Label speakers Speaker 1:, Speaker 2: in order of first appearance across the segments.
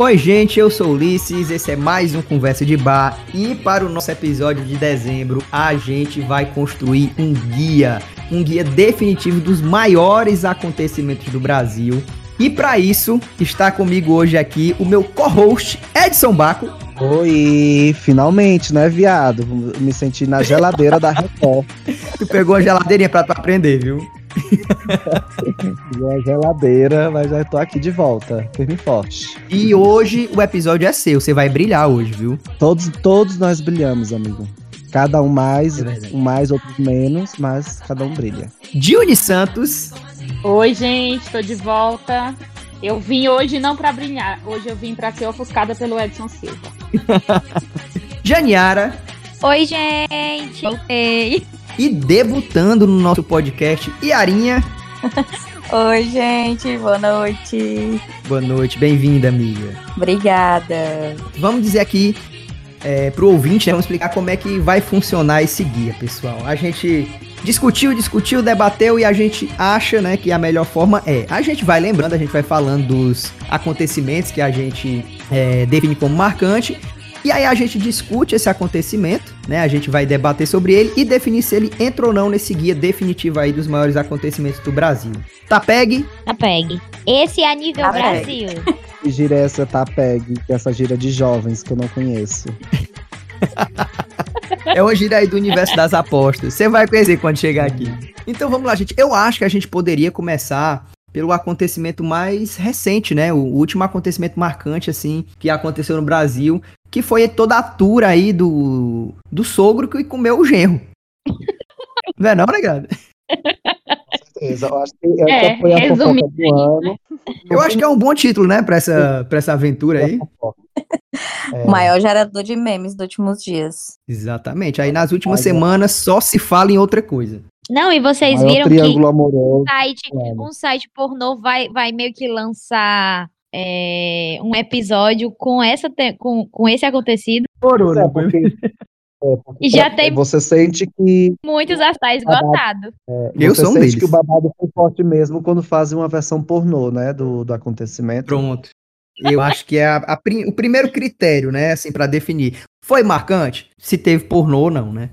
Speaker 1: Oi, gente, eu sou Ulisses, esse é mais um Conversa de Bar e para o nosso episódio de dezembro a gente vai construir um guia, um guia definitivo dos maiores acontecimentos do Brasil. E para isso está comigo hoje aqui o meu co-host Edson Baco.
Speaker 2: Oi, finalmente, né, viado? Me senti na geladeira da Record.
Speaker 1: Tu pegou a geladeirinha pra tu aprender, viu?
Speaker 2: Uma geladeira, mas já tô aqui de volta, firme e forte.
Speaker 1: E hoje o episódio é seu, você vai brilhar hoje, viu?
Speaker 2: Todos, todos nós brilhamos, amigo. Cada um mais,
Speaker 1: É verdade.
Speaker 2: um mais, outros menos, mas cada um brilha.
Speaker 1: Dione Santos.
Speaker 3: Oi, gente, tô de volta. Eu vim hoje não pra brilhar, hoje eu vim pra ser ofuscada pelo Edson Silva.
Speaker 1: Janiara.
Speaker 4: Oi, gente! Voltei!
Speaker 1: E debutando no nosso podcast, Iarinha.
Speaker 4: Oi, gente! Boa noite!
Speaker 1: Boa noite, bem-vinda, amiga.
Speaker 4: Obrigada!
Speaker 1: Vamos dizer aqui é, pro ouvinte, né, vamos explicar como é que vai funcionar esse guia, pessoal. A gente discutiu, discutiu, debateu e a gente acha, né, que a melhor forma é. A gente vai lembrando, a gente vai falando dos acontecimentos que a gente é, define como marcante. E aí a gente discute esse acontecimento, né? A gente vai debater sobre ele e definir se ele entra ou não nesse guia definitivo aí dos maiores acontecimentos do Brasil. Tá, PEG?
Speaker 5: Tapeg. Esse é a nível
Speaker 4: Tapeg.
Speaker 5: Brasil.
Speaker 2: E gira é essa tá, tapeg, é essa gira de jovens que eu não conheço.
Speaker 1: É uma gíria aí do universo das apostas. Você vai conhecer quando chegar aqui. Então vamos lá, gente. Eu acho que a gente poderia começar pelo acontecimento mais recente, né? O último acontecimento marcante, assim, que aconteceu no Brasil, que foi toda a tour aí do, do sogro que comeu o genro. Não é não, negado?
Speaker 2: certeza. Eu acho que essa
Speaker 3: É,
Speaker 2: foi a fofoca
Speaker 3: resumindo né? aí,
Speaker 2: do
Speaker 5: né?
Speaker 2: ano.
Speaker 1: Eu acho que é um bom título, né, pra essa, pra essa aventura aí.
Speaker 2: É,
Speaker 4: O maior gerador de memes dos últimos dias.
Speaker 1: Exatamente. Aí nas últimas semanas só se fala em outra coisa.
Speaker 5: Não, e vocês
Speaker 2: maior
Speaker 5: viram que
Speaker 2: triângulo amoroso.
Speaker 5: um site,
Speaker 2: Claro.
Speaker 5: um site pornô vai, vai meio que lançar é, um episódio com, essa te- com, com esse acontecido.
Speaker 2: Pois é, porque- é, porque
Speaker 5: E já
Speaker 2: pra-
Speaker 5: tem-
Speaker 2: Você sente que
Speaker 5: Muitos atais esgotados.
Speaker 1: Eu
Speaker 2: Você
Speaker 1: sou um
Speaker 2: sente
Speaker 1: deles.
Speaker 2: que o babado foi forte mesmo quando fazem uma versão pornô, né, do, do acontecimento.
Speaker 1: Pronto. Eu acho que é a- a prim- o primeiro critério, né, assim, pra definir. Foi marcante? Se teve pornô ou não, né?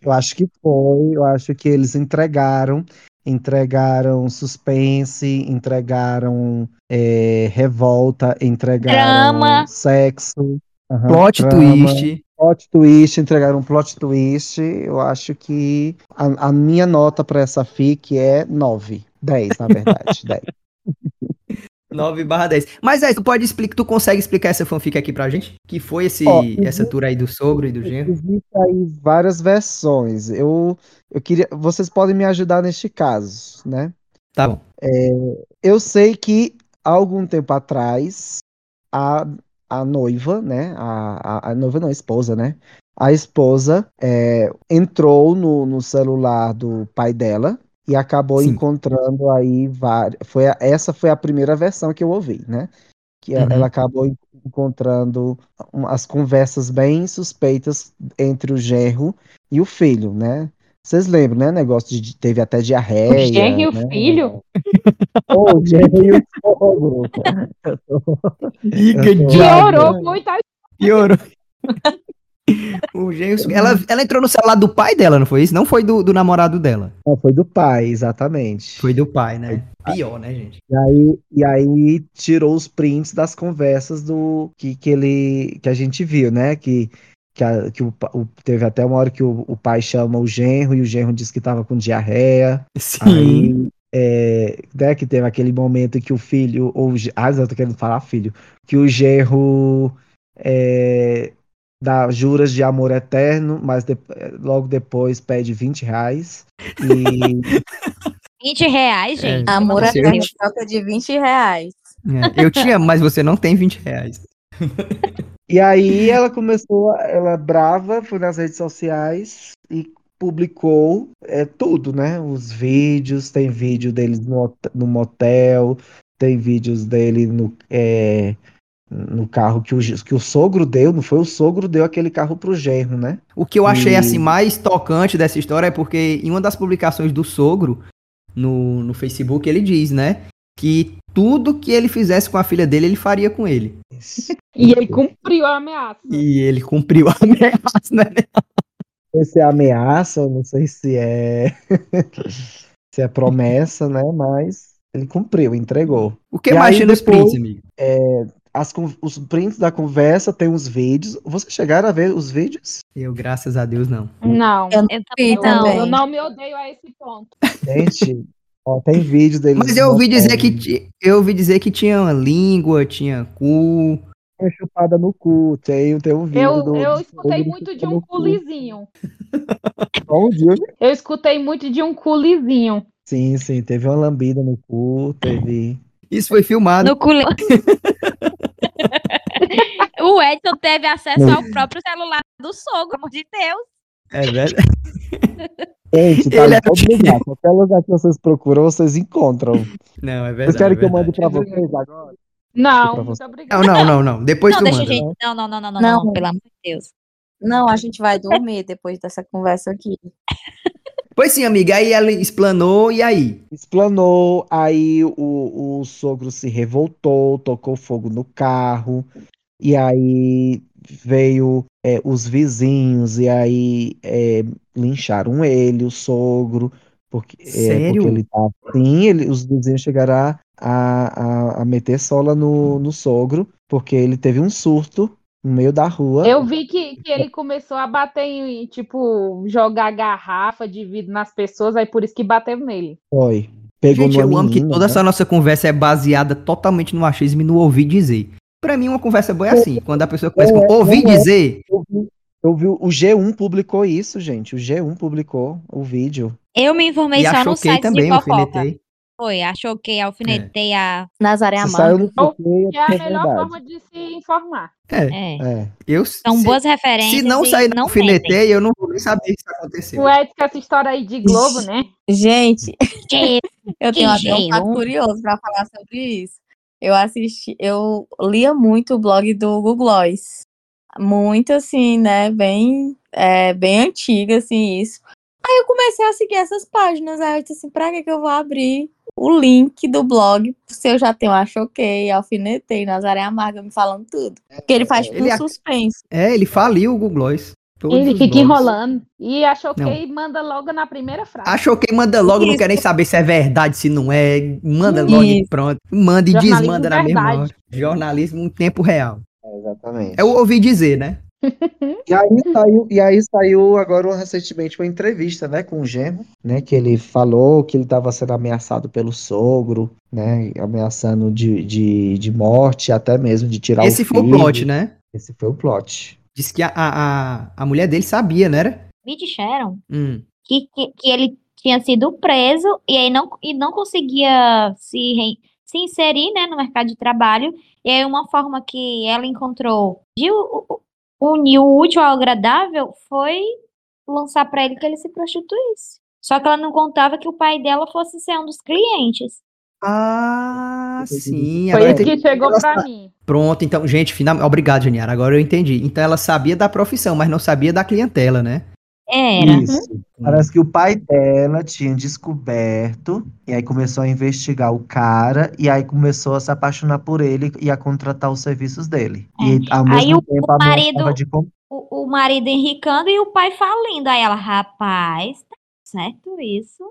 Speaker 2: Eu acho que foi, eu acho que eles entregaram, entregaram suspense, entregaram é, revolta, entregaram
Speaker 5: Drama.
Speaker 2: sexo, aham,
Speaker 1: Plot
Speaker 2: drama,
Speaker 1: twist.
Speaker 2: plot twist, entregaram plot twist. Eu acho que a, a minha nota para essa fic é 9, 10, na verdade, 10.
Speaker 1: 9 barra 10. Mas aí, tu pode explicar, tu consegue explicar essa fanfic aqui pra gente? Que foi esse,
Speaker 2: Ó,
Speaker 1: essa tour aí do sogro e do genro?
Speaker 2: Existem aí várias versões. Eu, eu queria, vocês podem me ajudar neste caso, né?
Speaker 1: Tá bom.
Speaker 2: Eu sei que há algum tempo atrás a, a noiva, né? A, a, a noiva não, a esposa, né? A esposa é, entrou no, no celular do pai dela e acabou
Speaker 1: Sim.
Speaker 2: encontrando aí várias. Foi a- essa foi a primeira versão que eu ouvi, né? Que ela,
Speaker 1: Uhum.
Speaker 2: ela acabou en- encontrando um- as conversas bem suspeitas entre o genro e o filho, né? Vocês lembram, né? Negócio de- de teve até
Speaker 3: O
Speaker 2: diarreia,
Speaker 3: genro e o
Speaker 2: né?
Speaker 3: filho?
Speaker 2: Ô, o genro e o sogro. Eu tô-
Speaker 1: Diga,
Speaker 2: Eu tô-
Speaker 3: Piorou muito a
Speaker 1: Piorou. o genro, ela, ela entrou no celular do pai dela, não foi isso? Não foi do, do namorado dela.
Speaker 2: Não, foi do pai, exatamente.
Speaker 1: Foi do pai, né? Pior, né, gente?
Speaker 2: E aí, e aí tirou os prints das conversas do que, que ele que a gente viu, né? Que, que, a- que o, pa- o- teve até uma hora que o, o pai chama o genro e o genro diz que tava com diarreia.
Speaker 1: Sim.
Speaker 2: Aí, é, né, que teve aquele momento que o filho, ou o ge- ah, eu tô querendo falar filho, que o genro é, dá juras de amor eterno, mas de- logo depois pede 20 reais. E
Speaker 5: 20 reais,
Speaker 1: É.
Speaker 5: gente.
Speaker 4: Amor
Speaker 1: Sim.
Speaker 4: até em troca de 20 reais.
Speaker 1: É, eu te amo, mas você não tem 20 reais.
Speaker 2: E aí ela começou, ela é brava, foi nas redes sociais e publicou é, tudo, né? Os vídeos, tem vídeo deles no, hot- no motel, tem vídeos dele no, é, no carro que o, ge- que o sogro deu, não foi o sogro deu aquele carro pro genro, né?
Speaker 1: O que eu achei
Speaker 2: E-
Speaker 1: assim mais tocante dessa história é porque em uma das publicações do sogro no, no Facebook ele diz, né, que tudo que ele fizesse com a filha dele, ele faria com ele.
Speaker 3: E ele cumpriu a ameaça.
Speaker 1: E ele cumpriu a ameaça, né?
Speaker 2: Se é ameaça, eu não sei se é se é promessa, né? Mas ele cumpriu, entregou.
Speaker 1: O que
Speaker 2: E
Speaker 1: mais
Speaker 2: aí
Speaker 1: tinha nos
Speaker 2: depois-
Speaker 1: prints, amigo?
Speaker 2: As, con- os prints da conversa tem os vídeos. Vocês chegaram a ver os vídeos?
Speaker 1: Eu, graças a Deus, não.
Speaker 3: Não.
Speaker 5: Eu também
Speaker 4: Sim,
Speaker 5: não.
Speaker 3: Eu,
Speaker 4: também.
Speaker 3: eu não me odeio a esse ponto.
Speaker 2: Gente, ó, tem vídeo deles.
Speaker 1: Mas eu ouvi dizer que
Speaker 2: botando
Speaker 1: ti- eu ouvi dizer que tinha língua, tinha cu.
Speaker 2: uma chupada no cu. Tem, tem um vídeo
Speaker 3: Eu,
Speaker 2: do.
Speaker 3: eu
Speaker 2: do-
Speaker 3: escutei
Speaker 2: do-
Speaker 3: muito de
Speaker 2: no
Speaker 3: um
Speaker 2: cu.
Speaker 3: culizinho.
Speaker 2: Bom dia, gente.
Speaker 3: Eu escutei muito de um culizinho.
Speaker 2: Sim, sim, teve uma lambida no cu, teve.
Speaker 1: Isso foi filmado.
Speaker 5: No culé. o Edson teve acesso
Speaker 1: Hum.
Speaker 5: ao próprio celular do sogro, pelo amor de Deus.
Speaker 1: É verdade.
Speaker 2: Gente, tá
Speaker 1: Ele
Speaker 2: em
Speaker 1: é
Speaker 2: todo
Speaker 1: pequeno.
Speaker 2: lugar. Qualquer lugar que vocês procuram, vocês encontram.
Speaker 1: Não, é verdade.
Speaker 2: Vocês querem
Speaker 1: é
Speaker 2: que eu
Speaker 1: verdade.
Speaker 2: mande pra vocês agora?
Speaker 3: Não,
Speaker 2: Pra
Speaker 3: muito
Speaker 2: você.
Speaker 1: Não,
Speaker 3: obrigada.
Speaker 1: não, não, não. Depois
Speaker 5: não,
Speaker 1: tu
Speaker 5: deixa
Speaker 1: manda.
Speaker 5: a gente. Não, não, não, não, não, não,
Speaker 4: Não.
Speaker 5: pelo amor de Deus.
Speaker 4: Não, a gente vai dormir depois dessa conversa aqui.
Speaker 1: Pois sim, amiga. Aí ela explanou e aí?
Speaker 2: Explanou, aí o, o sogro se revoltou, tocou fogo no carro, e aí veio é, os vizinhos, e aí é, lincharam ele, o sogro, porque, é,
Speaker 1: Sério?
Speaker 2: porque ele tá assim, ele, os vizinhos chegaram a, a, a meter sola no, no sogro, porque ele teve um surto no meio da rua.
Speaker 3: Eu vi que, que ele começou a bater em, tipo, jogar garrafa de vidro nas pessoas, aí por isso que bateu nele.
Speaker 2: Foi. Pegou
Speaker 1: gente,
Speaker 2: numa
Speaker 1: eu amo que
Speaker 2: menina,
Speaker 1: toda
Speaker 2: né?
Speaker 1: essa nossa conversa é baseada totalmente no achismo e no ouvir dizer. Pra mim, uma conversa boa é assim. Quando a pessoa começa com ouvir
Speaker 2: é.
Speaker 1: dizer,
Speaker 2: Eu vi, eu vi- o G1 publicou isso, gente. O G1 publicou o vídeo.
Speaker 5: Eu me informei
Speaker 1: e
Speaker 5: só no
Speaker 1: achoquei
Speaker 5: site
Speaker 1: também,
Speaker 5: de
Speaker 1: eu
Speaker 5: fofoca.
Speaker 1: alfinetei. É.
Speaker 5: Foi, achou que alfinetei a.
Speaker 4: Nazaré
Speaker 2: Se
Speaker 4: Amanda.
Speaker 2: saiu no sorteio,
Speaker 3: Que é a
Speaker 2: é
Speaker 3: melhor
Speaker 2: verdade.
Speaker 3: forma de se informar.
Speaker 5: É.
Speaker 2: É.
Speaker 1: Eu
Speaker 5: São
Speaker 1: se,
Speaker 5: boas referências.
Speaker 1: se não
Speaker 5: e
Speaker 1: sair na
Speaker 5: mentem.
Speaker 1: alfinetei, eu não vou nem saber o que aconteceu.
Speaker 3: O Ed com essa história aí de Globo, né?
Speaker 4: Gente,
Speaker 5: Que-
Speaker 4: eu
Speaker 5: Que
Speaker 4: tenho até um fato
Speaker 5: gelo.
Speaker 4: curioso para falar sobre isso. Eu assisti, eu lia muito o blog do Hugo Gloss. Muito assim, né? Bem, é, bem antiga, assim, isso. Aí eu comecei a seguir essas páginas. Aí eu disse assim, pra que que eu vou abrir o link do blog? Se eu já tenho a choquei, alfinetei, Nazaré Amarga me falando tudo. Porque ele faz tipo,
Speaker 1: É, Ele
Speaker 4: um
Speaker 1: ac-
Speaker 4: suspense.
Speaker 1: É, ele faliu o Google Gloss. Todos
Speaker 3: ele
Speaker 1: os
Speaker 3: fica
Speaker 1: blogs.
Speaker 3: enrolando. E achou que ele manda logo na primeira frase.
Speaker 1: Achou que manda logo, não
Speaker 4: Isso.
Speaker 1: quer nem saber se é verdade, se não é. Manda logo e
Speaker 4: Isso.
Speaker 1: pronto. Manda e
Speaker 3: Jornalismo
Speaker 1: desmanda na mesma
Speaker 3: verdade.
Speaker 1: hora. Jornalismo em tempo real.
Speaker 2: Exatamente.
Speaker 1: É o ouvir dizer, né?
Speaker 2: E aí saiu, e aí saiu agora recentemente uma entrevista, né, com o Gemo, né, que ele falou que ele estava sendo ameaçado pelo sogro, né, ameaçando de, de, de morte, até mesmo de tirar
Speaker 1: Esse
Speaker 2: o
Speaker 1: foi o
Speaker 2: filho.
Speaker 1: plot, né?
Speaker 2: Esse foi o plot.
Speaker 1: Diz que a, a, a, a mulher dele sabia, né? Era?
Speaker 5: Me disseram
Speaker 1: Hum.
Speaker 5: que, que, que ele tinha sido preso e aí não, e não conseguia se, rein- se inserir né, no mercado de trabalho. E aí uma forma que ela encontrou de u- u- unir o útil ao agradável foi lançar para ele que ele se prostituísse. Só que ela não contava que o pai dela fosse ser um dos clientes.
Speaker 1: Ah, sim.
Speaker 3: Foi
Speaker 1: Agora
Speaker 3: isso
Speaker 1: entendi.
Speaker 3: que chegou
Speaker 1: Ela
Speaker 3: pra
Speaker 1: sa-
Speaker 3: mim.
Speaker 1: Pronto, então, gente, finalmente. Obrigado, Geniara. Agora eu entendi. Então ela sabia da profissão, mas não sabia da clientela, né?
Speaker 5: Era.
Speaker 2: Isso. Parece que o pai dela tinha descoberto, e aí começou a investigar o cara, e aí começou a se apaixonar por ele e a contratar os serviços dele. E ao
Speaker 5: Aí
Speaker 2: mesmo
Speaker 5: o-
Speaker 2: tempo
Speaker 5: o
Speaker 2: a mulher
Speaker 5: marido-
Speaker 2: tava de com-
Speaker 5: O, o marido enricando e o pai falindo. Aí ela, rapaz, tá certo isso?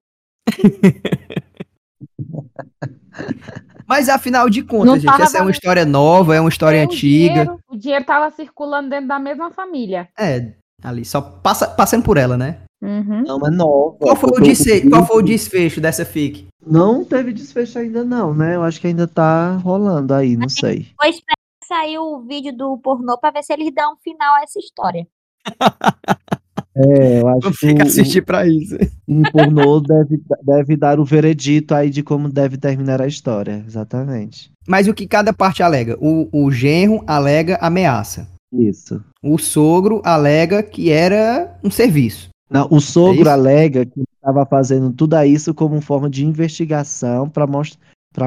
Speaker 1: Mas afinal de
Speaker 3: Não
Speaker 1: contas, gente,
Speaker 3: tava
Speaker 1: essa é uma
Speaker 3: valendo.
Speaker 1: história nova, é uma história
Speaker 3: Porque o
Speaker 1: antiga.
Speaker 3: um dinheiro- O dinheiro tava circulando dentro da mesma família.
Speaker 1: É, ali, só passa, passando por ela, né?
Speaker 3: Uhum.
Speaker 2: Não, mas nova.
Speaker 1: Qual foi, o
Speaker 2: Porque
Speaker 1: desfe- qual foi o desfecho dessa fic?
Speaker 2: Não teve desfecho ainda, não, né? Eu acho que ainda tá rolando aí, não sei.
Speaker 5: Vou esperar sair o vídeo do pornô pra ver se eles dão um final a essa história.
Speaker 2: É, eu acho
Speaker 1: Vamos
Speaker 2: que
Speaker 1: ficar
Speaker 2: o-
Speaker 1: assistindo pra isso.
Speaker 2: o, um pornô deve, deve dar o veredito aí de como deve terminar a história. Exatamente.
Speaker 1: Mas o que cada parte alega? O, o genro alega ameaça.
Speaker 2: Isso.
Speaker 1: O sogro alega que era um serviço.
Speaker 2: Não, o
Speaker 1: É isso?
Speaker 2: sogro alega que estava fazendo tudo isso como forma de investigação para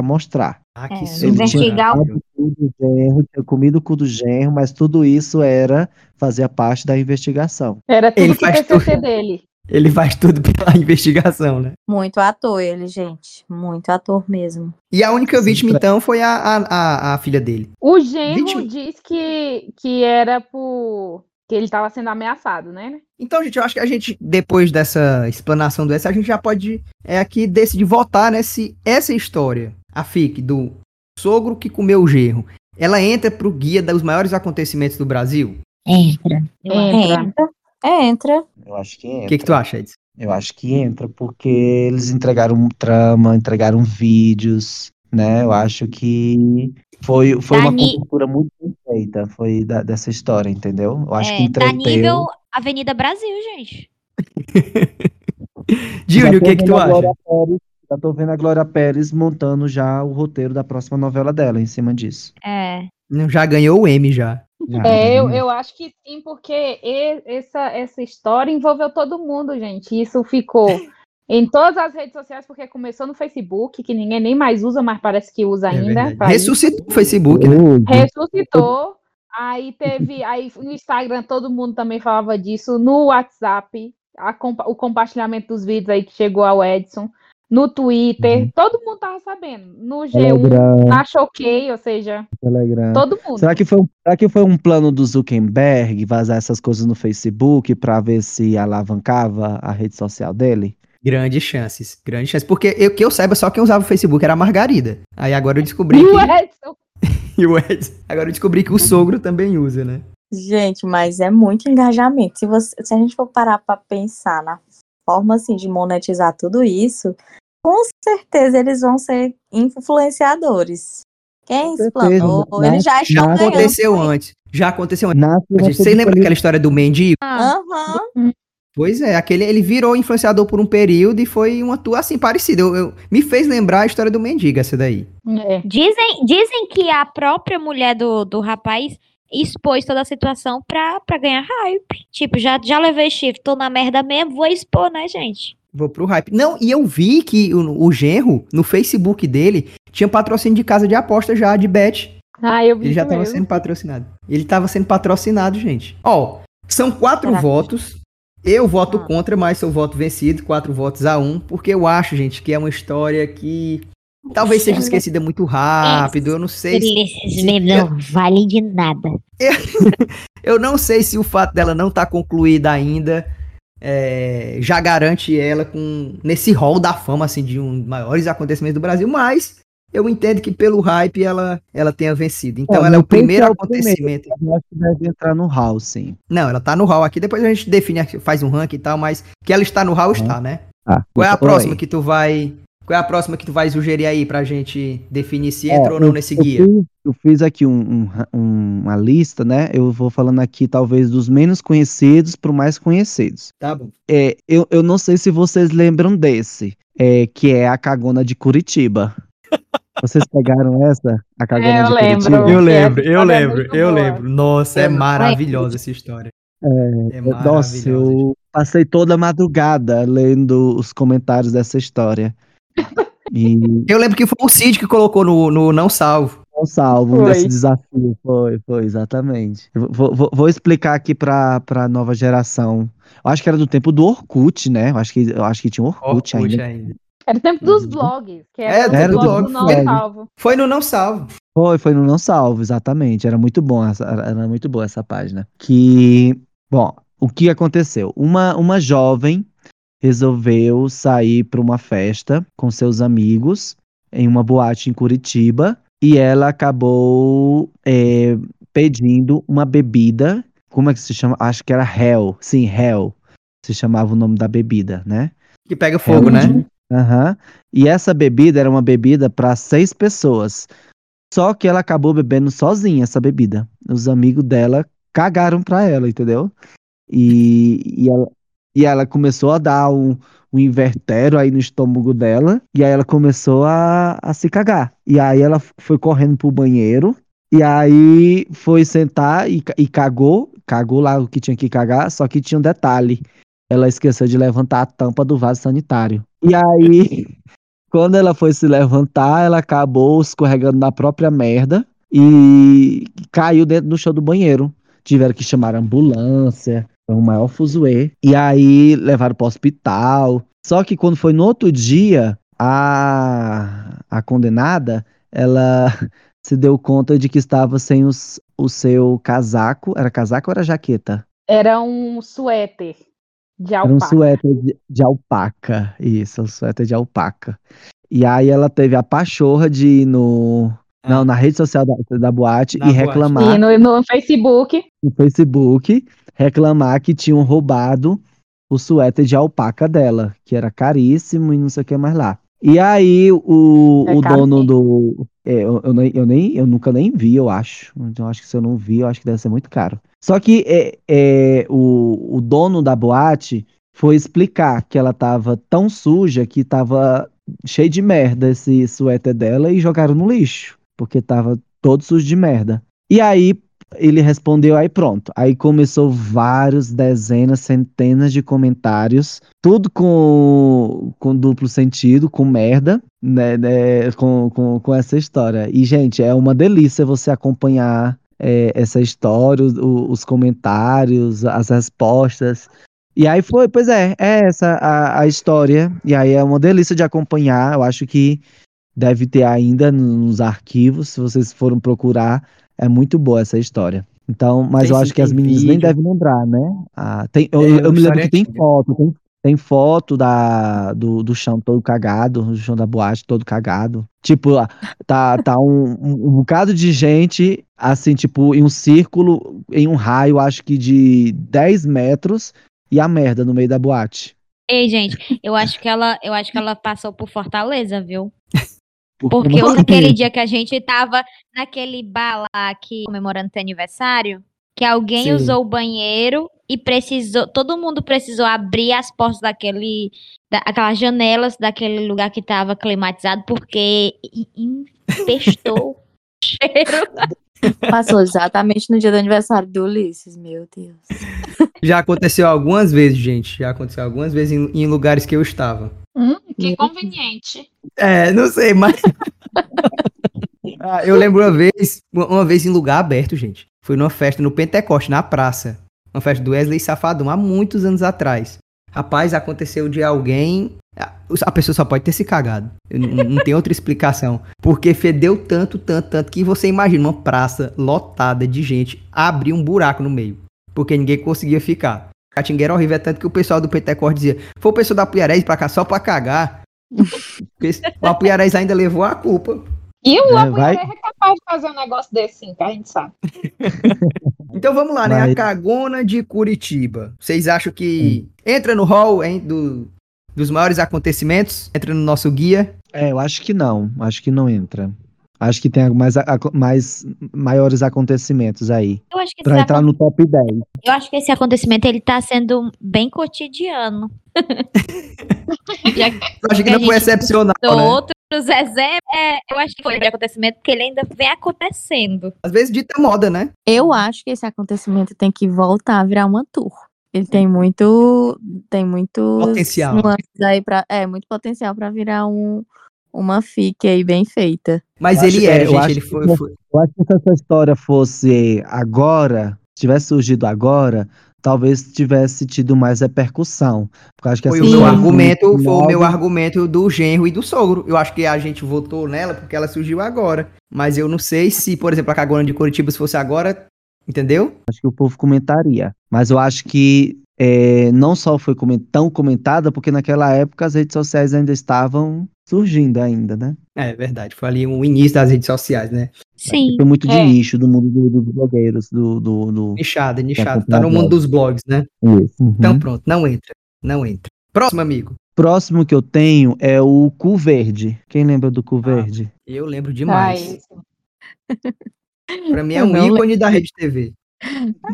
Speaker 2: mostrar.
Speaker 1: Ah,
Speaker 5: É,
Speaker 1: sogro
Speaker 5: investigar o-
Speaker 1: maravilhoso.
Speaker 2: O do genro, tinha comido o cu do genro, mas tudo isso era fazer parte da investigação.
Speaker 3: Era tudo
Speaker 1: Ele
Speaker 3: que o
Speaker 1: faz
Speaker 3: PCC dele.
Speaker 1: Ele faz tudo pela investigação, né?
Speaker 4: Muito ator ele, gente. Muito ator mesmo.
Speaker 1: E a única vítima, então, foi a, a, a, a filha dele.
Speaker 3: O genro
Speaker 1: Vítima.
Speaker 3: diz que, que era por. que ele tava sendo ameaçado, né?
Speaker 1: Então, gente, eu acho que a gente, depois dessa explanação do S, a gente já pode é, aqui decidir votar, né? Se essa história, a FIC, do sogro que comeu o gerro, ela entra pro guia dos maiores acontecimentos do Brasil?
Speaker 5: Entra. Eu
Speaker 3: Entra.
Speaker 4: Entra. É, Entra.
Speaker 2: Eu acho que
Speaker 1: O
Speaker 2: entra.
Speaker 1: que, que tu acha, Edson?
Speaker 2: Eu acho que entra, porque eles entregaram um trama, entregaram vídeos, né? Eu acho que foi, foi uma
Speaker 5: Dani-
Speaker 2: cobertura muito bem feita, foi da- dessa história, entendeu? Eu acho que
Speaker 5: É, tá
Speaker 2: entreteu.
Speaker 5: nível Avenida Brasil, gente.
Speaker 1: Júlio, o que, que tu
Speaker 2: Já tô vendo a
Speaker 1: acha?
Speaker 2: Glória Pérez- já tô vendo a Glória Pérez montando já o roteiro da próxima novela dela em cima disso.
Speaker 5: É.
Speaker 1: Não, Já ganhou o M já.
Speaker 2: Já,
Speaker 1: Ah,
Speaker 3: É, eu,
Speaker 2: né?
Speaker 3: eu acho que sim, porque e- essa, essa história envolveu todo mundo, gente. Isso ficou em todas as redes sociais, porque começou no Facebook, que ninguém nem mais usa, mas parece que usa
Speaker 1: É
Speaker 3: ainda.
Speaker 1: verdade.
Speaker 3: pra isso.
Speaker 1: Ressuscitou o Facebook, né?
Speaker 2: Tudo.
Speaker 3: Ressuscitou. Aí teve. Aí no Instagram todo mundo também falava disso. No WhatsApp, a compa- o compartilhamento dos vídeos aí que chegou ao Edson. No Twitter,
Speaker 1: Uhum.
Speaker 3: todo mundo tava sabendo. No
Speaker 2: é
Speaker 1: É
Speaker 3: G1,
Speaker 2: Telegram,
Speaker 3: na Choquei, ou seja,
Speaker 2: Telegram.
Speaker 3: um todo mundo.
Speaker 2: Será que, foi, um- será que foi um plano do Zuckerberg vazar essas coisas no Facebook pra ver se alavancava a rede social dele?
Speaker 1: Grandes chances, grandes chances. Porque eu, que eu saiba, só quem usava o Facebook era a Margarida. Aí agora eu descobri
Speaker 3: E o
Speaker 1: que...
Speaker 3: Edson.
Speaker 1: E o Edson. Agora eu descobri que o sogro também usa, né?
Speaker 4: Gente, mas é muito engajamento. Se, você, se a gente for parar pra pensar na forma assim, de monetizar tudo isso, com certeza eles vão ser influenciadores. Quem
Speaker 2: certeza,
Speaker 4: explanou,
Speaker 2: né?
Speaker 4: eles já
Speaker 1: Já
Speaker 4: estão ganhando.
Speaker 1: aconteceu antes. Já aconteceu antes.
Speaker 2: Na
Speaker 1: Gente, Vocês lembram daquela história do mendigo?
Speaker 4: Aham.
Speaker 1: Pois é, aquele ele virou influenciador por um período e foi uma tua assim parecida. Eu, eu- me fez lembrar a história do mendigo essa daí.
Speaker 3: É.
Speaker 5: Dizem, dizem que a própria mulher do, do rapaz expôs toda a situação pra, pra ganhar hype. Tipo, já, já levei chifre, tô na merda mesmo, vou expor, né, gente?
Speaker 1: Vou pro hype. Não, e eu vi que o, o genro no Facebook dele tinha patrocínio de casa de aposta já de bet.
Speaker 3: Ah, eu vi
Speaker 1: Ele já
Speaker 3: isso
Speaker 1: tava
Speaker 3: mesmo.
Speaker 1: sendo patrocinado. Ele tava sendo patrocinado, gente. Ó, são quatro
Speaker 4: Caraca.
Speaker 1: votos. Eu voto
Speaker 4: Ah.
Speaker 1: contra, mas sou voto vencido, quatro votos a um, porque eu acho, gente, que é uma história que talvez seja esquecida muito rápido. Eu não sei se
Speaker 5: Esses
Speaker 1: se-
Speaker 5: meninos não valem de nada.
Speaker 1: Eu não sei se o fato dela não estar concluída ainda é, já garante ela com nesse rol da fama assim de um dos maiores acontecimentos do Brasil, mas eu entendo que pelo hype ela ela tenha vencido. Então
Speaker 2: É,
Speaker 1: ela é
Speaker 2: não
Speaker 1: o
Speaker 2: sei se
Speaker 1: primeiro
Speaker 2: é o
Speaker 1: acontecimento.
Speaker 2: Eu acho que deve entrar no hall, sim.
Speaker 1: Não, ela tá no hall aqui, depois a gente define, faz um ranking e tal, mas que ela está no hall está, né?
Speaker 2: Ah,
Speaker 1: Qual é a
Speaker 2: então,
Speaker 1: próxima
Speaker 2: aí.
Speaker 1: que tu vai Qual é a próxima que tu vai sugerir aí pra gente definir se
Speaker 2: É,
Speaker 1: entra ou não nesse
Speaker 2: Eu
Speaker 1: guia?
Speaker 2: fiz, eu fiz aqui um- um ra- um- uma lista, né? Eu vou falando aqui, talvez, dos menos conhecidos para mais conhecidos.
Speaker 1: Tá bom.
Speaker 2: É, eu, eu não sei se vocês lembram desse, é, que é a Cagona de Curitiba. Vocês pegaram essa? A Cagona
Speaker 3: É, eu
Speaker 2: de
Speaker 3: lembro.
Speaker 2: Curitiba?
Speaker 3: Eu lembro, eu lembro, eu lembro.
Speaker 1: Nossa,
Speaker 2: é
Speaker 1: maravilhosa essa história. É,
Speaker 2: Nossa, eu passei toda a madrugada lendo os comentários dessa história. E
Speaker 1: Eu lembro que foi o Cid que colocou no, no Não Salvo.
Speaker 2: não salvo
Speaker 3: Foi.
Speaker 2: um desse desafio. Foi, foi, exatamente. Eu Vou, vou- vou explicar aqui pra, pra nova geração. Eu acho que era do tempo do Orkut, né? Eu acho que, eu acho que tinha um
Speaker 1: Orkut
Speaker 2: Orkut,
Speaker 1: é.
Speaker 2: ainda.
Speaker 1: ainda.
Speaker 3: Era o tempo dos
Speaker 2: Uhum.
Speaker 3: blogs, que
Speaker 1: É,
Speaker 3: era,
Speaker 1: era
Speaker 3: o
Speaker 1: do
Speaker 3: blog
Speaker 1: blog,
Speaker 3: do Não
Speaker 2: velho.
Speaker 3: Salvo.
Speaker 1: Foi no Não Salvo.
Speaker 2: Foi, foi no Não Salvo, exatamente. Era muito bom, essa, era era muito boa essa página. Que, bom, o que aconteceu? Uma, uma jovem resolveu sair para uma festa com seus amigos em uma boate em Curitiba e ela acabou é, pedindo uma bebida. Como é que se chama? Acho que era Hell. Sim, Hell. Se chamava o nome da bebida, né?
Speaker 1: Que pega fogo, né?
Speaker 2: Aham. E essa bebida era uma bebida para seis pessoas. Só que ela acabou bebendo sozinha essa bebida. Os amigos dela cagaram pra ela, entendeu? E, e, ela, e ela começou a dar um, um invertério aí no estômago dela. E aí ela começou a, a se cagar. E aí ela f- foi correndo pro banheiro. E aí foi sentar e, ca- e cagou. Cagou lá o que tinha que cagar. Só que tinha um detalhe ela esqueceu de levantar a tampa do vaso sanitário. E aí, quando ela foi se levantar, ela acabou escorregando na própria merda e caiu dentro do chão do banheiro. Tiveram que chamar a ambulância, Foi o maior fuzuê. E aí levaram pro hospital. Só que quando foi no outro dia, a, a condenada, ela se deu conta de que estava sem os, o seu casaco. Era casaco ou era jaqueta?
Speaker 3: Era um suéter de
Speaker 2: Era um
Speaker 3: alpaca.
Speaker 2: suéter de, de alpaca. Isso, um suéter de alpaca. E aí ela teve a pachorra de ir no. Não, na rede social da, da boate
Speaker 1: Ah. Na
Speaker 2: e
Speaker 1: boate.
Speaker 2: reclamar
Speaker 3: E no, no Facebook,
Speaker 2: no Facebook reclamar que tinham roubado o suéter de alpaca dela, que era caríssimo e não sei o que mais lá. E aí o,
Speaker 3: É
Speaker 2: o
Speaker 3: caro
Speaker 2: dono
Speaker 3: mesmo.
Speaker 2: do. é, eu, eu nem, eu nem- eu nunca nem vi, eu acho. Então acho que se eu não vi, eu acho que deve ser muito caro. Só que é, é, o, o dono da boate foi explicar que ela tava tão suja que tava cheio de merda esse suéter dela e jogaram no lixo, porque tava todo sujo de merda. E aí ele respondeu, aí pronto. Aí começou vários, dezenas, centenas de comentários, tudo com, com duplo sentido, com merda, né, né, com, com, com essa história. E, gente, é uma delícia você acompanhar é, essa história, os, os comentários, as respostas. E aí foi, pois é, é essa a, a história. E aí é uma delícia de acompanhar. Eu acho que deve ter ainda nos arquivos, se vocês forem procurar. É muito boa essa história. Então, mas
Speaker 1: Tem
Speaker 2: eu
Speaker 1: sim,
Speaker 2: acho que as
Speaker 1: tem
Speaker 2: meninas nem
Speaker 1: vídeo.
Speaker 2: devem lembrar, né? Ah, tem, eu,
Speaker 1: É,
Speaker 2: eu
Speaker 1: uma
Speaker 2: me lembro
Speaker 1: história
Speaker 2: que tem
Speaker 1: antiga.
Speaker 2: foto, tem, tem foto da, do, do chão todo cagado, do chão da boate todo cagado. Tipo, ah, tá, tá um, um, um bocado de gente, assim, tipo, em um círculo, em um raio, acho que de 10 metros, e a merda no meio da boate.
Speaker 5: Ei, gente, eu acho que ela, eu acho que ela passou por Fortaleza, viu?
Speaker 2: Porque
Speaker 5: Porque
Speaker 2: não
Speaker 5: eu, naquele
Speaker 2: tem.
Speaker 5: dia que a gente tava naquele bar lá que comemorando teu aniversário, que alguém
Speaker 2: Sim.
Speaker 5: usou o banheiro e precisou, todo mundo precisou abrir as portas daquele, da, aquelas janelas daquele lugar que tava climatizado porque i- infestou o cheiro.
Speaker 4: Passou exatamente no dia do aniversário do Ulisses, meu Deus.
Speaker 1: Já aconteceu algumas vezes, gente. Já aconteceu algumas vezes em, em lugares que eu estava.
Speaker 3: hum, que
Speaker 1: Uhum.
Speaker 4: Meu
Speaker 3: conveniente.
Speaker 1: É, não sei, mas. Ah, eu lembro uma vez, uma- uma vez em lugar aberto, gente. Foi numa festa no Pentecoste, na praça. Uma festa do Wesley Safadão, há muitos anos atrás. Rapaz, aconteceu de alguém. a- A pessoa só pode ter se cagado. Eu n- não tem outra explicação. Porque fedeu tanto, tanto, tanto que você imagina uma praça lotada de gente abrir um buraco no meio. Porque ninguém conseguia ficar. Catingueira horrível é tanto que o pessoal do Pentecoste dizia: Foi o pessoal da Piarés pra cá só pra cagar. Porque o Apuiarés ainda levou a culpa.
Speaker 3: E o
Speaker 2: É,
Speaker 3: é,
Speaker 2: vai-
Speaker 3: é capaz de fazer um negócio desse, sim, que a gente sabe.
Speaker 1: Então vamos lá, né?
Speaker 2: Mas-
Speaker 1: A cagona de Curitiba. Vocês acham que entra no hall hein, do- dos maiores acontecimentos? Entra no nosso guia?
Speaker 2: É, eu acho que não. Acho que não entra. Acho que tem mais, ac- mais maiores acontecimentos aí.
Speaker 5: Eu acho que
Speaker 2: Pra
Speaker 5: esse
Speaker 2: entrar
Speaker 5: acon-
Speaker 2: no top 10.
Speaker 5: eu acho que esse acontecimento ele tá sendo bem cotidiano. Já que
Speaker 1: Eu acho que
Speaker 5: A
Speaker 1: não foi
Speaker 5: gente
Speaker 1: excepcional,
Speaker 5: do
Speaker 1: né?
Speaker 5: outro, Zezé, é, eu acho que foi de acontecimento porque ele ainda vem acontecendo.
Speaker 1: Às vezes dita moda, né?
Speaker 4: Eu acho que esse acontecimento tem que voltar a virar uma tour. Ele tem muito. Tem muito.
Speaker 1: Potencial.
Speaker 4: Aí pra, é, muito potencial para virar um, uma fic aí bem feita.
Speaker 1: Mas
Speaker 2: Eu
Speaker 1: ele
Speaker 2: acho-
Speaker 1: era,
Speaker 2: é, eu
Speaker 1: gente.
Speaker 2: acho
Speaker 1: Ele
Speaker 2: que
Speaker 1: foi,
Speaker 2: não.
Speaker 1: foi-
Speaker 2: Eu acho que se essa história fosse agora, se tivesse surgido agora, talvez tivesse tido mais repercussão. Porque eu acho que assim,
Speaker 1: foi
Speaker 2: essa
Speaker 1: o meu
Speaker 2: história
Speaker 1: argumento,
Speaker 2: muito
Speaker 1: foi o meu
Speaker 2: nova.
Speaker 1: argumento do genro e do sogro. Eu acho que a gente votou nela porque ela surgiu agora. Mas eu não sei se, por exemplo, a cagona de Curitiba se fosse agora, entendeu?
Speaker 2: Acho que o povo comentaria. Mas eu acho que é, não só foi comen- tão comentada, porque naquela época as redes sociais ainda estavam surgindo ainda, né?
Speaker 1: É verdade, foi ali o início das redes sociais, né?
Speaker 5: Sim.
Speaker 2: Foi muito de
Speaker 3: É.
Speaker 2: nicho do mundo do- dos blogueiros, do... do, do...
Speaker 1: Nichada, nichada. Tá
Speaker 2: comprar
Speaker 1: no mundo dos blogs, né?
Speaker 2: Isso. Uhum.
Speaker 1: Então pronto, não entra, não entra. Próximo amigo.
Speaker 2: Próximo que eu tenho é o Cu Verde. Quem lembra do
Speaker 1: Ah.
Speaker 2: Cu Verde?
Speaker 1: Eu lembro
Speaker 3: Tá,
Speaker 1: demais.
Speaker 3: isso.
Speaker 1: Pra mim é
Speaker 4: Eu
Speaker 1: um
Speaker 4: não
Speaker 1: ícone da Rede TV.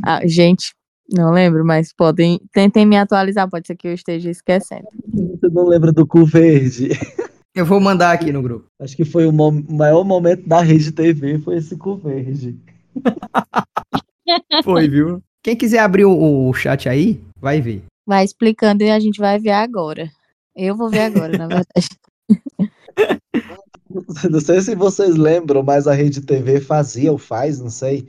Speaker 4: Ah, gente, não lembro, mas podem. Tentem me atualizar, pode ser que eu esteja esquecendo.
Speaker 2: Você não lembra do Cu Verde?
Speaker 1: Eu vou mandar aqui no grupo.
Speaker 2: Acho que foi o mo- maior momento da Rede TV, foi esse Cu Verde.
Speaker 1: Foi, viu? Quem quiser abrir o, o chat aí, vai ver.
Speaker 4: Vai explicando e a gente vai ver agora. Eu vou ver agora, na verdade.
Speaker 2: Não sei se vocês lembram, mas a Rede TV fazia ou faz, não sei.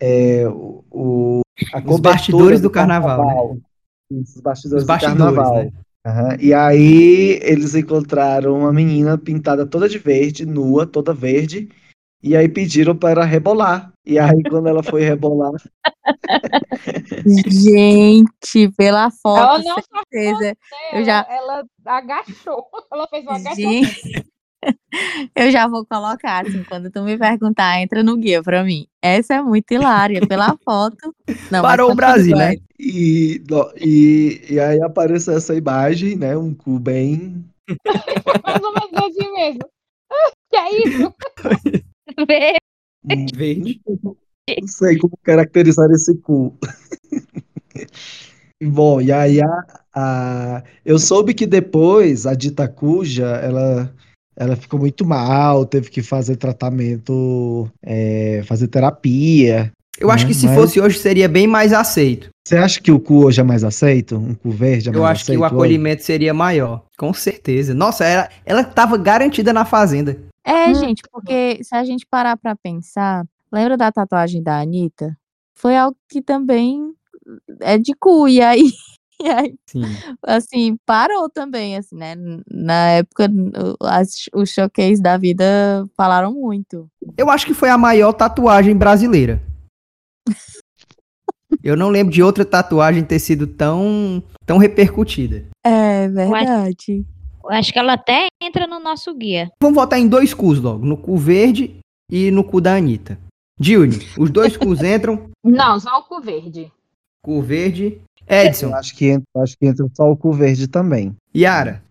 Speaker 2: é, o, o- A
Speaker 1: Os bastidores do carnaval. né?
Speaker 2: Isso, os bastidores,
Speaker 1: Os bastidores,
Speaker 2: do carnaval.
Speaker 1: né?
Speaker 2: Aham. E aí eles encontraram uma menina pintada toda de verde, nua, toda verde, e aí pediram para rebolar. E aí quando ela foi rebolar,
Speaker 4: Gente, pela
Speaker 3: Ela
Speaker 4: foto,
Speaker 3: não
Speaker 4: certeza.
Speaker 3: ela-
Speaker 4: Eu já,
Speaker 3: Ela agachou. Ela fez um agachamento.
Speaker 4: Gente, eu já vou colocar, assim, quando tu me perguntar, entra no guia pra mim. Essa é muito hilária, pela foto. Não, mas
Speaker 1: Parou o
Speaker 4: continua,
Speaker 1: Brasil, né?
Speaker 2: e, no- e, e aí apareceu essa imagem, né? Um cu bem.
Speaker 3: Mais ou menos assim mesmo. Que é isso?
Speaker 5: Vê,
Speaker 2: um
Speaker 1: Verde.
Speaker 2: Não sei como caracterizar esse cu. Bom, e aí a, a- eu soube que depois a dita cuja, ela, ela ficou muito mal, teve que fazer tratamento, é, fazer terapia.
Speaker 1: Eu acho que se
Speaker 2: Mas-
Speaker 1: fosse hoje seria bem mais aceito.
Speaker 2: Você acha que o cu hoje é mais aceito? Um cu verde é mais
Speaker 1: Eu acho que
Speaker 2: aceito
Speaker 1: o
Speaker 2: hoje?
Speaker 1: acolhimento seria maior. Com certeza. Nossa, ela, ela tava garantida na fazenda.
Speaker 4: É,
Speaker 3: Hum.
Speaker 4: gente, porque se a gente parar pra pensar, lembra da tatuagem da Anitta? Foi algo que também é de cu, e aí, e aí
Speaker 1: Sim.
Speaker 4: assim, parou também, assim, né? N- Na época, n- o- as- os choqueis da vida falaram muito.
Speaker 1: Eu acho que foi a maior tatuagem brasileira. Eu não lembro de outra tatuagem ter sido tão, tão repercutida.
Speaker 4: É
Speaker 5: acho-
Speaker 4: verdade.
Speaker 5: eu acho que ela até entra no nosso guia.
Speaker 1: Vamos votar em dois cus logo, no cu verde e no cu da Anitta. Dilne, os dois cus entram,
Speaker 3: Não, só o cu verde.
Speaker 1: cu verde,
Speaker 2: Eu
Speaker 1: Edson,
Speaker 2: acho que entra, eu acho que entra só o cu verde também.
Speaker 1: Yara,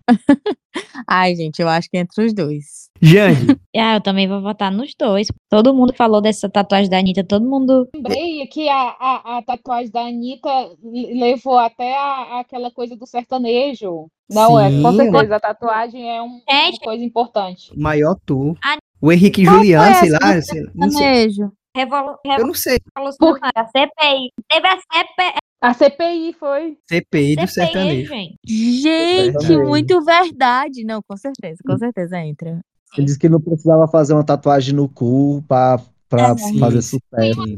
Speaker 4: Ai, gente, eu acho que é entre os dois.
Speaker 1: Jande.
Speaker 5: Ah, eu também vou votar nos dois. Todo mundo falou dessa tatuagem da Anitta, todo mundo.
Speaker 3: Lembrei que a, a, a tatuagem da Anitta le- levou até a, aquela coisa do sertanejo. Não é, com
Speaker 1: Sim,
Speaker 3: certeza, a tatuagem é um-
Speaker 5: É,
Speaker 3: uma coisa importante.
Speaker 1: maior tu.
Speaker 5: Ah.
Speaker 1: O Henrique
Speaker 4: Qual
Speaker 1: Julian,
Speaker 4: foi
Speaker 1: sei
Speaker 4: essa
Speaker 1: lá, sei lá, não sei.
Speaker 4: Sertanejo.
Speaker 5: Revolu
Speaker 1: Eu não sei.
Speaker 5: revolucionária, a CPI. Teve a CPI,
Speaker 3: A CPI foi.
Speaker 1: CPI do sertanejo.
Speaker 5: gente.
Speaker 4: Gente,
Speaker 2: Sertanejo.
Speaker 4: muito verdade. Não, com certeza, com certeza entra.
Speaker 2: Ele disse que não precisava fazer uma tatuagem no cu pra, pra
Speaker 1: Sim,
Speaker 2: fazer
Speaker 1: sim.
Speaker 2: sucesso.
Speaker 3: Foi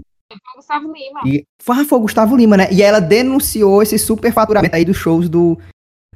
Speaker 3: o Gustavo Lima.
Speaker 1: E ah, foi o Gustavo Lima, né? E ela denunciou esse superfaturamento aí dos shows do,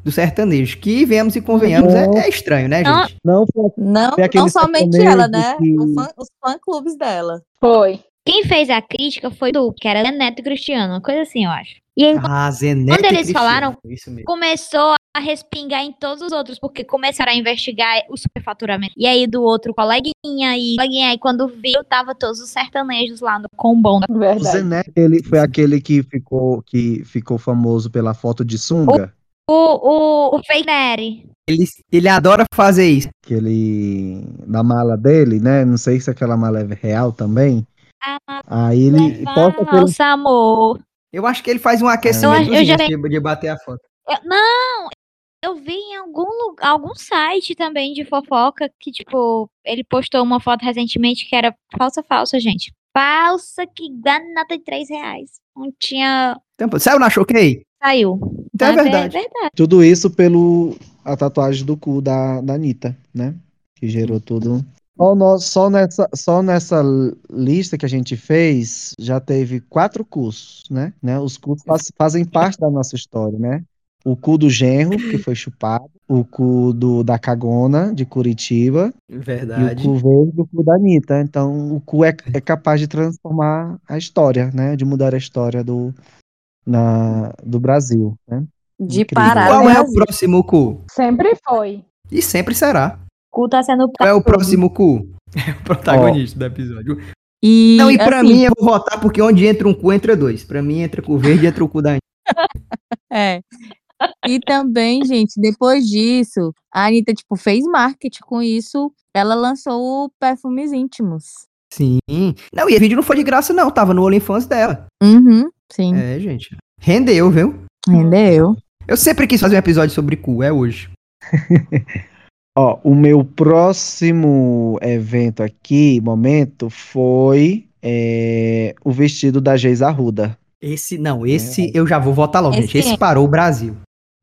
Speaker 1: do sertanejo. Que vemos e convenhamos, é, é estranho, né,
Speaker 4: Não.
Speaker 1: gente?
Speaker 2: Não foi
Speaker 4: Não,
Speaker 2: Tem aquele
Speaker 4: não somente ela, né?
Speaker 2: sertanejo
Speaker 4: O
Speaker 2: que-
Speaker 4: fã- os fã-clubes dela.
Speaker 3: Foi.
Speaker 5: Quem fez a crítica foi do que era Neto e Cristiano, uma coisa assim, eu acho. E aí
Speaker 1: Ah, Zeneto
Speaker 5: Quando
Speaker 1: e
Speaker 5: eles
Speaker 1: Cristiano,
Speaker 5: falaram-
Speaker 1: Isso mesmo.
Speaker 5: começou a respingar em todos os outros, porque começaram a investigar o superfaturamento. E aí do outro coleguinha, e coleguinha, aí quando viu, tava todos os sertanejos lá no combão.
Speaker 2: O
Speaker 3: Verdade.
Speaker 2: Zené, ele foi aquele que ficou, que ficou famoso pela foto de sunga,
Speaker 5: O, o, o Fake Nery.
Speaker 1: Ele, ele adora fazer isso.
Speaker 2: que ele na mala dele, né? Não sei se aquela mala é real também.
Speaker 5: Ah,
Speaker 2: Aí ele posta
Speaker 5: Leva
Speaker 2: pelo
Speaker 5: o Samor.
Speaker 1: Eu acho que ele faz um aquecimento
Speaker 5: Eu- eu já-
Speaker 1: de, de bater a foto.
Speaker 5: Eu- não, eu vi em algum lugar, algum site também de fofoca que, tipo, ele postou uma foto recentemente que era falsa, falsa, gente. Falsa que dá nota de 3 reais. Não tinha.
Speaker 1: Tampa, saiu na Choquei?
Speaker 5: Saiu.
Speaker 1: Então é
Speaker 5: Mas
Speaker 1: verdade.
Speaker 2: tudo isso pelo a tatuagem do cu da, da Anitta, né? Que gerou tudo. Só, no- só nessa, só nessa lista que a gente fez, já teve quatro cus, né? né? Os cus faz- fazem parte da nossa história, né? O cu do genro, que foi chupado, o cu do, da cagona, de Curitiba,
Speaker 1: Verdade.
Speaker 2: E o cu veio do cu da Anitta. Então, o cu é, é capaz de transformar a história, né? De mudar a história do, na, do Brasil, né?
Speaker 4: De
Speaker 2: Incrível.
Speaker 4: parar.
Speaker 1: Qual
Speaker 4: né?
Speaker 1: é o próximo cu?
Speaker 3: Sempre foi.
Speaker 1: E sempre será.
Speaker 5: Cu tá sendo.
Speaker 1: Qual é o próximo cu? É o protagonista do episódio.
Speaker 4: E,
Speaker 1: Não, e pra
Speaker 4: assim,
Speaker 1: mim eu vou votar porque onde entra um cu, entra dois. Pra mim entra cu verde e entra o cu da Anitta.
Speaker 4: É. E também, gente, depois disso, a Anitta, tipo, fez marketing com isso. Ela lançou o Perfumes Íntimos.
Speaker 1: Sim. Não, e o vídeo não foi de graça, não. Tava no OnlyFans dela.
Speaker 4: Uhum, sim.
Speaker 1: É, gente. Rendeu, viu?
Speaker 4: Entendeu?
Speaker 1: Eu sempre quis fazer um episódio sobre cu, é hoje.
Speaker 2: Ó, o meu próximo evento aqui, momento, foi é, o vestido da Geis Arruda.
Speaker 1: Esse, não, esse É. eu já vou votar logo,
Speaker 4: Esse É.
Speaker 1: gente. Esse
Speaker 4: entra.
Speaker 1: parou o Brasil.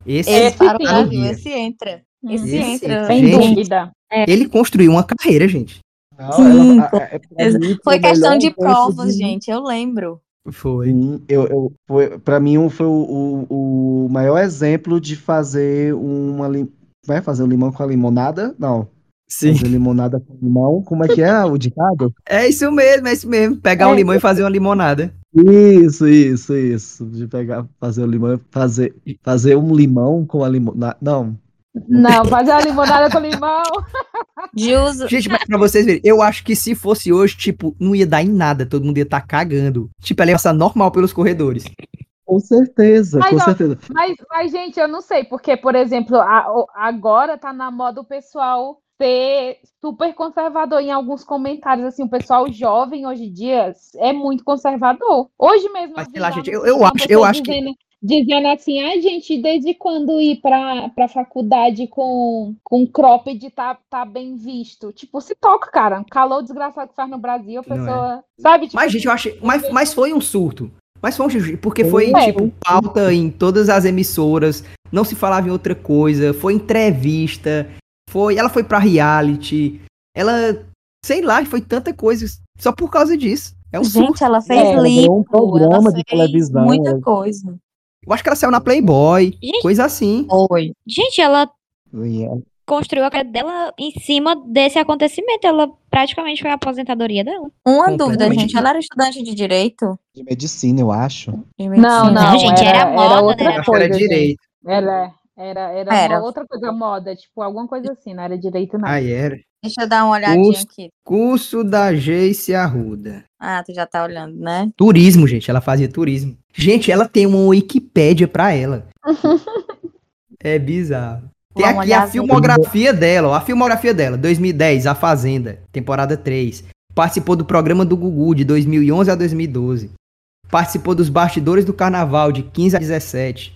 Speaker 1: Esse,
Speaker 3: Esse
Speaker 4: parou pra
Speaker 3: sim.
Speaker 4: ver,
Speaker 1: Maravilha.
Speaker 4: esse entra.
Speaker 3: Uhum.
Speaker 1: Esse entra.
Speaker 3: Sem
Speaker 1: Gente.
Speaker 3: dúvida.
Speaker 1: ele construiu uma carreira, gente.
Speaker 2: é, um
Speaker 4: Sim, com certeza. Foi questão de provas, gente, eu lembro.
Speaker 1: Foi.
Speaker 2: Sim, eu, eu, foi, pra mim um foi o, o, o maior exemplo de fazer uma. lim- Vai fazer o limão com a limonada? Não.
Speaker 1: Sim.
Speaker 2: Fazer limonada com limão. Como é que é o ditado?
Speaker 1: É isso mesmo, é isso mesmo. Pegar um
Speaker 3: É.
Speaker 1: limão e fazer uma limonada.
Speaker 2: Isso, isso, isso. De pegar, fazer o limão, fazer, fazer um limão com a limonada. Não.
Speaker 3: Não, fazer a limonada com limão.
Speaker 4: De uso.
Speaker 1: Gente, mas pra vocês verem, eu acho que se fosse hoje, tipo, não ia dar em nada, todo mundo ia estar cagando. Tipo, ela ia passar normal pelos corredores.
Speaker 2: Com certeza,
Speaker 3: Ai,
Speaker 2: com
Speaker 3: não.
Speaker 2: certeza.
Speaker 3: Mas, mas, gente, eu não sei, porque, por exemplo, a- o- agora tá na moda o pessoal ser super conservador em alguns comentários. Assim, o pessoal jovem hoje em dia é muito conservador. Hoje mesmo.
Speaker 1: Mas
Speaker 3: vi
Speaker 1: sei lá,
Speaker 3: lá
Speaker 1: gente,
Speaker 3: no
Speaker 1: eu- eu
Speaker 3: Instagram
Speaker 1: acho- eu
Speaker 3: pessoas
Speaker 1: acho que-
Speaker 3: Dizendo, dizendo assim, ai, gente, desde quando ir pra, pra faculdade com, com cropped tá, tá bem visto? Tipo, se toca, cara. O Calor desgraçado que faz no Brasil,
Speaker 1: Não
Speaker 3: a
Speaker 1: é.
Speaker 3: pessoa. Sabe? Tipo,
Speaker 1: Mas, gente, eu achei. Mas, mas foi um surto. Mas foi um surto, porque foi,
Speaker 3: É.
Speaker 1: tipo, pauta em todas as emissoras. Não se falava em outra coisa. Foi entrevista. Foi. Ela foi pra reality. Ela. Sei lá, foi tanta coisa. Só por causa disso. É um surto.
Speaker 4: Gente, ela fez
Speaker 3: É,
Speaker 2: ela ganhou um
Speaker 4: lipo,
Speaker 2: programa
Speaker 4: ela
Speaker 2: de
Speaker 4: fez
Speaker 2: televisão, é.
Speaker 4: muita
Speaker 2: ela-
Speaker 4: coisa.
Speaker 1: Eu acho que ela saiu na Playboy.
Speaker 5: Gente.
Speaker 1: Coisa assim.
Speaker 4: Oi.
Speaker 5: Gente, ela
Speaker 2: E ela- é
Speaker 5: construiu a carreira dela em cima desse acontecimento. Ela praticamente foi a aposentadoria dela.
Speaker 4: Uma dúvida,
Speaker 1: Completamente.
Speaker 4: gente. Ela era estudante de direito?
Speaker 2: De medicina, eu acho.
Speaker 4: De
Speaker 3: Não,
Speaker 4: medicina?
Speaker 3: não,
Speaker 5: gente, era moda,
Speaker 3: outra
Speaker 5: né?
Speaker 1: Acho que era
Speaker 3: coisa, gente.
Speaker 1: direito.
Speaker 3: Era, era, era, uma
Speaker 4: Era.
Speaker 3: outra coisa moda, tipo, alguma coisa assim, não era direito, não.
Speaker 1: Aí era.
Speaker 4: Deixa eu dar uma olhadinha
Speaker 1: Os-
Speaker 4: aqui.
Speaker 1: Curso da Geice Arruda.
Speaker 4: Ah, tu já tá olhando, né?
Speaker 1: Turismo, gente. Ela fazia turismo. Gente, ela tem uma Wikipédia pra ela. é bizarro. Tem
Speaker 4: Vamos
Speaker 1: aqui a
Speaker 4: olhar as
Speaker 1: filmografia dela, ó, a filmografia dela, 2010, A Fazenda, temporada 3. Participou do programa do Gugu de 2011 a 2012. Participou dos bastidores do Carnaval de 15 a 17.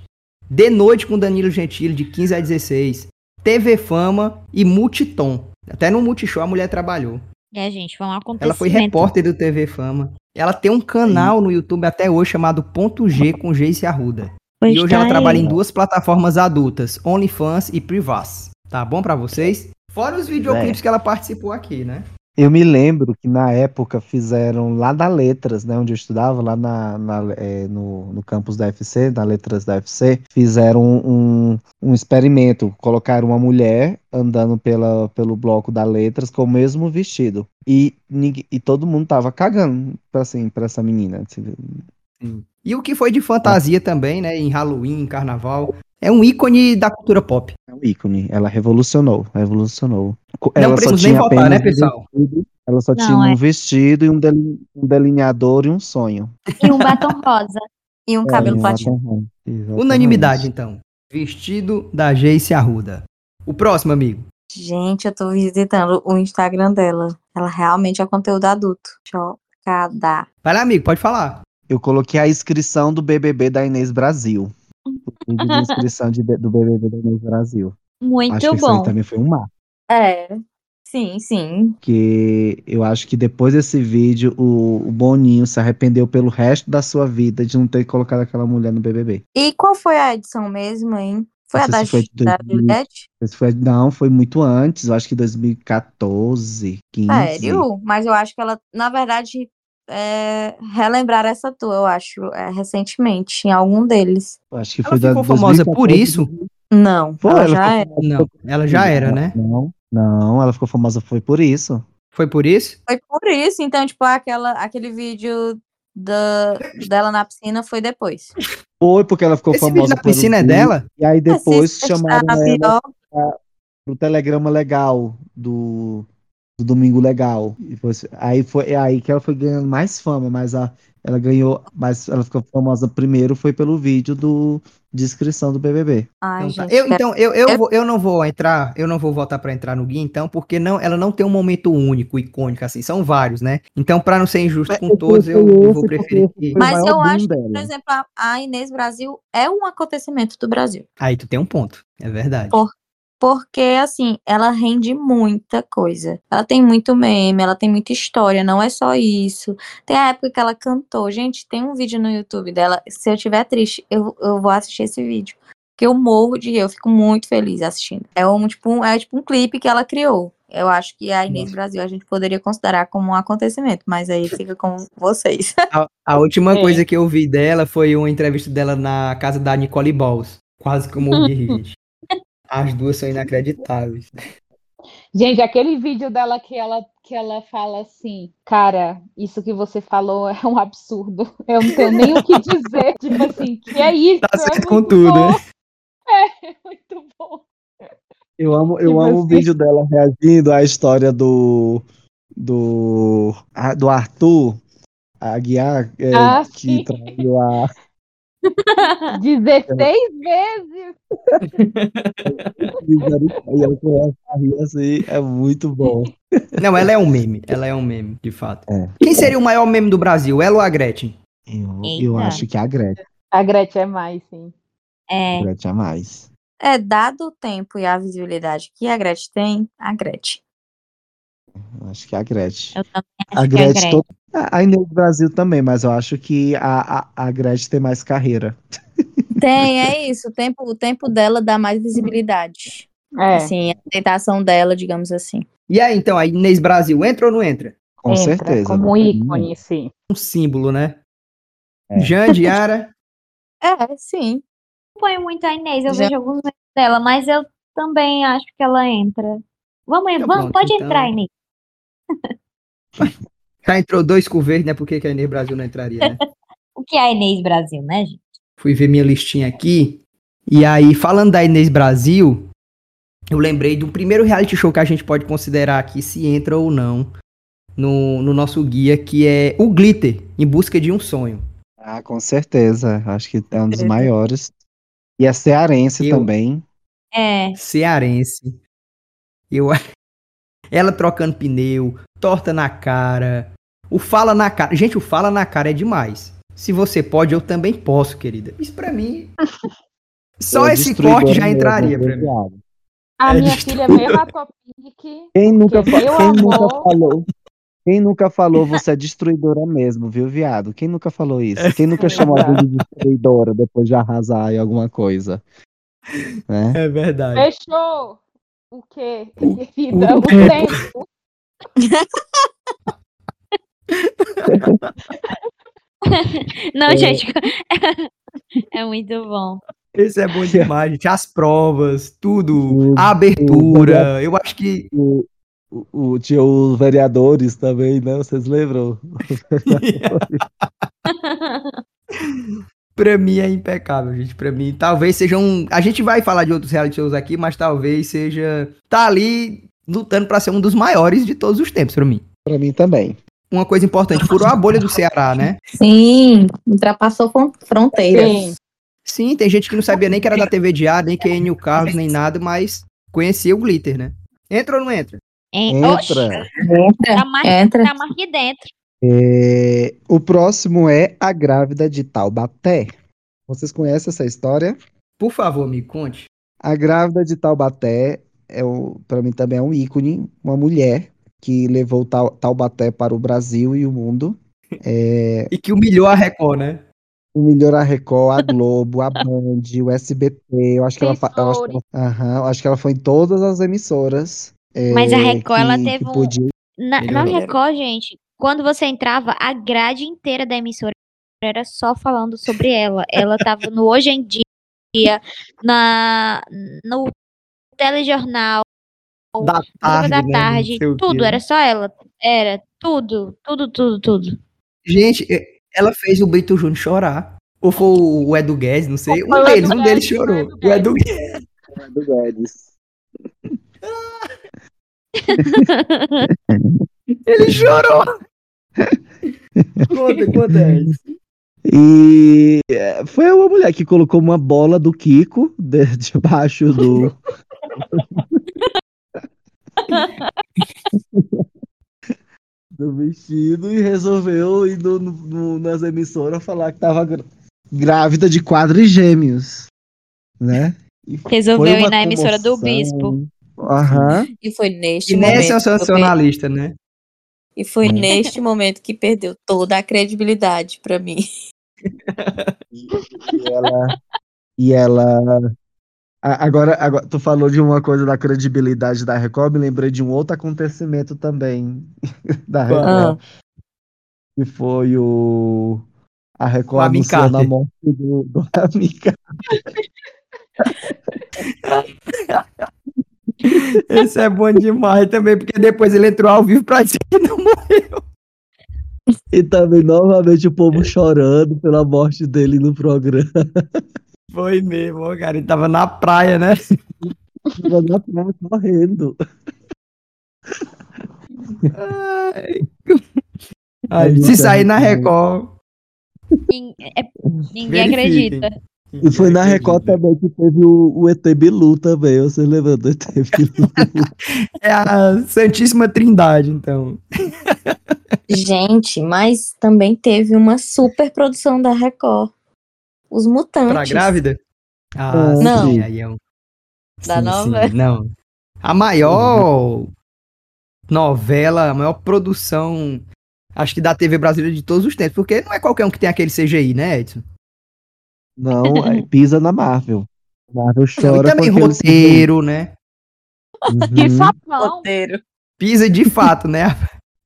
Speaker 1: De Noite com Danilo Gentili de 15 a 16. TV Fama e Multitom. Até no Multishow a mulher trabalhou.
Speaker 5: É, gente, foi um acontecimento.
Speaker 1: Ela foi repórter do TV Fama. Ela tem um canal no YouTube até hoje chamado Ponto G com Geice Arruda.
Speaker 5: Pois
Speaker 1: E hoje ela
Speaker 5: tá
Speaker 1: trabalha
Speaker 5: aí.
Speaker 1: em duas plataformas adultas, OnlyFans e Privas. Tá bom pra vocês? Fora os videoclipes que ela participou aqui, né?
Speaker 2: Eu me lembro que na época fizeram lá na Letras, né, onde eu estudava, lá na, na, eh, no, no campus da UFC, na Letras da UFC, fizeram um, um- um experimento. Colocaram uma mulher andando pela, pelo bloco da Letras com o mesmo vestido. E, ninguém- e todo mundo tava cagando pra, assim, pra essa menina. assim,
Speaker 1: E o que foi de fantasia também, né? Em Halloween, em Carnaval. É um ícone da cultura pop.
Speaker 2: É um ícone. Ela revolucionou, revolucionou. Co-
Speaker 1: Não
Speaker 2: Ela só
Speaker 1: precisamos
Speaker 2: tinha
Speaker 1: nem votar, né,
Speaker 2: apenas um
Speaker 1: pessoal?
Speaker 2: vestido, ela só
Speaker 5: Não,
Speaker 2: tinha um
Speaker 5: é.
Speaker 2: vestido e um delin- um delineador e um sonho.
Speaker 5: E um batom rosa.
Speaker 4: E um
Speaker 2: É,
Speaker 4: cabelo
Speaker 2: exatamente,
Speaker 4: platinado.
Speaker 2: exatamente.
Speaker 1: Unanimidade, então. Vestido da Geice Arruda. O próximo, amigo.
Speaker 4: Gente, eu tô visitando o Instagram dela. Ela realmente é conteúdo adulto. Chocada.
Speaker 1: Vai lá, amigo, pode falar.
Speaker 2: Eu coloquei a inscrição do BBB da Inês Brasil. O vídeo de inscrição de- do BBB da Inês Brasil. acho
Speaker 5: Muito
Speaker 2: que isso aí
Speaker 5: Então,
Speaker 1: tá
Speaker 5: bom.
Speaker 2: também foi um marco.
Speaker 4: É. Sim, sim.
Speaker 2: Porque eu acho que depois desse vídeo, o, o Boninho se arrependeu pelo resto da sua vida de não ter colocado aquela mulher no BBB.
Speaker 4: E qual foi a edição mesmo, hein? Foi a
Speaker 2: Não sei
Speaker 4: da,
Speaker 2: se foi de
Speaker 4: da
Speaker 2: 2000.
Speaker 4: Juliette?
Speaker 2: Esse foi- não, foi muito antes, eu acho que 2014, 15.
Speaker 4: Sério? Mas eu acho que ela, na verdade, é, relembraram essa tua, eu acho, é, recentemente, em algum deles.
Speaker 2: Eu Acho que
Speaker 1: Ela
Speaker 2: foi da-
Speaker 1: ficou famosa por
Speaker 2: 2014.
Speaker 1: isso?
Speaker 4: Não,
Speaker 2: Foi,
Speaker 4: ela
Speaker 2: ela
Speaker 4: já
Speaker 2: ficou
Speaker 4: é.
Speaker 1: Não, ela já era, né?
Speaker 2: Não, não, ela ficou famosa foi por isso.
Speaker 1: Foi por isso?
Speaker 4: Foi por isso, então, tipo, aquela, aquele vídeo da, dela na piscina foi depois.
Speaker 2: Foi porque ela ficou
Speaker 1: Esse
Speaker 2: famosa um
Speaker 1: vídeo da
Speaker 2: pelo
Speaker 1: piscina é
Speaker 2: vídeo,
Speaker 1: dela?
Speaker 2: E aí depois
Speaker 4: Assista
Speaker 2: chamaram
Speaker 4: Ah, a
Speaker 2: ela
Speaker 4: pior-
Speaker 2: pro telegrama legal do, do Domingo Legal. E foi- aí foi é aí que ela foi ganhando mais fama, mas a, ela ganhou, mas ela ficou famosa primeiro foi pelo vídeo do de inscrição do BBB.
Speaker 4: Ai,
Speaker 1: Então tá.
Speaker 4: gente,
Speaker 1: Eu,
Speaker 4: deve-
Speaker 1: então, eu, eu,
Speaker 3: é
Speaker 4: deve-
Speaker 1: vou- eu não vou entrar, eu não vou voltar pra entrar no Gui, então, porque não, ela não tem um momento único, icônico, assim, são vários, né? Então, pra não ser injusto com todos, eu, eu vou preferir que...
Speaker 2: Foi o
Speaker 4: Mas
Speaker 2: é maior
Speaker 4: eu
Speaker 2: boom
Speaker 4: acho
Speaker 2: dela.
Speaker 4: por exemplo, a- a Inês Brasil é um acontecimento do Brasil.
Speaker 1: Aí tu tem um ponto, é verdade.
Speaker 4: Pô. Porque, assim, ela rende muita coisa. Ela tem muito meme, ela tem muita história, não é só isso. Tem a época que ela cantou. Gente, tem um vídeo no YouTube dela. Se eu estiver triste, eu, eu vou assistir esse vídeo. que eu morro de rir, eu fico muito feliz assistindo. É um tipo um, é tipo um clipe que ela criou. Eu acho que a Inês Brasil a gente poderia considerar como um acontecimento, mas aí fica com vocês.
Speaker 1: A, a última
Speaker 3: É.
Speaker 1: coisa que eu vi dela foi uma entrevista dela na casa da Nicole Balls. Quase que eu morri de rir. As duas são inacreditáveis.
Speaker 3: Gente, aquele vídeo dela que ela, que ela fala assim, cara, isso que você falou é um absurdo. Eu não tenho nem o que dizer. Tipo assim, que é isso?
Speaker 1: Tá
Speaker 3: é
Speaker 1: certo
Speaker 3: muito
Speaker 1: com tudo,
Speaker 3: bom.
Speaker 1: né?
Speaker 3: É, é muito bom.
Speaker 2: Eu amo, eu
Speaker 3: E
Speaker 2: amo o
Speaker 3: você?
Speaker 2: vídeo dela reagindo à história do do a- do Arthur Aguiar é,
Speaker 3: Ah,
Speaker 2: que
Speaker 3: sim.
Speaker 2: traiu a
Speaker 3: 16 vezes!
Speaker 2: e ela começa a rir assim, é muito bom.
Speaker 1: Não, ela é um meme. Ela é um meme, de fato.
Speaker 2: É.
Speaker 1: Quem seria o maior meme do Brasil? Ela ou a Gretchen?
Speaker 2: Eu, eu
Speaker 5: Eita.
Speaker 2: acho que a Gretchen,
Speaker 3: A Gretchen é mais, sim.
Speaker 5: É.
Speaker 2: a Gretchen é mais.
Speaker 4: É, dado o tempo e a visibilidade que a Gretchen tem, a Gretchen.
Speaker 2: Eu acho que é a Gretchen.
Speaker 5: Eu também acho
Speaker 2: A
Speaker 5: que é
Speaker 2: Gretchen, todo- a a Inês Brasil também, mas eu acho que a, a, a Gretchen tem mais carreira.
Speaker 4: Tem, é isso. O tempo, o tempo dela dá mais visibilidade.
Speaker 3: É.
Speaker 4: Assim, a aceitação dela, digamos assim.
Speaker 1: E aí, então, a Inês Brasil entra ou não entra?
Speaker 2: Com
Speaker 3: Entra
Speaker 2: certeza.
Speaker 3: Como um
Speaker 2: né?
Speaker 3: ícone, sim.
Speaker 1: Um símbolo, né?
Speaker 2: É.
Speaker 1: Jandiara.
Speaker 4: É, sim.
Speaker 5: acompanho muito a Inês, eu
Speaker 4: Já-
Speaker 5: vejo alguns memes dela, mas eu também acho que ela entra. Vamos,
Speaker 1: Tá
Speaker 5: vamos
Speaker 1: pronto,
Speaker 5: pode
Speaker 1: então.
Speaker 5: entrar, Inês.
Speaker 1: Já entrou dois com verde, né? Por que, que a Inês Brasil não entraria, né?
Speaker 5: O que é a Inês Brasil, né, gente?
Speaker 1: Fui ver minha listinha aqui. E aí, falando da Inês Brasil, eu lembrei do primeiro reality show que a gente pode considerar aqui se entra ou não no, no nosso guia, que é o Glitter, em busca de um sonho.
Speaker 2: Ah, com certeza. Acho que é um dos
Speaker 4: Certeza.
Speaker 2: maiores. E é cearense
Speaker 1: Eu-
Speaker 2: também.
Speaker 5: É.
Speaker 1: Cearense. Eu... Ela trocando pneu, torta na cara. O fala na cara. Gente, o fala na cara é demais. Se você pode, eu também posso, querida. Isso pra mim. Só
Speaker 2: É
Speaker 1: esse
Speaker 2: destruidor
Speaker 1: corte já
Speaker 2: mesmo, né?
Speaker 1: entraria pra mim.
Speaker 2: desviado.
Speaker 3: A
Speaker 1: É,
Speaker 3: minha
Speaker 1: de
Speaker 3: filha é mesmo a Topic.
Speaker 2: Quem nunca,
Speaker 3: Que
Speaker 2: fa-
Speaker 3: meu
Speaker 2: quem nunca
Speaker 3: amor.
Speaker 2: falou? Quem nunca falou você é destruidora mesmo, viu, viado? Quem nunca falou isso?
Speaker 1: É
Speaker 2: Quem nunca chamou alguém de destruidora depois de arrasar em alguma coisa? Né?
Speaker 1: É verdade.
Speaker 3: Fechou! O quê? Querida,
Speaker 1: o
Speaker 3: o tempo.
Speaker 5: Não,
Speaker 2: É.
Speaker 5: gente. é muito bom.
Speaker 1: Esse é bom demais, gente. As provas, tudo.
Speaker 2: Tudo,
Speaker 1: A abertura. Eu acho que.
Speaker 2: O, o, o- tinha os vereadores também, né? Vocês lembram?
Speaker 1: pra mim é impecável, gente. Pra mim, talvez seja um. A gente vai falar de outros reality shows aqui, mas talvez seja. Tá ali lutando pra ser um dos maiores de todos os tempos, pra mim.
Speaker 2: Pra mim também.
Speaker 1: Uma coisa importante, furou a bolha do Ceará, né?
Speaker 4: Sim, ultrapassou fron- fronteiras.
Speaker 3: Sim.
Speaker 1: Sim, tem gente que não sabia nem que era da TV Diário, nem que é Enio Carlos, nem nada, mas conhecia o Glitter, né? Entra ou não entra?
Speaker 5: Hein? Oxi,
Speaker 2: Entra.
Speaker 5: tá mais,
Speaker 4: Entra.
Speaker 5: tá mais aqui dentro.
Speaker 2: É, o próximo é a grávida de Taubaté. Vocês conhecem essa história?
Speaker 1: Por favor, me conte.
Speaker 2: A grávida de Taubaté é o, para mim também é um ícone, uma mulher que levou Tau- Taubaté para o Brasil e o mundo. É,
Speaker 1: E que humilhou a Record, né?
Speaker 2: humilhou a Record, a Globo, a Band, o SBT. Eu acho que ela, fa- eu acho que ela, Aham, eu acho que ela foi em todas as emissoras. é,
Speaker 5: Mas a Record, ela
Speaker 2: que- que
Speaker 5: teve um-
Speaker 2: podia-
Speaker 5: Na, na
Speaker 1: Melhorou.
Speaker 5: Record, gente, quando você entrava, a grade inteira da emissora era só falando sobre ela. Ela tava no Hoje em Dia, na, no telejornal,
Speaker 1: Da
Speaker 5: Tarde,
Speaker 1: tarde, né?
Speaker 5: da
Speaker 1: Não
Speaker 5: Tarde,
Speaker 1: sei o quê,
Speaker 5: tudo,
Speaker 1: né?
Speaker 5: era só ela. Era tudo, tudo, tudo, tudo.
Speaker 1: Gente, eh, ela fez o Brito Júnior chorar. Ou foi o o Edu Guedes, não sei.
Speaker 3: Foi
Speaker 1: Um
Speaker 3: o
Speaker 1: deles,
Speaker 3: Edu
Speaker 1: um deles
Speaker 3: Guedes, foi o
Speaker 1: chorou. O Edu
Speaker 3: Edu
Speaker 1: Guedes.
Speaker 2: né, do Guedes.
Speaker 1: Ele chorou. conta, conta. Ed.
Speaker 2: E é, foi uma mulher que colocou uma bola do Kiko de- debaixo do. do vestido e resolveu ir no- no- no- nas emissoras falar que tava gra- grávida de quadrigêmeos, né? Foi
Speaker 5: Resolveu ir
Speaker 2: uma
Speaker 5: na emissora do
Speaker 2: comoção.
Speaker 5: Bispo.
Speaker 2: Aham.
Speaker 4: E foi neste
Speaker 1: E
Speaker 4: momento.
Speaker 1: Nessa é um
Speaker 4: que eu
Speaker 1: sensacionalista, né?
Speaker 4: per- E foi neste momento que perdeu toda a credibilidade pra mim.
Speaker 2: E, e ela, e ela A- Agora, agora, tu falou de uma coisa da credibilidade da Record, me lembrei de um outro acontecimento também da Record. Que foi o. A
Speaker 1: O
Speaker 2: Record
Speaker 1: Amin
Speaker 2: anunciando a
Speaker 1: Carter.
Speaker 2: morte do, do Amin Carter.
Speaker 1: Esse é bom demais também, porque depois ele entrou ao vivo pra dizer que não morreu.
Speaker 2: E também, novamente, o povo chorando pela morte dele no programa.
Speaker 1: Foi mesmo, ó, cara. Ele tava na praia, né?
Speaker 2: Na praia, correndo.
Speaker 1: Ai. Ai, né? se sair na Record.
Speaker 5: Nin- é- Ninguém
Speaker 1: verifiquem.
Speaker 5: acredita.
Speaker 2: E foi na Record
Speaker 1: Acredita.
Speaker 2: também que teve o, o ET Bilu também. Você lembra do ET Bilu?
Speaker 1: É a Santíssima Trindade, então.
Speaker 4: Gente, mas também teve uma super produção da Record. Os Mutantes.
Speaker 1: Pra grávida? Ah,
Speaker 4: Não.
Speaker 1: sim, aí é um-
Speaker 4: Da
Speaker 1: sim,
Speaker 4: novela.
Speaker 1: sim, não. A maior novela, a maior produção, acho que da TV brasileira de todos os tempos. Porque não é qualquer um que tem aquele CGI, né, Edson?
Speaker 2: Não, aí pisa na Marvel.
Speaker 1: Não,
Speaker 2: Marvel
Speaker 1: e
Speaker 2: chora
Speaker 1: também
Speaker 2: com aquele
Speaker 1: roteiro, né?
Speaker 2: Uhum,
Speaker 3: Que sapão!
Speaker 4: Roteiro.
Speaker 1: Pisa de fato, né?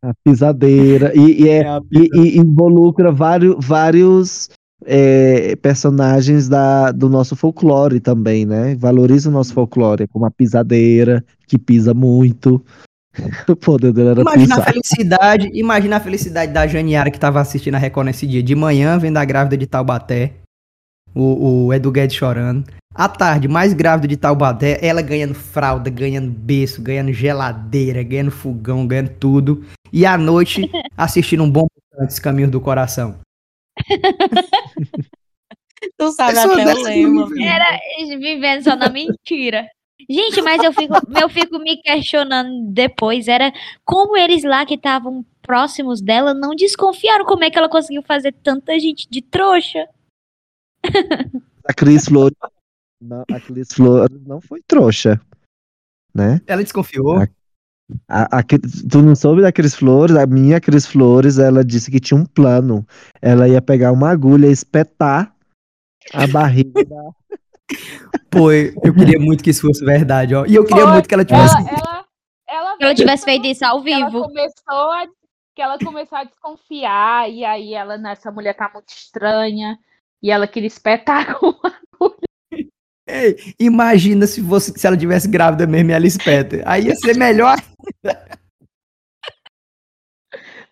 Speaker 2: a pisadeira. E, e, é- e, e involucra vários, vários é, personagens da, do nosso folclore também, né? Valoriza o nosso folclore, como a pisadeira, que pisa muito. O poder dela era
Speaker 1: Imagina a
Speaker 2: pisar.
Speaker 1: felicidade, imagina a felicidade da Janiara que tava assistindo a Record nesse dia. De manhã, vendo a grávida de Taubaté, o, o Edu Guedes chorando. À tarde, mais grávida de Taubaté, ela ganhando fralda, ganhando berço, ganhando geladeira, ganhando fogão, ganhando tudo. E à noite, assistindo um bom antes Caminhos do Coração.
Speaker 4: Tu sabe
Speaker 1: Pessoa
Speaker 4: até o
Speaker 1: dessa
Speaker 4: lema.
Speaker 1: não
Speaker 5: Era vivendo só na mentira. Gente, mas eu fico, eu fico me questionando depois. Era como eles lá que estavam próximos dela não desconfiaram como é que ela conseguiu fazer tanta gente de trouxa.
Speaker 2: A Cris Flores. Não, a Cris Flores não foi trouxa, né?
Speaker 1: Ela desconfiou.
Speaker 2: Ah, A, a Cri- tu não soube da Cris Flores? A minha Cris Flores, ela disse que tinha um plano. Ela ia pegar uma agulha e espetar a barriga. da-
Speaker 1: Pô, eu eu queria muito que isso fosse verdade, ó. E eu queria
Speaker 3: Foi.
Speaker 1: muito que ela
Speaker 3: Ela,
Speaker 1: tivesse.
Speaker 3: ela, ela
Speaker 5: Se eu
Speaker 3: veio
Speaker 5: tivesse
Speaker 3: falando
Speaker 5: feito isso ao
Speaker 3: que Ela
Speaker 5: vivo.
Speaker 3: começou a, que ela começou a desconfiar, e aí ela, "Não, essa mulher tá muito estranha, e ela queria espetáculo.
Speaker 1: Ei, imagina se fosse, se ela tivesse grávida mesmo e ela espeta. Aí ia ser melhor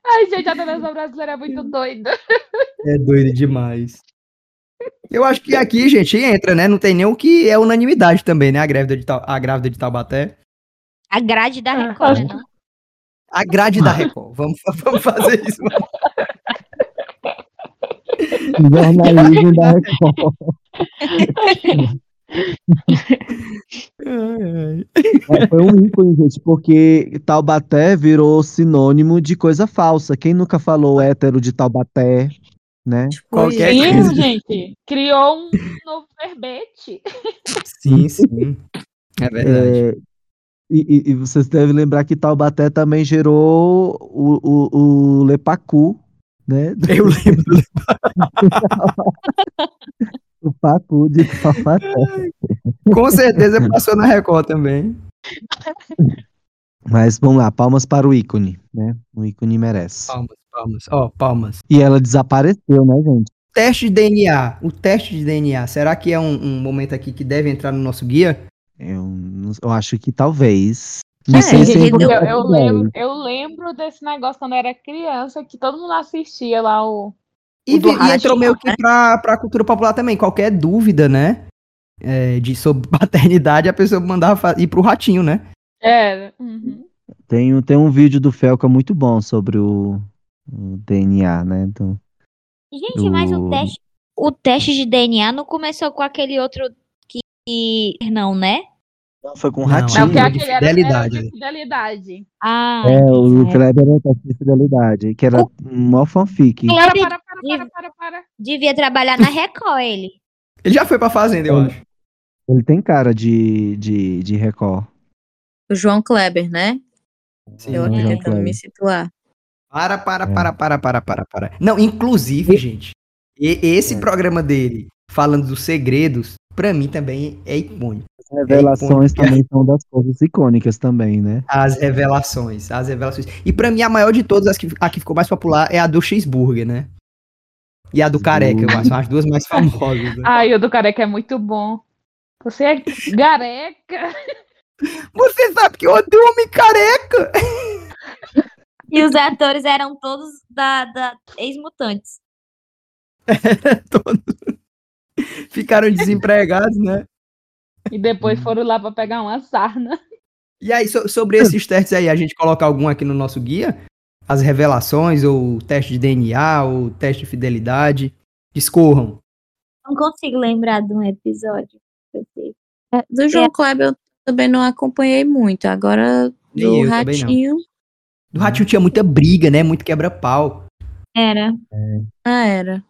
Speaker 3: Ai, gente, a televisão brasileira é muito doida.
Speaker 1: É doido demais. Eu acho que aqui, gente, entra, né? Não tem nem o que é unanimidade também, né? A grávida de, Tau- a grávida de Taubaté.
Speaker 5: A grade da Record, né, não?
Speaker 1: A grade da Record. Vamos, vamos fazer isso.
Speaker 2: Jornalismo da Record. É, Foi um ícone, gente, porque Taubaté virou sinônimo de coisa falsa. Quem nunca falou hétero de Taubaté, né?
Speaker 4: Tipo,
Speaker 1: Qualquer tipo.
Speaker 4: Sim,
Speaker 1: coisa.
Speaker 3: gente. Criou um novo verbete.
Speaker 1: Sim, sim. É verdade.
Speaker 2: É, e, e- e vocês devem lembrar que Taubaté também gerou o, o, o Lepacu, né?
Speaker 1: Eu lembro.
Speaker 2: O Pacu de Taubaté.
Speaker 1: Com certeza passou na Record também.
Speaker 2: Mas vamos lá, palmas para o ícone, né? O ícone merece.
Speaker 1: Palmas, palmas. Ó, palmas.
Speaker 2: E ela desapareceu, né, gente?
Speaker 1: Teste de DNA. O teste de DNA. Será que é um, um momento aqui que deve entrar no nosso guia?
Speaker 2: Eu, não- eu acho que talvez. Não
Speaker 4: É,
Speaker 2: sei se
Speaker 4: ele
Speaker 2: ainda
Speaker 4: deu-
Speaker 2: tá
Speaker 3: Eu, eu
Speaker 2: com ela.
Speaker 3: lembro, eu lembro desse negócio quando era criança, que todo mundo assistia lá o.
Speaker 1: E,
Speaker 4: O do né?
Speaker 1: vi- e entrou
Speaker 4: Rashid,
Speaker 1: meio que pra, pra cultura popular também. Qualquer dúvida, né? é, de, sobre paternidade, a pessoa mandava fa- ir pro ratinho, né?
Speaker 3: É. uhum.
Speaker 2: Tem, um- tem um vídeo do Felca muito bom sobre o, o DNA, né? do-
Speaker 5: Gente, mas o
Speaker 2: O-
Speaker 5: teste, o teste de DNA não começou com aquele outro que. que- Não, né?
Speaker 2: Não, foi com o
Speaker 1: Não,
Speaker 3: É
Speaker 1: Sim,
Speaker 3: porque
Speaker 1: o
Speaker 2: Ratinho.
Speaker 1: de
Speaker 3: aquele era, era
Speaker 1: fidelidade. né?
Speaker 3: de fidelidade.
Speaker 5: Ah,
Speaker 2: É, o
Speaker 5: entendi.
Speaker 2: Kleber era teste de fidelidade, que era mó fanfic.
Speaker 3: Para,
Speaker 5: Kleber
Speaker 3: para, para, para, para, para.
Speaker 5: devia trabalhar na Record, ele.
Speaker 1: Ele já foi pra fazenda, eu
Speaker 2: É.
Speaker 1: acho.
Speaker 2: Ele tem cara de, de, de Record.
Speaker 4: O João Kleber, né?
Speaker 1: Sim,
Speaker 4: eu
Speaker 2: o
Speaker 4: aqui
Speaker 2: João
Speaker 4: tentando
Speaker 2: Kleber.
Speaker 4: me situar.
Speaker 1: Para, para,
Speaker 2: É.
Speaker 1: para, para, para, para, para. Não, inclusive, gente, e- esse
Speaker 2: É.
Speaker 1: programa dele, falando dos segredos, pra mim também é icônico.
Speaker 2: As revelações também são das coisas icônicas também, né?
Speaker 1: As revelações, as revelações. E pra mim a maior de todas, as que, a que ficou mais popular é a do cheeseburger, né? E a do careca, eu acho. São as duas mais famosas. né?
Speaker 3: Ai, o do careca é muito bom. Você é careca.
Speaker 1: Você sabe que eu odeio homem careca!
Speaker 5: E os atores eram todos da, da ex-mutantes.
Speaker 1: Todos Ficaram desempregados, né?
Speaker 3: E
Speaker 1: Hum.
Speaker 3: depois foram lá pra pegar uma sarna.
Speaker 1: E aí, so- sobre esses testes aí, a gente coloca algum aqui no nosso guia? As revelações, ou o teste de DNA, ou o teste de fidelidade. Discorram.
Speaker 5: Não consigo lembrar de um episódio. que eu fiz.
Speaker 4: É, Do João Kleber eu também não acompanhei muito. Agora
Speaker 1: E
Speaker 4: do
Speaker 1: eu também não.
Speaker 4: Ratinho.
Speaker 2: Uhum.
Speaker 1: Do Ratinho tinha muita briga, né? Muito quebra-pau.
Speaker 5: Era.
Speaker 4: Ah, era.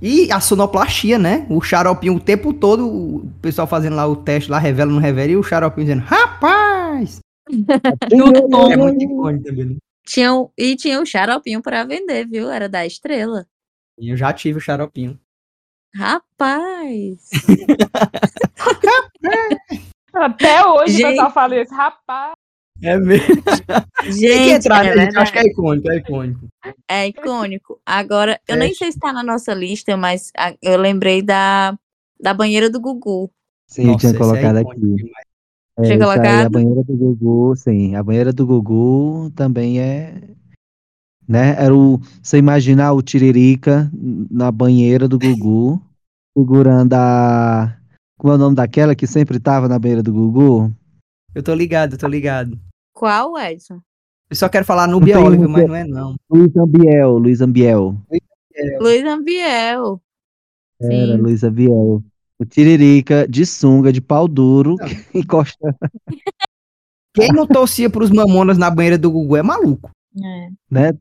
Speaker 1: E a sonoplastia, né? O xaropinho o tempo todo, o pessoal fazendo lá o teste, lá revela, não revela, e o xaropinho dizendo, rapaz!
Speaker 4: No tom.
Speaker 1: É muito icônico também, né?
Speaker 4: Tinha o- e tinha o xaropinho pra vender, viu? Era da estrela.
Speaker 1: E Eu já tive o xaropinho.
Speaker 4: Rapaz!
Speaker 3: Até hoje
Speaker 4: Gente.
Speaker 3: o pessoal fala isso. Rapaz,
Speaker 1: É mesmo. Tem que
Speaker 4: Gente,
Speaker 1: entrar,
Speaker 4: é
Speaker 1: né, gente? Eu Acho que
Speaker 4: verdade.
Speaker 1: é icônico, é icônico.
Speaker 4: É icônico. Agora, eu
Speaker 1: É.
Speaker 4: nem sei se tá na nossa lista, mas a- eu lembrei da, da banheira do Gugu.
Speaker 2: Sim, eu
Speaker 1: Nossa,
Speaker 2: tinha
Speaker 1: esse é
Speaker 2: colocado
Speaker 1: icônico
Speaker 2: aqui.
Speaker 1: demais.
Speaker 2: É,
Speaker 4: Tinha
Speaker 2: isso aí,
Speaker 4: colocado?
Speaker 2: a banheira do Gugu, sim. A banheira do Gugu também é. Né? Era o. Você imaginar o Tiririca na banheira do Gugu, segurando a. Como é o nome daquela que sempre tava na banheira do Gugu?
Speaker 1: Eu tô ligado, eu tô ligado.
Speaker 4: Qual, Edson?
Speaker 1: Eu só quero falar Nubia
Speaker 2: tenho
Speaker 1: Oliver,
Speaker 2: muito-
Speaker 1: mas não é não.
Speaker 2: Luiz Ambiel, Luiz Ambiel.
Speaker 1: É.
Speaker 4: Luiz Ambiel.
Speaker 2: Era
Speaker 4: Sim.
Speaker 2: Luiz Ambiel. O Tiririca de sunga, de pau duro, encosta.
Speaker 1: Quem não torcia pros mamonas na banheira do Gugu é maluco.
Speaker 5: É.
Speaker 2: né?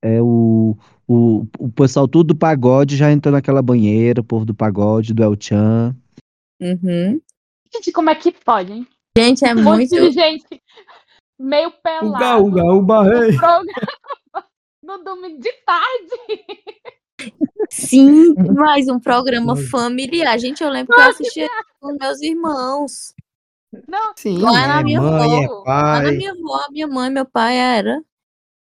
Speaker 2: É o, o, o pessoal tudo do pagode já entrou naquela banheira, o povo do pagode, do El Chan.
Speaker 4: Uhum.
Speaker 3: gente, como é que pode, hein?
Speaker 4: Gente, é
Speaker 3: Um monte
Speaker 4: muito.
Speaker 3: de gente meio pelado.
Speaker 1: uga, uba, rei.
Speaker 3: programa No domingo de tarde.
Speaker 4: Sim,
Speaker 1: Uhum.
Speaker 4: mais um programa
Speaker 1: Doido.
Speaker 4: familiar. Gente, eu lembro que eu assistia com meus irmãos.
Speaker 1: Sim,
Speaker 4: Lá na
Speaker 1: é
Speaker 4: minha
Speaker 1: mãe, é
Speaker 3: avó,
Speaker 4: Lá na
Speaker 1: pai.
Speaker 4: minha avó, minha mãe, meu pai era.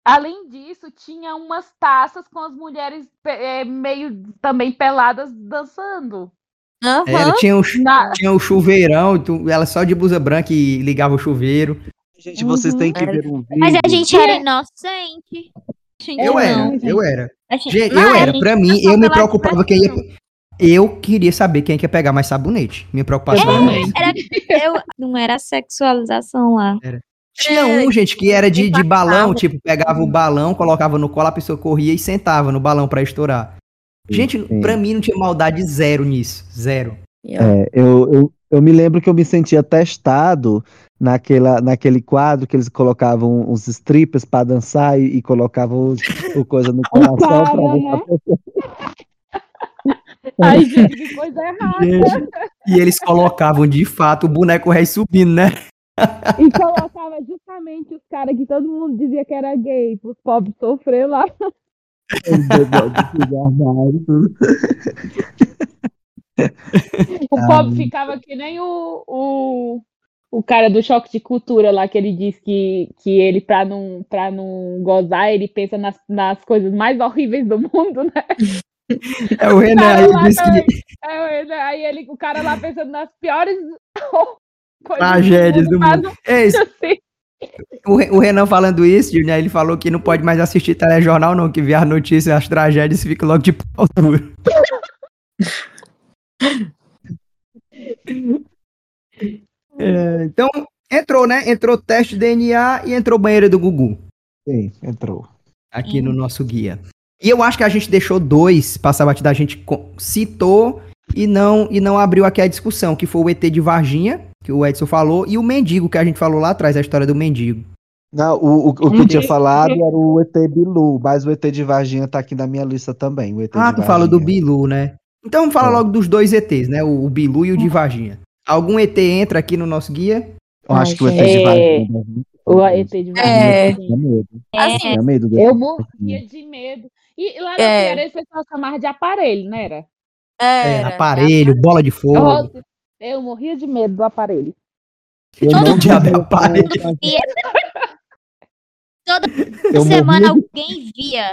Speaker 3: Além disso, tinha umas taças com as mulheres eh, meio também peladas dançando.
Speaker 1: Era,
Speaker 4: Aham.
Speaker 1: tinha um, ch-
Speaker 3: Na-
Speaker 1: tinha um chuveirão, tu- ela só de blusa branca e ligava o chuveiro.
Speaker 2: Gente, vocês têm que ver um vídeo.
Speaker 5: Mas a gente era inocente. A gente
Speaker 1: Eu
Speaker 5: É, não,
Speaker 1: era,
Speaker 5: gente.
Speaker 1: eu era.
Speaker 5: A gente-
Speaker 1: Gente,
Speaker 5: não,
Speaker 4: é
Speaker 1: eu
Speaker 5: a
Speaker 1: era.
Speaker 5: gente
Speaker 1: Pra
Speaker 5: era
Speaker 1: mim,
Speaker 5: só
Speaker 1: eu me
Speaker 5: pela
Speaker 1: preocupava quem ia.
Speaker 5: diversão.
Speaker 1: Eu queria saber quem é que ia pegar mais sabonete. Minha preocupação era essa.
Speaker 5: Era- não era sexualização lá.
Speaker 1: Tinha um, gente, que era de, de balão, tipo, pegava o balão, colocava no colo, a pessoa corria e sentava no balão pra estourar. Gente,
Speaker 2: Sim.
Speaker 1: pra mim não tinha maldade zero nisso. Zero.
Speaker 2: É, eu, eu, eu me lembro que eu me sentia testado naquela, naquele quadro que eles colocavam os strippers pra dançar e, e colocavam os- o coisa no coração. pra ver.
Speaker 3: Ai, gente, que coisa errada.
Speaker 1: Gente, E eles colocavam, de fato, o boneco rei subindo, né?
Speaker 3: E colocava justamente os caras que todo mundo dizia que era gay, os pobres sofrer lá.
Speaker 1: Ah,
Speaker 3: O pobre ficava que nem o, o, o cara do choque de cultura lá, que ele diz que, que ele, pra não, pra não gozar, ele pensa nas, nas coisas mais horríveis do mundo, né?
Speaker 1: É o Renan,
Speaker 3: Cara,
Speaker 1: aí
Speaker 3: lá
Speaker 1: ele disse que
Speaker 3: também. É, ele- aí ele, o cara lá pensando nas piores coisas
Speaker 1: Tragédias do
Speaker 3: mas
Speaker 1: mundo. É isso.
Speaker 3: assim,
Speaker 1: O, Re- o Renan falando isso, né, ele falou que não pode mais assistir telejornal, não, que vê as notícias, as tragédias e fica logo de pau duro. É, então, entrou, né? Entrou teste de DNA e entrou banheira do Gugu
Speaker 2: Sim, entrou.
Speaker 1: aqui no nosso guia. E eu acho que a gente deixou dois passar batida, a gente co- citou e não e não abriu aqui a discussão, que foi o ET de Varginha, que o Edson falou, e o mendigo que a gente falou lá atrás, a história do mendigo.
Speaker 2: Não, o, o, o que eu tinha falado era o ET Bilu, mas o ET de Varginha tá aqui na minha lista também. O ET
Speaker 1: Ah,
Speaker 2: de
Speaker 1: tu fala do
Speaker 2: Varginha.
Speaker 1: Bilu, né? Então vamos falar
Speaker 2: É. Uhum.
Speaker 1: logo dos dois ETs, né? O, o Bilu e o de Varginha. Algum ET entra aqui no nosso guia?
Speaker 2: Eu acho
Speaker 4: Ai,
Speaker 2: que o ET
Speaker 3: gente.
Speaker 2: de Varginha.
Speaker 3: o ET de
Speaker 4: É.
Speaker 3: Varginha,
Speaker 2: Tinha medo. né?
Speaker 5: É.
Speaker 4: Assim,
Speaker 2: Tinha medo do ET
Speaker 3: Eu
Speaker 2: de
Speaker 3: morria
Speaker 1: assim,
Speaker 3: de medo. E lá na
Speaker 4: É.
Speaker 3: Ceará, eles pessoal chamava de aparelho, não era?
Speaker 1: É,
Speaker 4: era.
Speaker 1: aparelho, bola de fogo.
Speaker 3: Nossa, Eu morria de medo do aparelho.
Speaker 2: Eu
Speaker 5: Todo
Speaker 2: não
Speaker 5: mundo
Speaker 2: tinha
Speaker 1: deu pai.
Speaker 5: Toda
Speaker 2: Eu
Speaker 5: semana
Speaker 2: morri
Speaker 5: alguém via.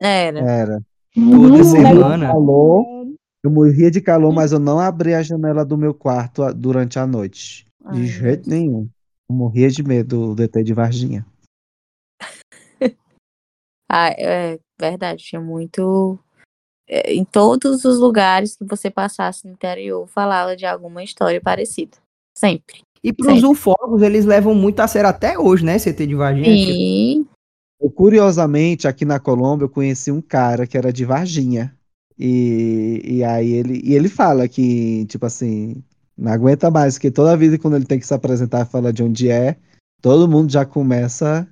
Speaker 4: Era.
Speaker 2: Era.
Speaker 1: Toda
Speaker 3: Hum,
Speaker 1: semana.
Speaker 2: Calor. Eu morria de calor, mas eu não abri a janela do meu quarto a- durante a noite. De
Speaker 4: Ai,
Speaker 2: jeito nenhum. Eu morria de medo do DT de Varginha.
Speaker 4: Ah, é verdade, tinha muito. é, Em todos os lugares que você passasse no interior, falava de alguma história parecida. Sempre.
Speaker 1: E pros ufólogos, eles levam muito a sério até hoje, né? CT de Varginha. Tipo,
Speaker 4: Sim.
Speaker 2: Eu, curiosamente, aqui na Colômbia, eu conheci um cara que era de Varginha. E, e aí ele, e ele fala que, tipo assim, não aguenta mais, que toda vida quando ele tem que se apresentar e falar de onde é, todo mundo já começa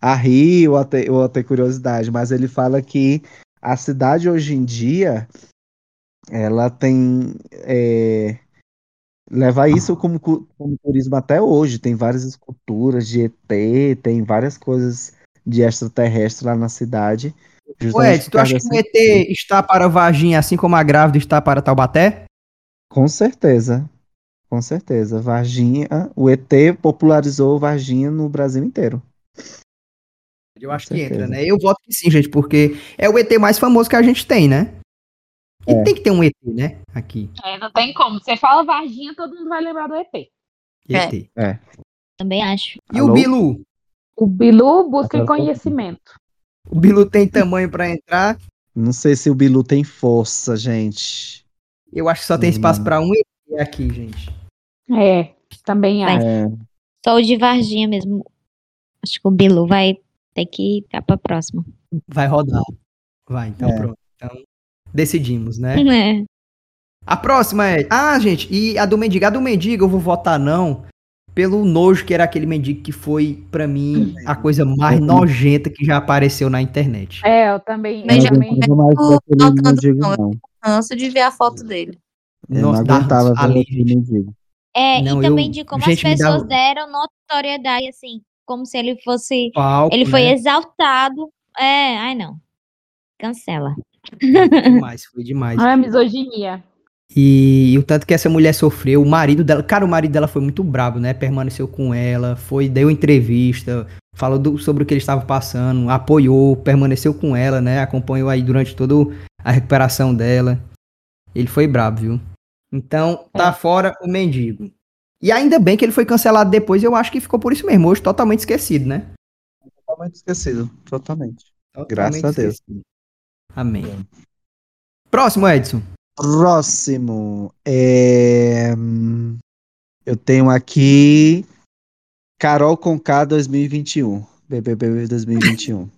Speaker 2: a rir ou a, ter, ou a ter curiosidade. Mas ele fala que a cidade hoje em dia, ela tem. é, leva isso como, cu- como turismo até hoje. Tem várias esculturas de ET, tem várias coisas de extraterrestre lá na cidade.
Speaker 1: Ô,
Speaker 2: justamente
Speaker 1: Edson, Tipo,
Speaker 2: por
Speaker 1: tu acha que
Speaker 2: causa
Speaker 1: o
Speaker 2: dessa-
Speaker 1: ET está para Varginha assim como a grávida está para Taubaté?
Speaker 2: Com certeza. Com certeza. Varginha. O ET popularizou Varginha no Brasil inteiro.
Speaker 1: Eu acho
Speaker 2: Com
Speaker 1: que entra,
Speaker 2: certeza.
Speaker 1: né? Eu voto que sim, gente, porque é o ET mais famoso que a gente tem, né? E
Speaker 2: É.
Speaker 1: tem que ter um ET, né? Aqui.
Speaker 3: É, não tem como. Você fala Varginha, todo mundo vai lembrar do ET.
Speaker 4: É.
Speaker 1: ET.
Speaker 5: Também acho.
Speaker 1: E
Speaker 2: Alô?
Speaker 1: o Bilu?
Speaker 3: O Bilu busca em
Speaker 2: Agora eu tô-
Speaker 3: conhecimento.
Speaker 1: O Bilu tem tamanho pra entrar.
Speaker 2: Não sei se o Bilu tem força, gente.
Speaker 1: Eu acho que só tem
Speaker 2: Hum.
Speaker 1: espaço pra um ET aqui, gente.
Speaker 3: É, também
Speaker 5: Vai.
Speaker 3: acho.
Speaker 2: É,
Speaker 5: Só o de Varginha mesmo. Acho que o Bilu vai ter que ficar pra próxima.
Speaker 1: Vai rodar. Vai, então
Speaker 2: É.
Speaker 1: pronto. Então, decidimos, né?
Speaker 5: É.
Speaker 1: A próxima é. Ah, gente, e a do mendigo. A do mendigo eu vou votar não. Pelo nojo que era aquele mendigo que foi, pra mim, a coisa mais
Speaker 2: Uhum.
Speaker 1: nojenta que já apareceu na internet.
Speaker 3: É, eu também.
Speaker 4: Mas
Speaker 3: eu
Speaker 4: já-
Speaker 3: também.
Speaker 2: não mais
Speaker 4: tô
Speaker 2: daquele
Speaker 4: faltando,
Speaker 2: mendigo,
Speaker 4: não.
Speaker 2: não.
Speaker 4: Canso de ver a foto dele.
Speaker 2: Eu
Speaker 1: Nossa,
Speaker 2: não
Speaker 1: dá
Speaker 2: aguentava ver
Speaker 1: ali,
Speaker 2: aquele
Speaker 1: gente.
Speaker 2: mendigo.
Speaker 5: É,
Speaker 1: Não,
Speaker 5: e também
Speaker 1: eu-
Speaker 5: de como
Speaker 1: gente,
Speaker 5: as
Speaker 1: me dá- um-
Speaker 5: pessoas deram notoriedade, assim, como se ele fosse.
Speaker 1: Palco,
Speaker 5: Ele foi
Speaker 1: né?
Speaker 5: exaltado. É, ai não. Cancela.
Speaker 1: Foi demais, foi demais.
Speaker 3: Não é misoginia.
Speaker 1: E o tanto que essa mulher sofreu, o marido dela, cara, o marido dela foi muito brabo, né? Permaneceu com ela, foi, deu entrevista, falou do- sobre o que ele estava passando, apoiou, permaneceu com ela, né? Acompanhou aí durante toda a recuperação dela. Ele foi brabo, viu? Então, tá fora o mendigo. E ainda bem que ele foi cancelado depois, eu acho que ficou por isso mesmo, hoje totalmente esquecido, né?
Speaker 2: Totalmente esquecido. Totalmente.
Speaker 1: Totalmente
Speaker 2: Graças a Deus.
Speaker 1: esquecido. Amém. Próximo, Edson.
Speaker 2: Próximo. é, hum, Eu tenho aqui Carol Conká 2021. BBB 2021.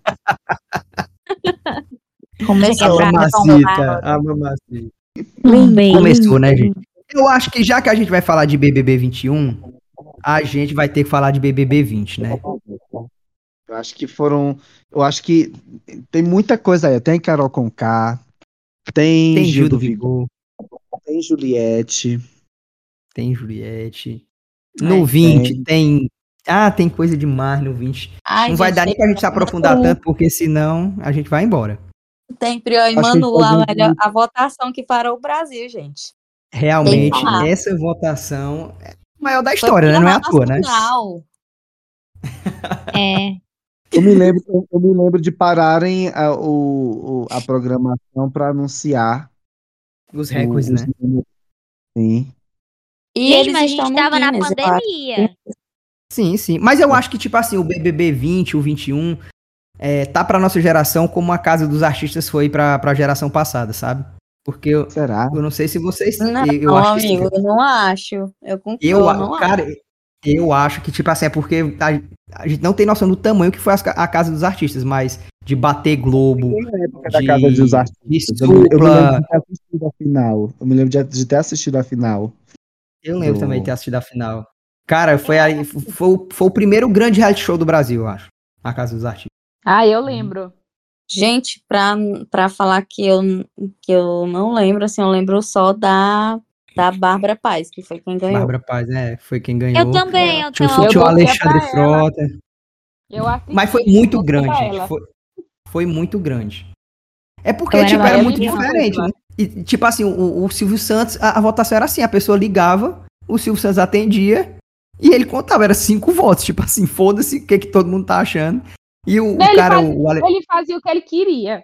Speaker 4: Começou.
Speaker 5: Pra-
Speaker 1: a mamacita.
Speaker 5: Um beijo.
Speaker 1: Começou, né, gente? Eu acho que já que a gente vai falar de BBB 21, a gente vai ter que falar de BBB 20,
Speaker 2: Tá
Speaker 1: né?
Speaker 2: Eu acho que foram. Eu acho que tem muita coisa aí. Tem Carol Conká, tem,
Speaker 1: Tem
Speaker 2: Gil do Vigor,
Speaker 1: Vigor,
Speaker 2: tem Juliette.
Speaker 1: tem Juliette.
Speaker 4: É,
Speaker 1: No 20 tem. Ah, tem coisa demais no 20.
Speaker 4: Ai,
Speaker 1: Não vai
Speaker 4: gente,
Speaker 1: dar nem pra gente se aprofundar
Speaker 4: Não.
Speaker 1: tanto, porque senão a gente vai embora.
Speaker 4: Tem Prió e
Speaker 2: Acho que
Speaker 4: Manu,
Speaker 2: faz
Speaker 4: a,
Speaker 2: um
Speaker 4: melhor,
Speaker 2: vídeo.
Speaker 4: a votação que parou o Brasil, gente. Tem
Speaker 1: Realmente,
Speaker 4: que falar.
Speaker 1: essa votação é a maior da
Speaker 4: Foi
Speaker 1: história, né? Não é à toa, né?
Speaker 4: internacional.
Speaker 5: É.
Speaker 2: Eu me lembro, eu- eu me lembro de pararem a, o- o- a programação para anunciar
Speaker 1: Os
Speaker 2: o-
Speaker 1: recordes,
Speaker 2: os
Speaker 1: né?
Speaker 2: números. Sim.
Speaker 4: E
Speaker 5: Gente,
Speaker 4: eles
Speaker 5: mas a gente
Speaker 4: estão no
Speaker 5: tava na
Speaker 4: Guinness, eu acho.
Speaker 5: pandemia.
Speaker 1: Sim, sim. Mas eu acho que, tipo assim, o BBB 20, o 21, é, tá pra nossa geração como a Casa dos Artistas foi pra, pra geração passada, sabe? Porque eu,
Speaker 2: Será?
Speaker 1: eu não sei se vocês...
Speaker 4: Não,
Speaker 1: eu, eu acho que sim.
Speaker 4: amigo, eu não acho. Eu concordo,
Speaker 1: Eu, a-
Speaker 4: não acho.
Speaker 1: cara, eu acho que, tipo assim, é porque a, a gente não tem noção do tamanho que foi as ca- a, Casa dos Artistas, mas de bater Globo,
Speaker 2: Na época
Speaker 1: de-
Speaker 2: É da casa dos
Speaker 1: de
Speaker 2: artistas. Eu, me- eu me lembro
Speaker 1: supla...
Speaker 2: de ter assistido a final. Eu me lembro de, de ter assistido a final.
Speaker 1: Eu lembro
Speaker 2: do-
Speaker 1: também de ter assistido a final. Cara, foi, aí, foi, o- foi o primeiro grande reality show do Brasil, eu acho. A Casa dos Artistas.
Speaker 3: Ah, eu lembro.
Speaker 4: Gente, pra, pra falar que eu, que eu não lembro, assim, eu lembro só da, da Bárbara Paz, que foi quem ganhou.
Speaker 1: Bárbara Paz, né? Foi quem ganhou.
Speaker 5: Eu também, eu
Speaker 1: Tinha,
Speaker 5: tenho
Speaker 1: o-
Speaker 3: Eu
Speaker 1: tinha o
Speaker 3: torcia
Speaker 1: Alexandre
Speaker 3: pra ela.
Speaker 1: Frota.
Speaker 3: Eu assisti,
Speaker 1: Mas foi muito
Speaker 3: eu
Speaker 1: grande,
Speaker 3: torcia pra
Speaker 1: gente.
Speaker 3: ela.
Speaker 1: Foi, foi muito grande. É porque,
Speaker 5: Eu era
Speaker 1: tipo, era
Speaker 5: maior
Speaker 1: muito
Speaker 5: que ela.
Speaker 1: diferente, né? E, tipo assim, o, o Silvio Santos, a, a votação era assim, a pessoa ligava, o Silvio Santos atendia e ele contava, era cinco votos, tipo assim, foda-se o que, que todo mundo tá achando. E o, o
Speaker 3: Ele
Speaker 1: cara,
Speaker 3: fazia- um
Speaker 1: o Ale-
Speaker 3: Ele fazia o que ele queria.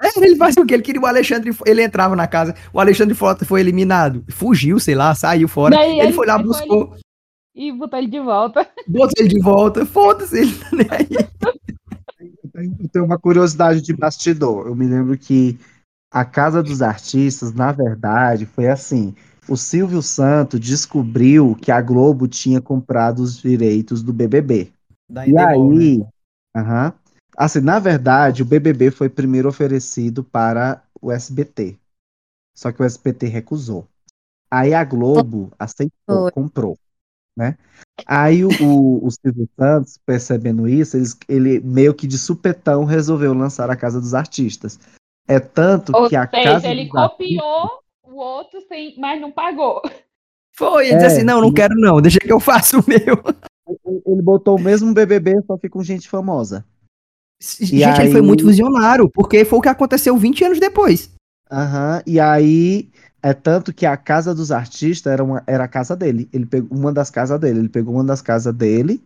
Speaker 1: É, ele fazia o que ele queria, o Alexandre, ele entrava na casa, o Alexandre Frota foi eliminado, fugiu, sei lá, saiu fora,
Speaker 3: Daí
Speaker 1: ele,
Speaker 3: ele-
Speaker 1: foi lá,
Speaker 3: ele foi
Speaker 1: buscou,
Speaker 3: E botou ele de volta.
Speaker 1: botou ele de volta, foda-se, ele tá nem aí.
Speaker 2: Eu tenho- eu tenho uma curiosidade de bastidor. Eu me lembro que a Casa dos Artistas, na verdade, foi assim. O Silvio Santo descobriu que a Globo tinha comprado os direitos do BBB.
Speaker 1: Daí
Speaker 2: E
Speaker 1: deu bom, né?
Speaker 2: aí, aham. assim, na verdade, o BBB foi primeiro oferecido para o SBT. Só que o SBT recusou. Aí a Globo aceitou,
Speaker 4: Foi.
Speaker 2: comprou, né? Aí o, o, o Silvio Santos, percebendo isso, eles, ele meio que de supetão resolveu lançar a Casa dos Artistas. É tanto
Speaker 3: Ou
Speaker 2: que a
Speaker 3: seja,
Speaker 2: Casa
Speaker 3: ele
Speaker 2: dos Artistas-
Speaker 3: copiou o outro, sem, mas não pagou.
Speaker 1: Foi, ele disse
Speaker 2: É,
Speaker 1: assim, não, não
Speaker 2: e-
Speaker 1: quero não, deixa que eu faço o meu.
Speaker 2: ele- ele botou o mesmo BBB, só que com gente famosa.
Speaker 1: Gente, ele foi
Speaker 2: aí-
Speaker 1: muito visionário, porque foi o que aconteceu 20 anos depois.
Speaker 2: Aham, e aí é tanto que a casa dos artistas era, uma, era a casa dele. Ele pegou uma das casas dele, ele pegou uma das casas dele,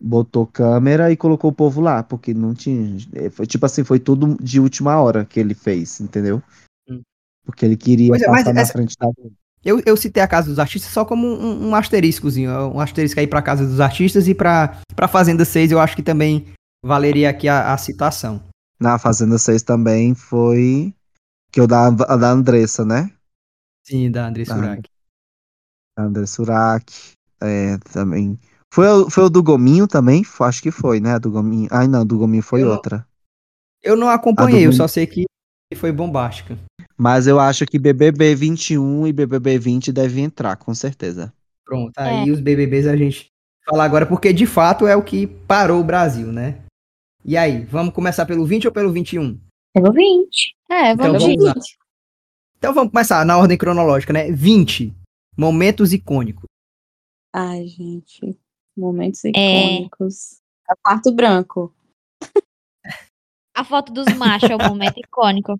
Speaker 2: botou câmera e colocou o povo lá, porque não tinha. eh, Foi, tipo assim, foi tudo de última hora que ele fez, entendeu?
Speaker 1: Hum.
Speaker 2: Porque ele queria
Speaker 1: Pois é, mas
Speaker 2: passar na
Speaker 1: essa-
Speaker 2: frente da dele.
Speaker 1: Eu, eu citei a Casa dos Artistas só como um, um asteriscozinho, um asterisco aí pra Casa dos Artistas e pra, pra Fazenda 6 eu acho que também valeria aqui a, a citação.
Speaker 2: Na Fazenda 6 também foi. Que o da, a da Andressa, né?
Speaker 1: Sim, da André
Speaker 2: Ah,
Speaker 1: Surak.
Speaker 2: André Surak, é, também. Foi, o- foi o do Gominho também? Fo- Acho que foi, né? A do Gominho. Ai, não, do Gominho foi
Speaker 1: Eu não-
Speaker 2: outra.
Speaker 1: Eu não acompanhei,
Speaker 2: A
Speaker 1: eu
Speaker 2: do-
Speaker 1: só sei que foi bombástica.
Speaker 2: Mas eu acho que BBB 21 e BBB 20 devem entrar, com certeza.
Speaker 1: Pronto, aí os BBBs a gente fala agora, porque de fato é o que parou o Brasil, né? E aí, vamos começar pelo 20 ou pelo 21?
Speaker 5: Pegou 20.
Speaker 4: É,
Speaker 1: Então
Speaker 4: vamos de
Speaker 1: vamos lá.
Speaker 4: 20.
Speaker 1: Então vamos começar na ordem cronológica, né? 20. Momentos icônicos.
Speaker 4: Ai, gente. Momentos
Speaker 5: É.
Speaker 4: icônicos. É. Quarto branco.
Speaker 5: A foto dos machos é um momento icônico.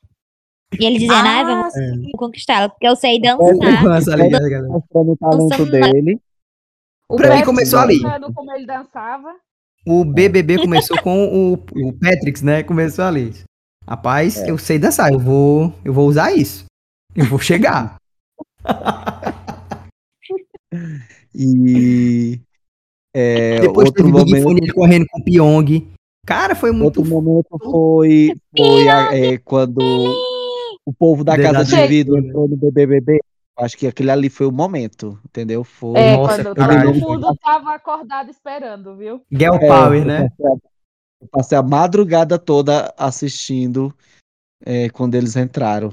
Speaker 5: E ele dizendo, ah, vamos
Speaker 4: sim.
Speaker 5: conquistá-la, porque eu sei
Speaker 1: O
Speaker 2: É,
Speaker 5: dançar.
Speaker 1: Hans ali, né, galera?
Speaker 2: Mostrando o talento
Speaker 5: Nossa,
Speaker 2: dele.
Speaker 3: O
Speaker 1: Pra mim
Speaker 3: Pedro
Speaker 1: começou ali.
Speaker 3: dançando Como ele dançava.
Speaker 1: O BBB começou com o, o Patrix, né? Começou ali. Rapaz,
Speaker 2: É.
Speaker 1: eu sei dançar, eu vou, eu vou usar isso. Eu vou chegar.
Speaker 2: E é,
Speaker 1: Depois
Speaker 2: outro
Speaker 1: teve Big
Speaker 2: momento,
Speaker 1: Fone ele correndo com o Pyong. Cara, foi muito.
Speaker 2: outro momento foi, foi a- é, quando o povo da
Speaker 1: Verdade.
Speaker 2: Casa de
Speaker 3: Gente.
Speaker 2: Vidro entrou no BBB. Acho que aquele ali foi o momento, entendeu? Foi.
Speaker 3: É,
Speaker 1: Nossa,
Speaker 3: quando
Speaker 1: caralho.
Speaker 3: todo mundo tava acordado esperando, viu?
Speaker 1: Girl
Speaker 2: É,
Speaker 1: Power, né?
Speaker 2: Eu passei a, eu passei a madrugada toda assistindo é, quando eles entraram.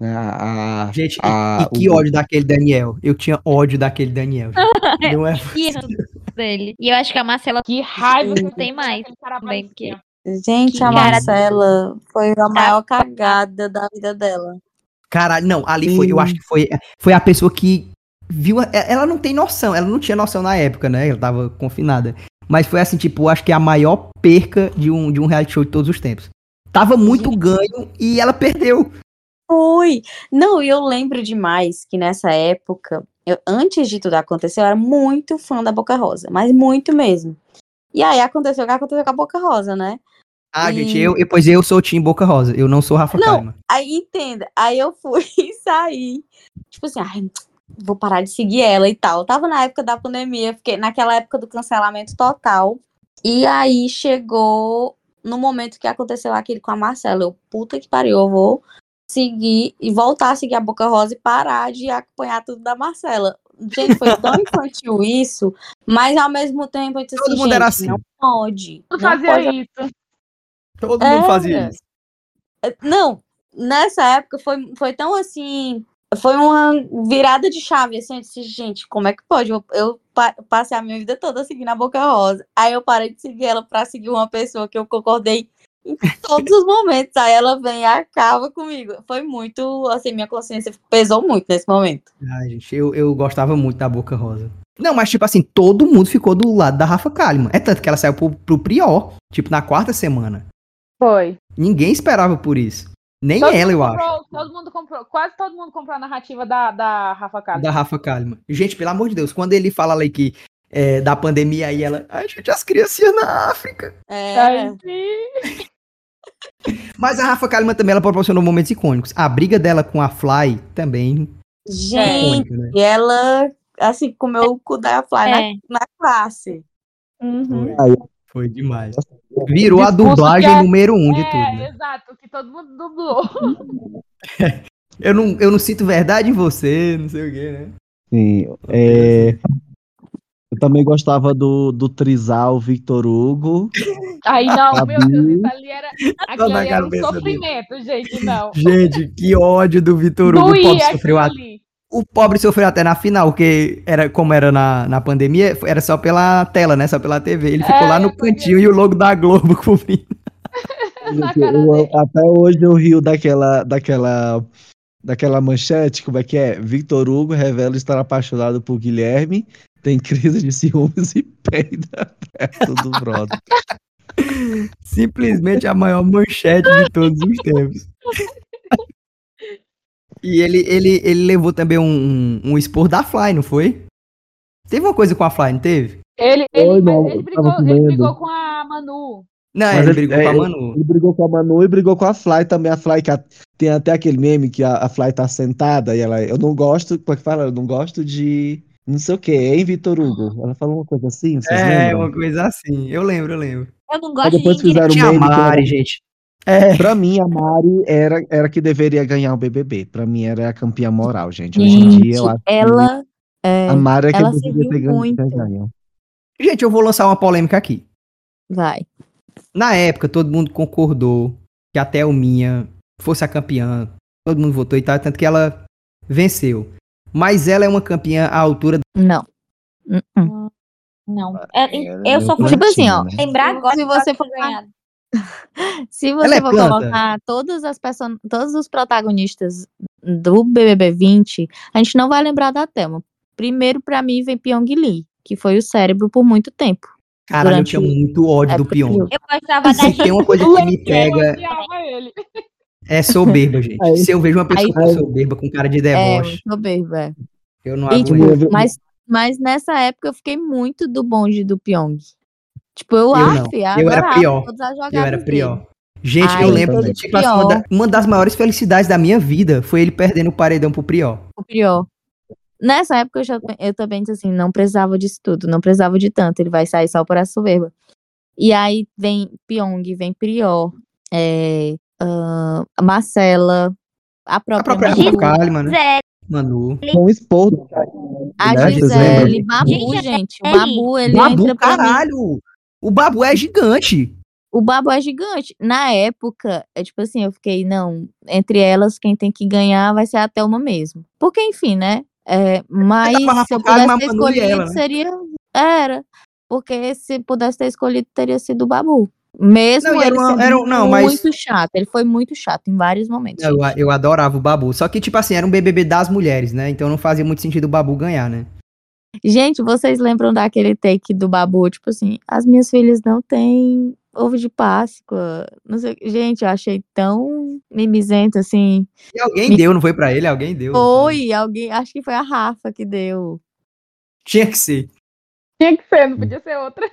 Speaker 2: né, A, a-
Speaker 1: Gente, e-
Speaker 2: a-
Speaker 1: e que
Speaker 2: Ah, o-
Speaker 1: ódio daquele Daniel. Eu tinha ódio daquele Daniel. gente. Não é
Speaker 5: E eu dele. E eu acho que a Marcela
Speaker 3: Que raiva que eu
Speaker 5: Não tem
Speaker 3: tive
Speaker 5: mais
Speaker 3: daquele cara
Speaker 5: também, porque-
Speaker 3: parecia.
Speaker 1: É.
Speaker 4: Gente,
Speaker 5: Que
Speaker 4: a
Speaker 5: cara-
Speaker 4: Marcela foi a maior cagada da vida dela.
Speaker 1: Caralho, não, ali foi, eu acho que foi, é, foi a pessoa que viu. a- é- Ela não tem noção, ela não tinha noção na época, né? Ela tava confinada. Mas foi assim, tipo, acho que a maior perca de um, de um reality show de todos os tempos. Tava muito ganho e ela perdeu.
Speaker 4: Foi! Não, e eu lembro demais que nessa época, eu- antes de tudo acontecer, eu era muito fã da Boca Rosa, mas muito mesmo. E aí aconteceu o que aconteceu com a Boca Rosa, né?
Speaker 1: Ah,
Speaker 4: Hum.
Speaker 1: gente, eu, eu- pois eu sou o Tim Boca Rosa, eu não sou Rafa
Speaker 4: Não.
Speaker 1: Kalimann.
Speaker 4: Aí entenda, aí eu fui e saí. Tipo assim, ai, vou parar de seguir ela e tal. Eu tava na época da pandemia, fiquei naquela época do cancelamento total. E aí chegou no momento que aconteceu aquilo com a Marcela. Eu, puta que pariu, eu vou seguir e voltar a seguir a Boca Rosa e parar de acompanhar tudo da Marcela. Gente, foi tão infantil isso, mas ao mesmo tempo eu disse
Speaker 1: Todo
Speaker 4: assim,
Speaker 1: mundo era
Speaker 4: gente,
Speaker 1: assim.
Speaker 4: não pode.
Speaker 3: Eu
Speaker 4: não
Speaker 3: fazia
Speaker 4: pode
Speaker 3: isso.
Speaker 1: Todo
Speaker 4: É.
Speaker 1: mundo fazia isso.
Speaker 4: é, Não, nessa época foi, foi tão assim. Foi uma virada de chave, assim, eu disse, gente, como é que pode? Eu, eu pa- passei a minha vida toda seguindo a Boca Rosa. Aí eu parei de seguir ela pra seguir uma pessoa que eu concordei em todos os momentos. Aí ela vem e acaba comigo. Foi muito, assim, minha consciência pesou muito nesse momento.
Speaker 1: Ai, gente, eu, eu gostava muito da Boca Rosa. Não, mas tipo assim, todo mundo ficou do lado da Rafa Kalimann. É tanto que ela saiu pro, pro Prior, tipo, na quarta semana.
Speaker 3: Foi.
Speaker 1: Ninguém esperava por isso. Nem
Speaker 3: Todo
Speaker 1: ela, eu
Speaker 3: mundo
Speaker 1: acho.
Speaker 3: comprou- Todo mundo comprou, quase todo mundo comprou a narrativa da, da Rafa Kalimann.
Speaker 1: Da Rafa Kalimann. Gente, pelo amor de Deus, quando ele fala ali que é, da pandemia aí, ela. Ai, gente, as criancinhas na África.
Speaker 4: É,
Speaker 3: Tadinho.
Speaker 1: Mas a Rafa Kalimann também ela proporcionou momentos icônicos. A briga dela com a Fly também
Speaker 4: gente,
Speaker 1: icônica,
Speaker 2: é.
Speaker 1: né?
Speaker 4: e ela, assim, comeu o cu da Fly na-
Speaker 5: É.
Speaker 4: na classe.
Speaker 1: né?
Speaker 3: Uhum.
Speaker 2: Aí,
Speaker 1: Foi demais. Virou a
Speaker 3: Discurso
Speaker 1: dublagem
Speaker 3: que é-
Speaker 1: número um de
Speaker 3: é,
Speaker 1: tudo. né?
Speaker 3: exato, que todo mundo dublou.
Speaker 1: Eu, não, eu não sinto verdade em você, não sei o quê, né?
Speaker 2: Sim, é, eu também gostava do, do Trisal Victor Hugo.
Speaker 3: Aí não, meu Deus, isso ali era, aquilo
Speaker 1: Tá na
Speaker 3: ali era um
Speaker 1: cabeça dele.
Speaker 3: sofrimento, gente, não.
Speaker 1: Gente, que ódio do Vitor Hugo. O
Speaker 3: Doía
Speaker 1: pobre,
Speaker 3: aquilo
Speaker 1: sofreu a-
Speaker 3: ali.
Speaker 1: o pobre sofreu até na final, porque era, como era na, na pandemia, era só pela tela, né? Só pela TV. Ele ficou
Speaker 3: É,
Speaker 1: lá no
Speaker 3: eu sabia.
Speaker 1: cantinho e o logo da Globo cobrindo.
Speaker 3: Na
Speaker 2: Eu-
Speaker 3: cara
Speaker 2: eu-
Speaker 3: dele.
Speaker 2: até hoje eu rio daquela, daquela, daquela manchete, como é que é? Victor Hugo revela estar apaixonado por Guilherme, tem crise de ciúmes e peida perto do brother.
Speaker 1: Simplesmente a maior manchete de todos os tempos. E ele, ele, ele levou também um, um, um expor da Fly, não foi? Teve uma coisa com a Fly, não teve?
Speaker 3: Ele, ele,
Speaker 2: Oi,
Speaker 3: mas
Speaker 2: não,
Speaker 3: ele
Speaker 2: eu tava
Speaker 3: brigou, ele
Speaker 2: comendo.
Speaker 3: brigou com a Manu.
Speaker 1: Não,
Speaker 2: Mas
Speaker 1: ele,
Speaker 2: ele-
Speaker 1: brigou
Speaker 2: é,
Speaker 1: com a
Speaker 2: ele-
Speaker 1: Manu.
Speaker 2: Ele brigou com a Manu e brigou com a Fly também. A Fly, que a- tem até aquele meme que a, a Fly tá sentada e ela, eu não gosto, como é que fala? Eu não gosto de não sei o que, hein, Vitor Hugo? Ela falou uma coisa assim, vocês
Speaker 1: É,
Speaker 2: lembram?
Speaker 1: uma coisa assim. Eu lembro, eu lembro.
Speaker 5: Eu não
Speaker 2: Aí
Speaker 5: gosto
Speaker 2: depois
Speaker 5: de ninguém.
Speaker 2: fizeram o
Speaker 1: Tinha a
Speaker 2: meme que era
Speaker 1: Mari, gente. É.
Speaker 2: Pra mim, a Mari era, era que deveria ganhar o BBB. Pra mim, era a campeã moral, gente. Hoje em dia, eu acho que
Speaker 4: ela é,
Speaker 2: a Mari é que
Speaker 4: ela
Speaker 2: deveria
Speaker 4: serviu
Speaker 2: ter ganho.
Speaker 4: muito.
Speaker 2: ter ganho.
Speaker 1: Gente, eu vou lançar uma polêmica aqui.
Speaker 4: vai.
Speaker 1: Na época, todo mundo concordou que a Thelminha fosse a campeã. Todo mundo votou e tal, tanto que ela venceu. Mas ela é uma campeã à altura
Speaker 4: Não. Uh-uh.
Speaker 5: Não.
Speaker 4: É,
Speaker 5: Eu, eu só
Speaker 2: Ela
Speaker 5: fui
Speaker 4: Tipo assim,
Speaker 2: tinha,
Speaker 4: ó,
Speaker 2: né?
Speaker 5: lembrar agora.
Speaker 4: Se
Speaker 5: que
Speaker 4: você
Speaker 5: eu
Speaker 4: for
Speaker 5: tinha ganhado.
Speaker 4: Se
Speaker 1: Ela
Speaker 4: você
Speaker 1: é
Speaker 4: for
Speaker 1: planta?
Speaker 4: colocar todas as person... todos os protagonistas do BBB 20, a gente não vai lembrar da Thelma. Primeiro, pra mim, vem Pyong Lee, que foi o cérebro por muito tempo.
Speaker 1: Caralho, eu
Speaker 4: Durante
Speaker 1: tinha muito ódio do
Speaker 4: época de
Speaker 1: Pyong.
Speaker 4: jogo.
Speaker 5: Eu gostava da
Speaker 1: Se tem uma coisa que me
Speaker 3: Eu
Speaker 1: pega,
Speaker 3: odiava ele.
Speaker 1: é soberba, gente.
Speaker 2: Aí-
Speaker 1: Se eu vejo uma pessoa
Speaker 4: aí-
Speaker 1: com soberba, com cara de
Speaker 4: É,
Speaker 1: deboche,
Speaker 4: muito soberba. é.
Speaker 1: eu não
Speaker 4: E,
Speaker 1: aguento.
Speaker 2: Eu
Speaker 4: tipo,
Speaker 2: lembro-
Speaker 4: mas, mas nessa época eu fiquei muito do bonde do Pyong. Tipo, eu,
Speaker 1: Eu
Speaker 4: ah,
Speaker 1: não.
Speaker 4: fi,
Speaker 1: Eu era
Speaker 4: adorava
Speaker 1: prior.
Speaker 4: todas as
Speaker 1: eu era
Speaker 4: jogadas dele.
Speaker 1: prior. Gente,
Speaker 4: Ai,
Speaker 1: eu
Speaker 2: eu
Speaker 1: lembro,
Speaker 2: também.
Speaker 1: tipo, assim, uma, da-
Speaker 4: Prior.
Speaker 1: uma das maiores felicidades da minha vida foi ele perdendo o paredão pro Prior.
Speaker 4: o pior. Nessa época eu, já, eu também disse assim, não precisava disso tudo, não precisava de tanto, ele vai sair só por a soberba. E aí vem Pyong, vem Prior, é, ahn, a Marcela, a
Speaker 1: A
Speaker 4: própria,
Speaker 1: própria Rafa
Speaker 4: Manu,
Speaker 1: Kalman, né?
Speaker 5: Zé.
Speaker 1: Manu.
Speaker 2: Com expor. do cara,
Speaker 4: a
Speaker 2: né? Vocês
Speaker 4: Gisele,
Speaker 2: lembram?
Speaker 4: Babu,
Speaker 5: Gente,
Speaker 4: gente, o
Speaker 5: Gisele.
Speaker 4: Babu, ele
Speaker 1: Babu,
Speaker 4: entra É pra mim-
Speaker 1: caralho! O Babu é gigante.
Speaker 4: o Babu é gigante. Na época, é tipo assim, eu fiquei, não, entre elas, quem tem que ganhar vai ser a Thelma mesmo. Porque, enfim, né? É, mas
Speaker 1: pra
Speaker 4: se eu
Speaker 1: focar numa
Speaker 4: pudesse ter
Speaker 1: Manu e
Speaker 4: escolhido,
Speaker 1: ela, né?
Speaker 4: seria. Era. Porque se pudesse ter escolhido, teria sido o Babu. Mesmo
Speaker 1: Não, e era
Speaker 4: ele
Speaker 1: uma-
Speaker 4: sendo
Speaker 1: era um- não, mas- É
Speaker 4: muito chato. Ele foi muito chato em vários momentos.
Speaker 1: Eu,
Speaker 4: gente.
Speaker 1: eu adorava o Babu. Só que, tipo assim, era um BBB das mulheres, né? Então não fazia muito sentido o Babu ganhar, né?
Speaker 4: Gente, vocês lembram daquele take do Babu, tipo assim, as minhas filhas não têm ovo de Páscoa. Não sei, o quê. gente, eu achei tão mimizento assim.
Speaker 1: E alguém
Speaker 4: Me-
Speaker 1: deu, não foi pra ele? Alguém deu. Uhum.
Speaker 4: Foi, alguém, acho que foi a Rafa que deu.
Speaker 1: Tinha que ser.
Speaker 3: Tinha que ser, não podia ser outra.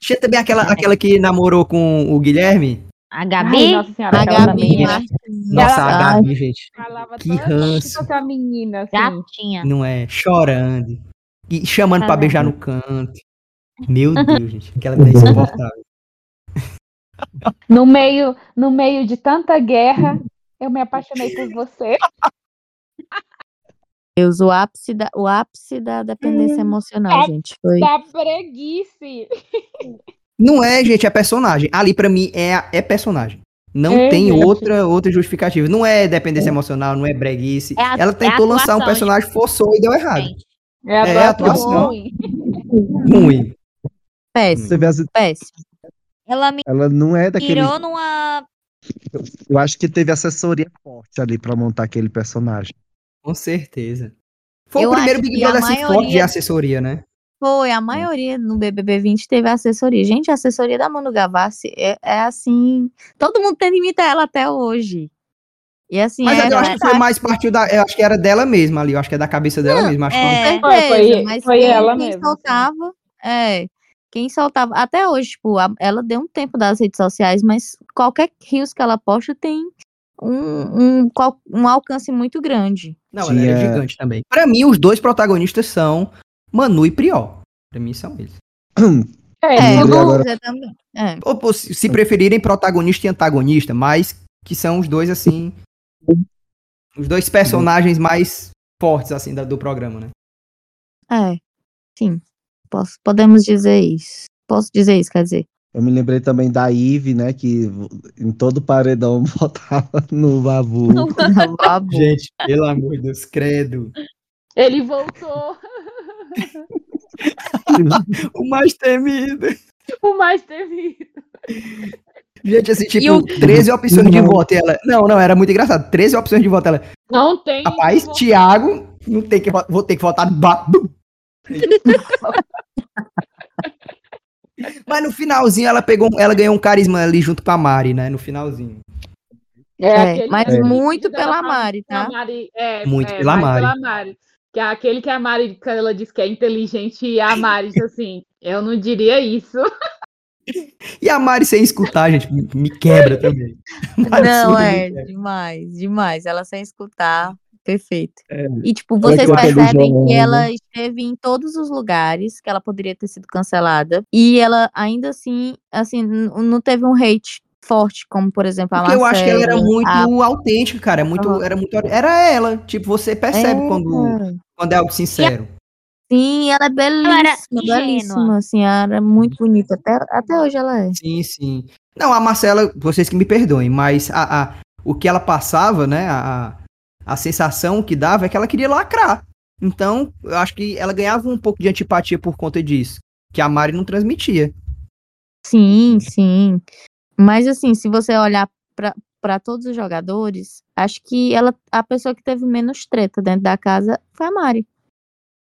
Speaker 1: Tinha também aquela, aquela que namorou com o Guilherme.
Speaker 5: A Gabi?
Speaker 3: Ai, nossa senhora,
Speaker 4: A
Speaker 3: aquela
Speaker 4: Gabi
Speaker 2: é
Speaker 3: menina.
Speaker 4: Martins.
Speaker 1: Nossa, a
Speaker 4: Ai,
Speaker 1: Gabi, gente.
Speaker 3: Falava
Speaker 1: Que
Speaker 3: toda
Speaker 1: ranço.
Speaker 3: com essa menina, assim.
Speaker 5: Gatinha.
Speaker 1: Não é? Chorando. E chamando pra
Speaker 4: Ah,
Speaker 5: Caralho.
Speaker 1: beijar no canto. Meu Deus, gente. Aquela menina é insuportável.
Speaker 3: No meio, no meio de tanta guerra, eu me apaixonei por você.
Speaker 4: Deus, o ápice da, o ápice da
Speaker 1: Hum.
Speaker 4: dependência emocional, gente. Foi.
Speaker 3: Da
Speaker 1: É,
Speaker 3: preguiça.
Speaker 1: Não é, gente, é personagem. Ali, pra mim, é, a- é personagem. Não
Speaker 3: É,
Speaker 1: tem
Speaker 3: gente.
Speaker 1: outra, outra justificativa. Não é dependência emocional, não é breguice.
Speaker 5: É a-
Speaker 1: Ela
Speaker 5: é
Speaker 1: tentou lançar um
Speaker 5: atuação,
Speaker 1: personagem, forçou e deu errado.
Speaker 5: Gente,
Speaker 3: É a
Speaker 1: É,
Speaker 3: tua
Speaker 1: atuação.
Speaker 3: ruim.
Speaker 1: Ruim.
Speaker 4: Péssimo,
Speaker 2: Você vê as-
Speaker 4: péssimo.
Speaker 5: Ela me
Speaker 2: Ela não é daquele.
Speaker 5: tirou numa.
Speaker 2: Eu acho que teve assessoria forte ali pra montar aquele personagem.
Speaker 1: Com certeza. Foi
Speaker 4: Eu
Speaker 1: o primeiro
Speaker 4: acho
Speaker 1: Big
Speaker 4: que a
Speaker 1: Brother assim, forte de
Speaker 4: maioria-
Speaker 1: assessoria, né?
Speaker 4: Foi, a maioria no BBB 20 teve assessoria. Gente, a assessoria da Manu Gavassi é, é assim. Todo mundo tenta imitar ela até hoje. E assim,
Speaker 1: Mas eu
Speaker 4: era-
Speaker 1: acho que foi mais partiu da. Eu acho que era dela mesma ali. Eu acho que é da cabeça dela mesma. Acho que um não-
Speaker 4: É,
Speaker 3: Foi- foi-
Speaker 4: certeza, mas
Speaker 3: foi
Speaker 4: quem,
Speaker 3: ela
Speaker 4: quem
Speaker 3: mesmo, assim.
Speaker 4: soltava, é, quem soltava, até hoje, tipo, a- ela deu um tempo das redes sociais, mas qualquer rios que ela posta tem um, um, qual- um alcance muito grande.
Speaker 1: Não, ela era
Speaker 2: Tinha-
Speaker 1: gigante também. Pra mim, os dois protagonistas são Manu e Priol. Pra mim são eles.
Speaker 3: É,
Speaker 2: É,
Speaker 3: quando-
Speaker 2: e agora-
Speaker 4: você também.
Speaker 1: Ou, pô, se se preferirem protagonista e antagonista, mas que são os dois, assim. Os dois personagens mais fortes, assim, da- do programa, né?
Speaker 4: É, sim, posso, podemos dizer isso. Posso dizer isso, quer dizer.
Speaker 2: Eu me lembrei também da Ive, né? Que em todo paredão botava no babu.
Speaker 4: Não, babu.
Speaker 1: Gente, pelo amor de Deus, credo.
Speaker 3: ele voltou
Speaker 1: O mais temido.
Speaker 3: o Tipo, mais temido.
Speaker 1: Gente, assim, tipo,
Speaker 4: E o-
Speaker 1: 13 opções de
Speaker 2: Não.
Speaker 1: voto. E ela. Não, não, era muito engraçado. 13 opções de voto. Ela.
Speaker 3: Não tem.
Speaker 1: Rapaz,
Speaker 3: não-
Speaker 1: Thiago, não tem que, vo- vou ter que votar no Babu. Mas no finalzinho ela pegou, um- ela ganhou um carisma ali junto com a Mari, né? No finalzinho.
Speaker 4: É,
Speaker 3: aquele
Speaker 4: mas
Speaker 3: que-
Speaker 4: muito
Speaker 3: que ela
Speaker 4: pela
Speaker 3: fala
Speaker 4: Mari,
Speaker 3: que a
Speaker 4: tá?
Speaker 3: Mari- é,
Speaker 1: Muito
Speaker 3: é,
Speaker 1: pela
Speaker 3: mais
Speaker 1: Mari.
Speaker 3: Que é aquele que a Mari, que ela diz que é inteligente, e a Mari diz assim, eu não diria isso.
Speaker 1: E a Mari sem escutar, gente, me- me quebra também. A Mari
Speaker 4: Não,
Speaker 1: surda me
Speaker 4: é
Speaker 1: quebra.
Speaker 4: demais, demais. Ela sem escutar, perfeito.
Speaker 2: É,
Speaker 4: E, tipo,
Speaker 2: ela
Speaker 4: vocês
Speaker 2: que botou ele
Speaker 4: percebem que
Speaker 1: né?
Speaker 2: jogando.
Speaker 4: ela esteve em todos os lugares que ela poderia ter sido cancelada. E ela, ainda assim, assim, n- não teve um hate forte, como, por exemplo, a
Speaker 1: Porque eu acho que ela era
Speaker 4: Marcela,
Speaker 1: muito
Speaker 4: a-
Speaker 1: autêntica, cara. é Muito,
Speaker 4: Aham. É.
Speaker 1: era muito. Era ela. Tipo, você percebe quando,
Speaker 4: Era.
Speaker 1: quando é algo sincero.
Speaker 4: Sim, ela é belíssima,
Speaker 5: era ingênua.
Speaker 4: belíssima, assim, ela é muito bonita. Até, até hoje ela é.
Speaker 1: Sim, sim. Não, a Marcela, vocês que me perdoem, mas a, a- o que ela passava, né? A, a sensação que dava é que ela queria lacrar. Então, eu acho que ela ganhava um pouco de antipatia por conta disso. Que a Mari não transmitia.
Speaker 4: Sim, sim. Mas assim, se você olhar para todos os jogadores, acho que ela, a pessoa que teve menos treta dentro da casa foi a Mari.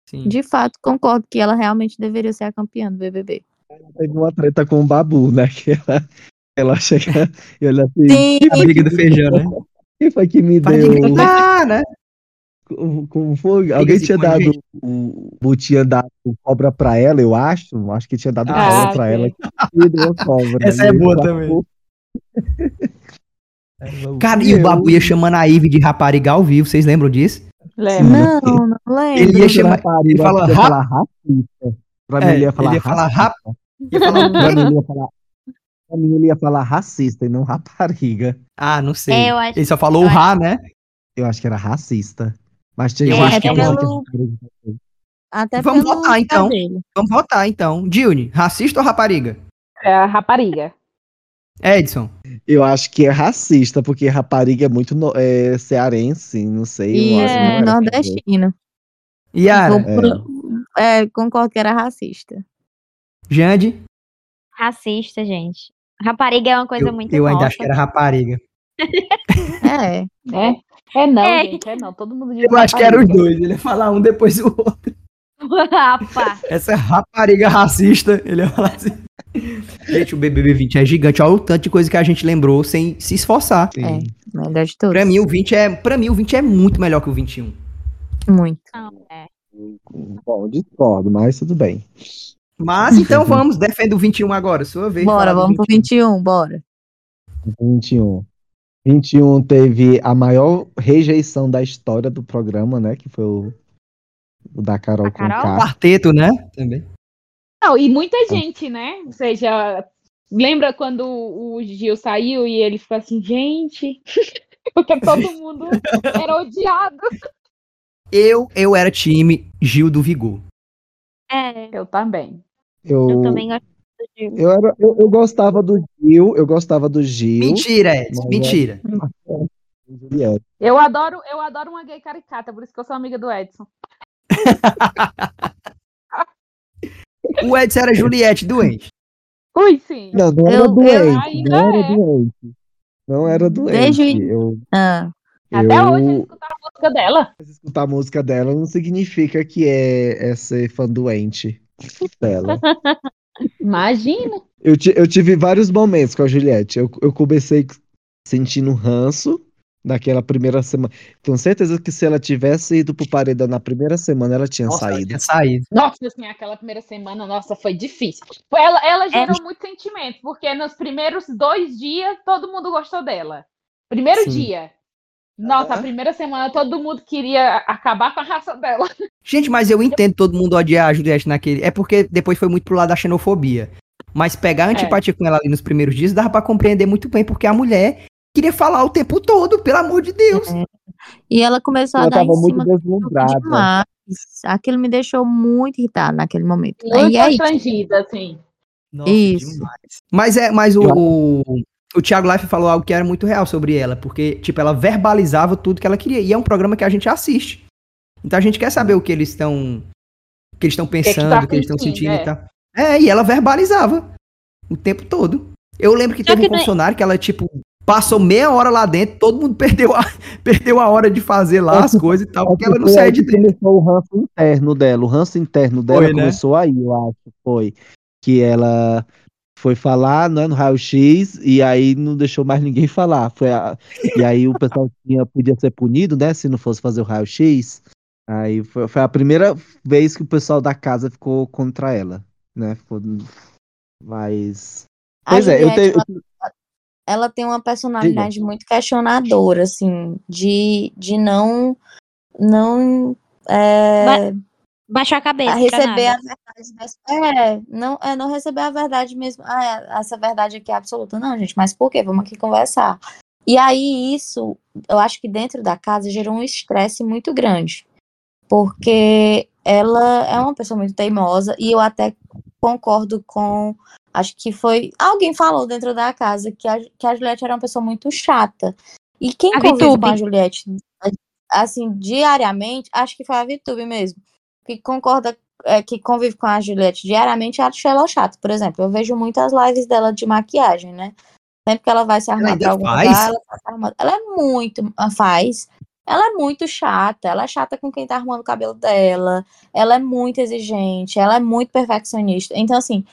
Speaker 1: Sim.
Speaker 4: De fato, concordo que ela realmente deveria ser a campeã do BBB.
Speaker 2: Teve uma treta com o babu, né? Que ela, ela chega e olha assim.
Speaker 4: Sim,
Speaker 1: A briga do feijão, né?
Speaker 2: Quem foi que me
Speaker 1: Faz de
Speaker 2: deu.
Speaker 1: gritar, né?
Speaker 2: Como, como foi? Alguém tinha
Speaker 1: icônica,
Speaker 2: dado.
Speaker 1: gente.
Speaker 2: O Bu tinha dado cobra pra ela, eu acho. Acho que tinha dado
Speaker 1: Ah,
Speaker 2: cobra
Speaker 3: É, sim.
Speaker 2: pra ela. Me deu cobra. né?
Speaker 1: Essa é
Speaker 2: Me
Speaker 1: boa
Speaker 2: deu
Speaker 1: também.
Speaker 2: cobra.
Speaker 1: Cara, e o
Speaker 2: Eu-
Speaker 1: Babu ia chamando a Ivy de rapariga ao vivo, vocês lembram disso?
Speaker 3: Lembra?
Speaker 4: não, não lembro.
Speaker 1: Ele ia chamar.
Speaker 2: Rapariga,
Speaker 1: ele fala
Speaker 2: ia
Speaker 1: rap-
Speaker 2: falar racista. Pra mim,
Speaker 1: É,
Speaker 2: ele ia falar
Speaker 1: ele ia falar
Speaker 2: racista.
Speaker 1: ia falar-
Speaker 2: Pra mim, ele ia falar. Pra mim, ele ia falar racista e não rapariga.
Speaker 1: ah, não sei.
Speaker 5: É, eu acho-
Speaker 1: Ele só falou o
Speaker 5: eu
Speaker 1: Rá, né?
Speaker 2: Eu acho que era racista. Mas tinha
Speaker 1: Eu
Speaker 2: gente
Speaker 1: acho que
Speaker 2: falava
Speaker 4: pelo-
Speaker 2: que-
Speaker 4: Até
Speaker 1: Vamos
Speaker 4: pelo
Speaker 1: votar, então.
Speaker 4: cabelo.
Speaker 1: Vamos votar então. Dilne, racista ou rapariga?
Speaker 3: É a rapariga.
Speaker 1: Edson.
Speaker 2: Eu acho que é racista, porque rapariga é muito no- é, cearense, não sei. eu
Speaker 4: E
Speaker 2: acho, não
Speaker 4: é
Speaker 2: era
Speaker 4: nordestino.
Speaker 1: Yara,
Speaker 4: Vou pro- é, concordo que era racista.
Speaker 1: Jande.
Speaker 5: Racista, gente. Rapariga é uma coisa
Speaker 1: eu
Speaker 5: muito
Speaker 1: eu ainda
Speaker 5: nossa.
Speaker 1: acho que era rapariga.
Speaker 4: É.
Speaker 3: É, é não,
Speaker 5: É.
Speaker 3: gente, é não. Todo mundo diz
Speaker 1: Eu acho que eram os
Speaker 3: rapariga.
Speaker 1: dois. Ele ia falar um depois o outro.
Speaker 5: Rapaz,
Speaker 1: Essa é rapariga racista. Ele ia falar assim. Gente, o BBB 20 é gigante. Olha o tanto de coisa que a gente lembrou sem se esforçar.
Speaker 2: Sim.
Speaker 4: É. Melhor de todos.
Speaker 1: Pra mim, o 20 é, pra mim, o 20 é muito melhor que o 21.
Speaker 4: Muito.
Speaker 5: não, é.
Speaker 2: Bom, discordo, mas tudo bem. Uhum.
Speaker 1: Mas então vamos, defenda o 21 agora, sua vez.
Speaker 4: Bora,
Speaker 1: falar do um.
Speaker 4: vamos pro 21, bora.
Speaker 2: 21. 21 teve a maior rejeição da história do programa, né? Que foi o, o da Carol
Speaker 5: A
Speaker 2: com
Speaker 5: Carol?
Speaker 4: um.
Speaker 2: K.
Speaker 1: Quarteto, né? Também.
Speaker 3: Não, e muita gente, né? Ou seja, lembra quando o Gil saiu e ele ficou assim, gente, porque todo mundo era odiado.
Speaker 1: Eu, eu era time Gil do Vigor.
Speaker 5: É,
Speaker 3: Eu também.
Speaker 2: Eu,
Speaker 5: eu
Speaker 2: eu,
Speaker 5: também gosto do Gil.
Speaker 2: era, eu, eu gostava do Gil, eu gostava do Gil.
Speaker 1: Mentira, Edson,
Speaker 2: Mas-
Speaker 1: mentira.
Speaker 2: Juliette.
Speaker 3: Eu adoro, eu adoro uma gay caricata, por isso que eu sou amiga do Edson.
Speaker 1: O Edson era Juliette doente.
Speaker 3: Ui, sim.
Speaker 2: Não, não era
Speaker 4: Eu- eu
Speaker 2: doente.
Speaker 3: ainda
Speaker 2: não era
Speaker 3: é.
Speaker 2: doente. Não era doente.
Speaker 4: Desde o in-
Speaker 2: Eu,
Speaker 4: Ah,
Speaker 3: Até
Speaker 2: eu-
Speaker 3: hoje eu escutava a música dela.
Speaker 2: escutar a música dela não significa que é, é ser fã doente dela.
Speaker 3: Imagina.
Speaker 2: Eu, ti- eu tive vários momentos com a Juliette. Eu, eu comecei sentindo ranço Naquela primeira semana. Tenho certeza que se ela tivesse ido pro paredão na primeira semana, ela tinha
Speaker 1: Nossa,
Speaker 2: saído.
Speaker 1: tinha saído.
Speaker 3: Nossa, assim, aquela primeira semana, nossa, foi difícil. Foi- Ela, ela gerou
Speaker 5: É.
Speaker 3: muito sentimento, porque nos primeiros dois dias, todo mundo gostou dela. Primeiro
Speaker 2: Sim.
Speaker 3: dia. Nossa, a
Speaker 2: Aham.
Speaker 3: primeira semana, todo mundo queria acabar com a raça dela.
Speaker 1: Gente, mas eu entendo todo mundo odiar a Juliette naquele. É porque depois foi muito pro lado da xenofobia. Mas
Speaker 4: É.
Speaker 1: pegar a antipatia com ela ali nos primeiros dias dava pra compreender muito bem, porque a mulher queria falar o tempo todo, pelo amor de Deus.
Speaker 4: E ela começou
Speaker 2: Ela
Speaker 4: a dar
Speaker 2: tava
Speaker 4: em cima
Speaker 2: muito
Speaker 4: do
Speaker 2: deslumbrada.
Speaker 4: demais. Aquilo me deixou muito irritada naquele momento. né?
Speaker 3: Muito
Speaker 4: E aí,
Speaker 3: constrangida, assim.
Speaker 1: Nossa,
Speaker 4: Isso.
Speaker 1: demais. Mas é, mas o, o, o Thiago Life falou algo que era muito real sobre ela, porque, tipo, ela verbalizava tudo que ela queria. E é um programa que a gente assiste. Então a gente quer saber o que eles estão. O que eles estão
Speaker 3: que tá
Speaker 1: pensando, o que, eles estão
Speaker 3: sentindo,
Speaker 1: sentindo
Speaker 3: é.
Speaker 1: e tal. É, e ela verbalizava o tempo todo. Eu lembro que
Speaker 5: Só
Speaker 1: teve
Speaker 5: que
Speaker 1: um
Speaker 5: não é-
Speaker 1: funcionário que ela, tipo, passou meia hora lá dentro, todo mundo perdeu a, perdeu a hora de fazer lá as coisas e tal, É porque ela não
Speaker 2: Foi
Speaker 1: saía
Speaker 2: aí
Speaker 1: de
Speaker 2: que
Speaker 1: dentro.
Speaker 2: Começou o ranço interno dela. O ranço interno dela
Speaker 1: Foi, né?
Speaker 2: começou aí, eu acho. Foi. Que ela foi falar né, no raio-x e aí não deixou mais ninguém falar. Foi a- E aí o pessoal tinha, podia ser punido, né? Se não fosse fazer o raio-x. Aí foi, foi a primeira vez que o pessoal da casa ficou contra ela, né? Ficou... Mas.
Speaker 4: a
Speaker 2: Pois é, eu
Speaker 4: Juliette,
Speaker 2: tenho.
Speaker 4: ela, ela tem uma personalidade muito questionadora, assim, de, de não, não é,
Speaker 5: Baixou a cabeça.
Speaker 4: a
Speaker 5: pra
Speaker 4: receber a
Speaker 5: nada.
Speaker 4: verdade. das- É, não, é não receber a verdade mesmo. Ah, é, essa verdade aqui é absoluta. Não, gente, mas por quê? Vamos aqui conversar. E aí, isso, eu acho que dentro da casa gerou um estresse muito grande. Porque ela é uma pessoa muito teimosa e eu até concordo com. Acho que foi. Alguém falou dentro da casa que a, que a Juliette era uma pessoa muito chata. E quem
Speaker 5: A
Speaker 4: convive com a
Speaker 5: Vitube.
Speaker 4: Juliette, assim, diariamente, acho que foi a Vitube mesmo. Que concorda, é, que convive com a Juliette diariamente, acha ela chata. Por exemplo, eu vejo muitas lives dela de maquiagem, né? Sempre que ela vai se arrumar
Speaker 1: ainda
Speaker 4: pra algum
Speaker 1: faz?
Speaker 4: lugar, ela tá se arrumando. Ela é muito. Faz. Ela é muito chata. Ela é chata com quem tá arrumando o cabelo dela. Ela é muito exigente. Ela é muito perfeccionista. Então, assim,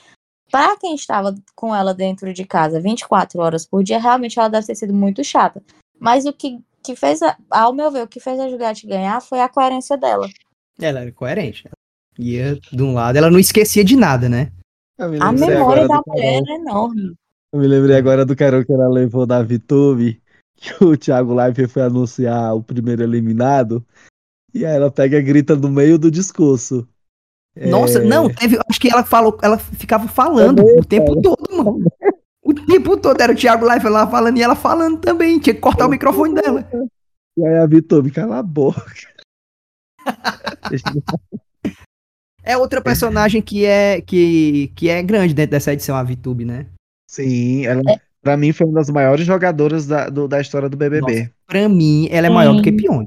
Speaker 4: para quem estava com ela dentro de casa 24 horas por dia, realmente ela deve ter sido muito chata. Mas o que, que fez, a- ao meu ver, o que fez a Juliette ganhar foi a coerência dela.
Speaker 1: Ela era coerente. Ia de um lado, ela não esquecia de nada, né?
Speaker 4: A
Speaker 2: é
Speaker 1: Lembrei
Speaker 4: memória da mulher era enorme.
Speaker 2: Eu me lembrei agora do carão que ela levou da Vitube, que o Thiago Leifert foi anunciar o primeiro eliminado, e aí ela pega e grita no meio do discurso.
Speaker 1: Nossa,
Speaker 2: É,
Speaker 1: não, teve. Acho que ela falou, ela ficava falando
Speaker 2: Também,
Speaker 1: o tempo todo, mano. O tempo todo era o Thiago Live lá falando e ela falando também. Tinha que cortar o microfone dela.
Speaker 2: E aí a Vitube, cala a boca. Deixa eu-
Speaker 1: É outra personagem que é que, que é grande dentro dessa edição, a VTube, né?
Speaker 2: Sim, ela,
Speaker 1: É.
Speaker 2: pra mim foi uma das maiores jogadoras da, do- da história do BBB.
Speaker 1: Pra mim, ela é maior do que Pyong.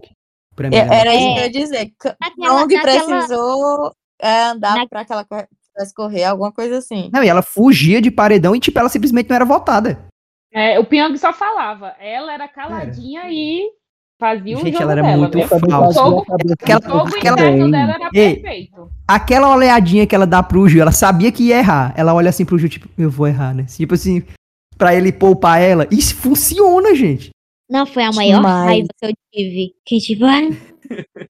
Speaker 1: Pra mim,
Speaker 4: É,
Speaker 1: ela é
Speaker 4: Era isso que
Speaker 5: É.
Speaker 4: eu ia dizer.
Speaker 5: Naquela-
Speaker 4: Long
Speaker 5: naquela-
Speaker 4: precisou é, andar
Speaker 5: Na-
Speaker 4: para que ela cor- pudesse correr, alguma coisa assim.
Speaker 1: Não, e ela fugia de paredão e, tipo, ela simplesmente não era votada.
Speaker 3: É, o Pyong só falava. Ela era caladinha e fazia o
Speaker 1: É. Gente,
Speaker 3: jogo
Speaker 1: ela era
Speaker 3: dela.
Speaker 1: muito
Speaker 3: né?
Speaker 1: falsa.
Speaker 3: O jogo,
Speaker 1: é Aquela-
Speaker 3: o jogo
Speaker 1: aquela-
Speaker 3: interno dela era
Speaker 1: Ei.
Speaker 3: perfeito.
Speaker 1: Aquela oleadinha que ela dá pro Gil, ela sabia que ia errar. Ela olha assim pro Gil, tipo, eu vou errar, né? Tipo assim, pra ele poupar ela. Isso funciona, gente.
Speaker 5: Não, foi a maior
Speaker 4: Demais.
Speaker 5: raiva que eu tive. Que tipo. ah.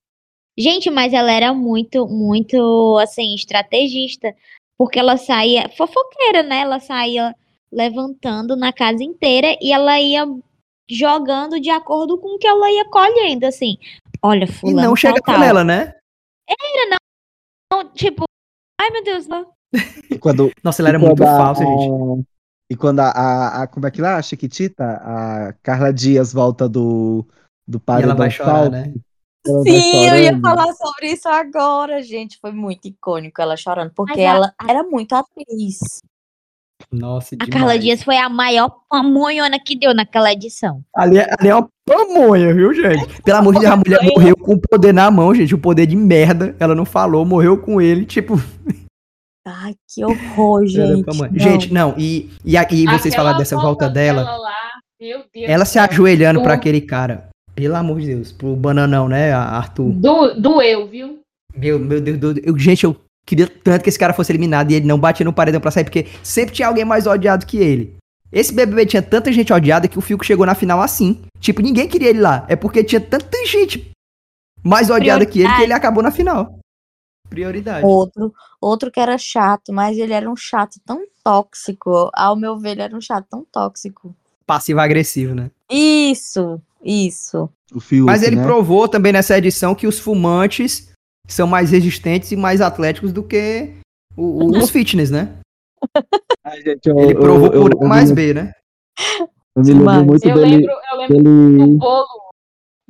Speaker 5: Gente, mas ela era muito, muito, assim, estrategista. Porque ela saía. Fofoqueira, né? Ela saía levantando na casa inteira e ela ia jogando de acordo com o que ela ia colhendo, assim. Olha,
Speaker 1: E
Speaker 5: fulano. tá
Speaker 1: não chega
Speaker 5: tal,
Speaker 1: com
Speaker 5: tal.
Speaker 1: ela, né?
Speaker 5: Então, tipo, ai meu Deus, não.
Speaker 2: E Quando,
Speaker 1: Nossa, ela era
Speaker 2: e quando
Speaker 1: muito
Speaker 2: a-
Speaker 1: falsa, gente.
Speaker 2: E quando a, a, a- como é que lá, a Chiquitita, a Carla Dias volta do, do
Speaker 1: E ela
Speaker 2: paredão
Speaker 1: vai chorar,
Speaker 2: falso,
Speaker 1: né?
Speaker 2: ela vai
Speaker 4: Sim, eu ia
Speaker 2: chorando.
Speaker 4: falar sobre isso agora, gente. Foi muito icônico ela chorando, porque
Speaker 5: Mas a-
Speaker 4: ela era muito atriz.
Speaker 1: Nossa,
Speaker 5: A Carla Dias foi a maior pamonhona que deu naquela edição.
Speaker 1: Ali, é- ali é uma pamonha, viu, gente? Pelo amor de Deus, a mulher morreu com o poder na mão, gente. O poder de merda. Ela não falou, morreu com ele. Tipo,
Speaker 4: Ai, que horror,
Speaker 1: ela é
Speaker 4: gente.
Speaker 1: pamonha.
Speaker 4: Não.
Speaker 1: gente, não. E, e, a- e vocês
Speaker 3: Aquela
Speaker 1: falaram dessa volta dela.
Speaker 3: lá, meu Deus
Speaker 1: Ela
Speaker 3: do
Speaker 1: se
Speaker 3: céu.
Speaker 1: ajoelhando
Speaker 3: Tu-
Speaker 1: pra aquele cara. Pelo amor de Deus. Pro bananão, né, Arthur?
Speaker 3: Do, doeu, viu?
Speaker 1: Meu, meu Deus do eu, Gente, eu queria tanto que esse cara fosse eliminado e ele não batia no paredão pra sair, porque sempre tinha alguém mais odiado que ele. Esse BBB tinha tanta gente odiada que o Fiuk chegou na final assim. Tipo, ninguém queria ele lá. É porque tinha tanta gente mais odiada que ele que ele acabou na final. Prioridade.
Speaker 4: Outro, outro que era chato, mas ele era um chato tão tóxico. Ao meu ver, ele era um chato tão tóxico.
Speaker 1: Passivo-agressivo, né?
Speaker 4: Isso, isso.
Speaker 2: O Fiuk,
Speaker 1: Mas ele
Speaker 2: né?
Speaker 1: provou também nessa edição que os fumantes são mais resistentes e mais atléticos do que o- o- os fitness, né?
Speaker 2: Ai, gente, eu-
Speaker 1: Ele
Speaker 2: eu-
Speaker 1: provou
Speaker 2: eu-
Speaker 1: por
Speaker 2: eu
Speaker 1: A mais
Speaker 2: me-
Speaker 1: B, né?
Speaker 2: Eu me lembro
Speaker 4: Mas
Speaker 2: muito
Speaker 3: Eu
Speaker 2: dele.
Speaker 3: lembro, eu lembro do
Speaker 2: dele...
Speaker 3: bolo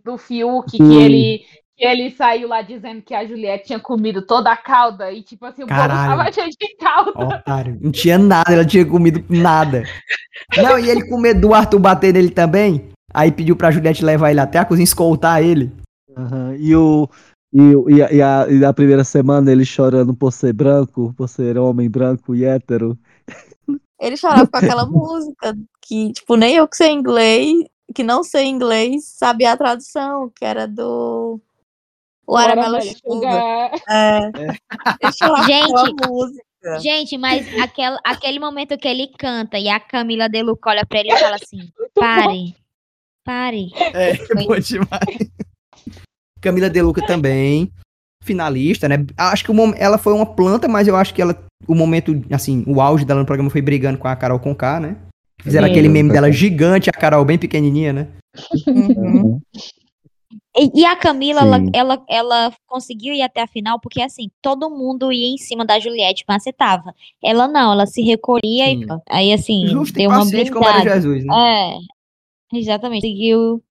Speaker 3: do Fiuk, que
Speaker 2: Sim.
Speaker 3: ele, que ele saiu lá dizendo que a Juliette tinha comido toda a calda e, tipo assim, o
Speaker 1: Caralho.
Speaker 3: bolo tava cheio de calda.
Speaker 1: Otário. Não tinha nada, ela tinha comido nada. Não, e ele com medo do Arthur bater nele também. Aí pediu pra Juliette levar ele até a cozinha, escoltar ele.
Speaker 2: Aham, E, o, e, o- e, a, e, a, e a primeira semana ele chorando por ser branco, por ser homem branco e hétero.
Speaker 4: Ele chorava com aquela música que, tipo, nem eu que sei inglês, que não sei inglês, sabia a tradução, que era do Watermelon
Speaker 3: Watermelon
Speaker 4: Sugar.
Speaker 3: Sugar.
Speaker 4: É. Ele chorava com aquela
Speaker 5: Gente.
Speaker 4: música.
Speaker 5: Gente, mas aquela, aquele momento que ele canta e a Camila De Luca olha pra ele e fala assim: pare, pare.
Speaker 1: É, bom demais. Camila De Luca também, finalista, né? Acho que o mom- ela foi uma planta, mas eu acho que ela o momento, assim, o auge dela no programa foi brigando com a Carol Conká, né? Fizeram
Speaker 3: Sim.
Speaker 1: aquele meme dela gigante, a Carol bem pequenininha, né?
Speaker 4: Uhum.
Speaker 5: E, e a Camila, ela,
Speaker 2: Sim.
Speaker 5: ela, ela conseguiu ir até a final porque, assim, todo mundo ia em cima da Juliette, mas acertava. Ela não, ela se recolhia
Speaker 1: Sim.
Speaker 5: e aí, assim,
Speaker 1: Justo e
Speaker 5: deu uma
Speaker 1: paciente como era
Speaker 5: blindada.
Speaker 1: Jesus, né?
Speaker 5: É, exatamente. Conseguiu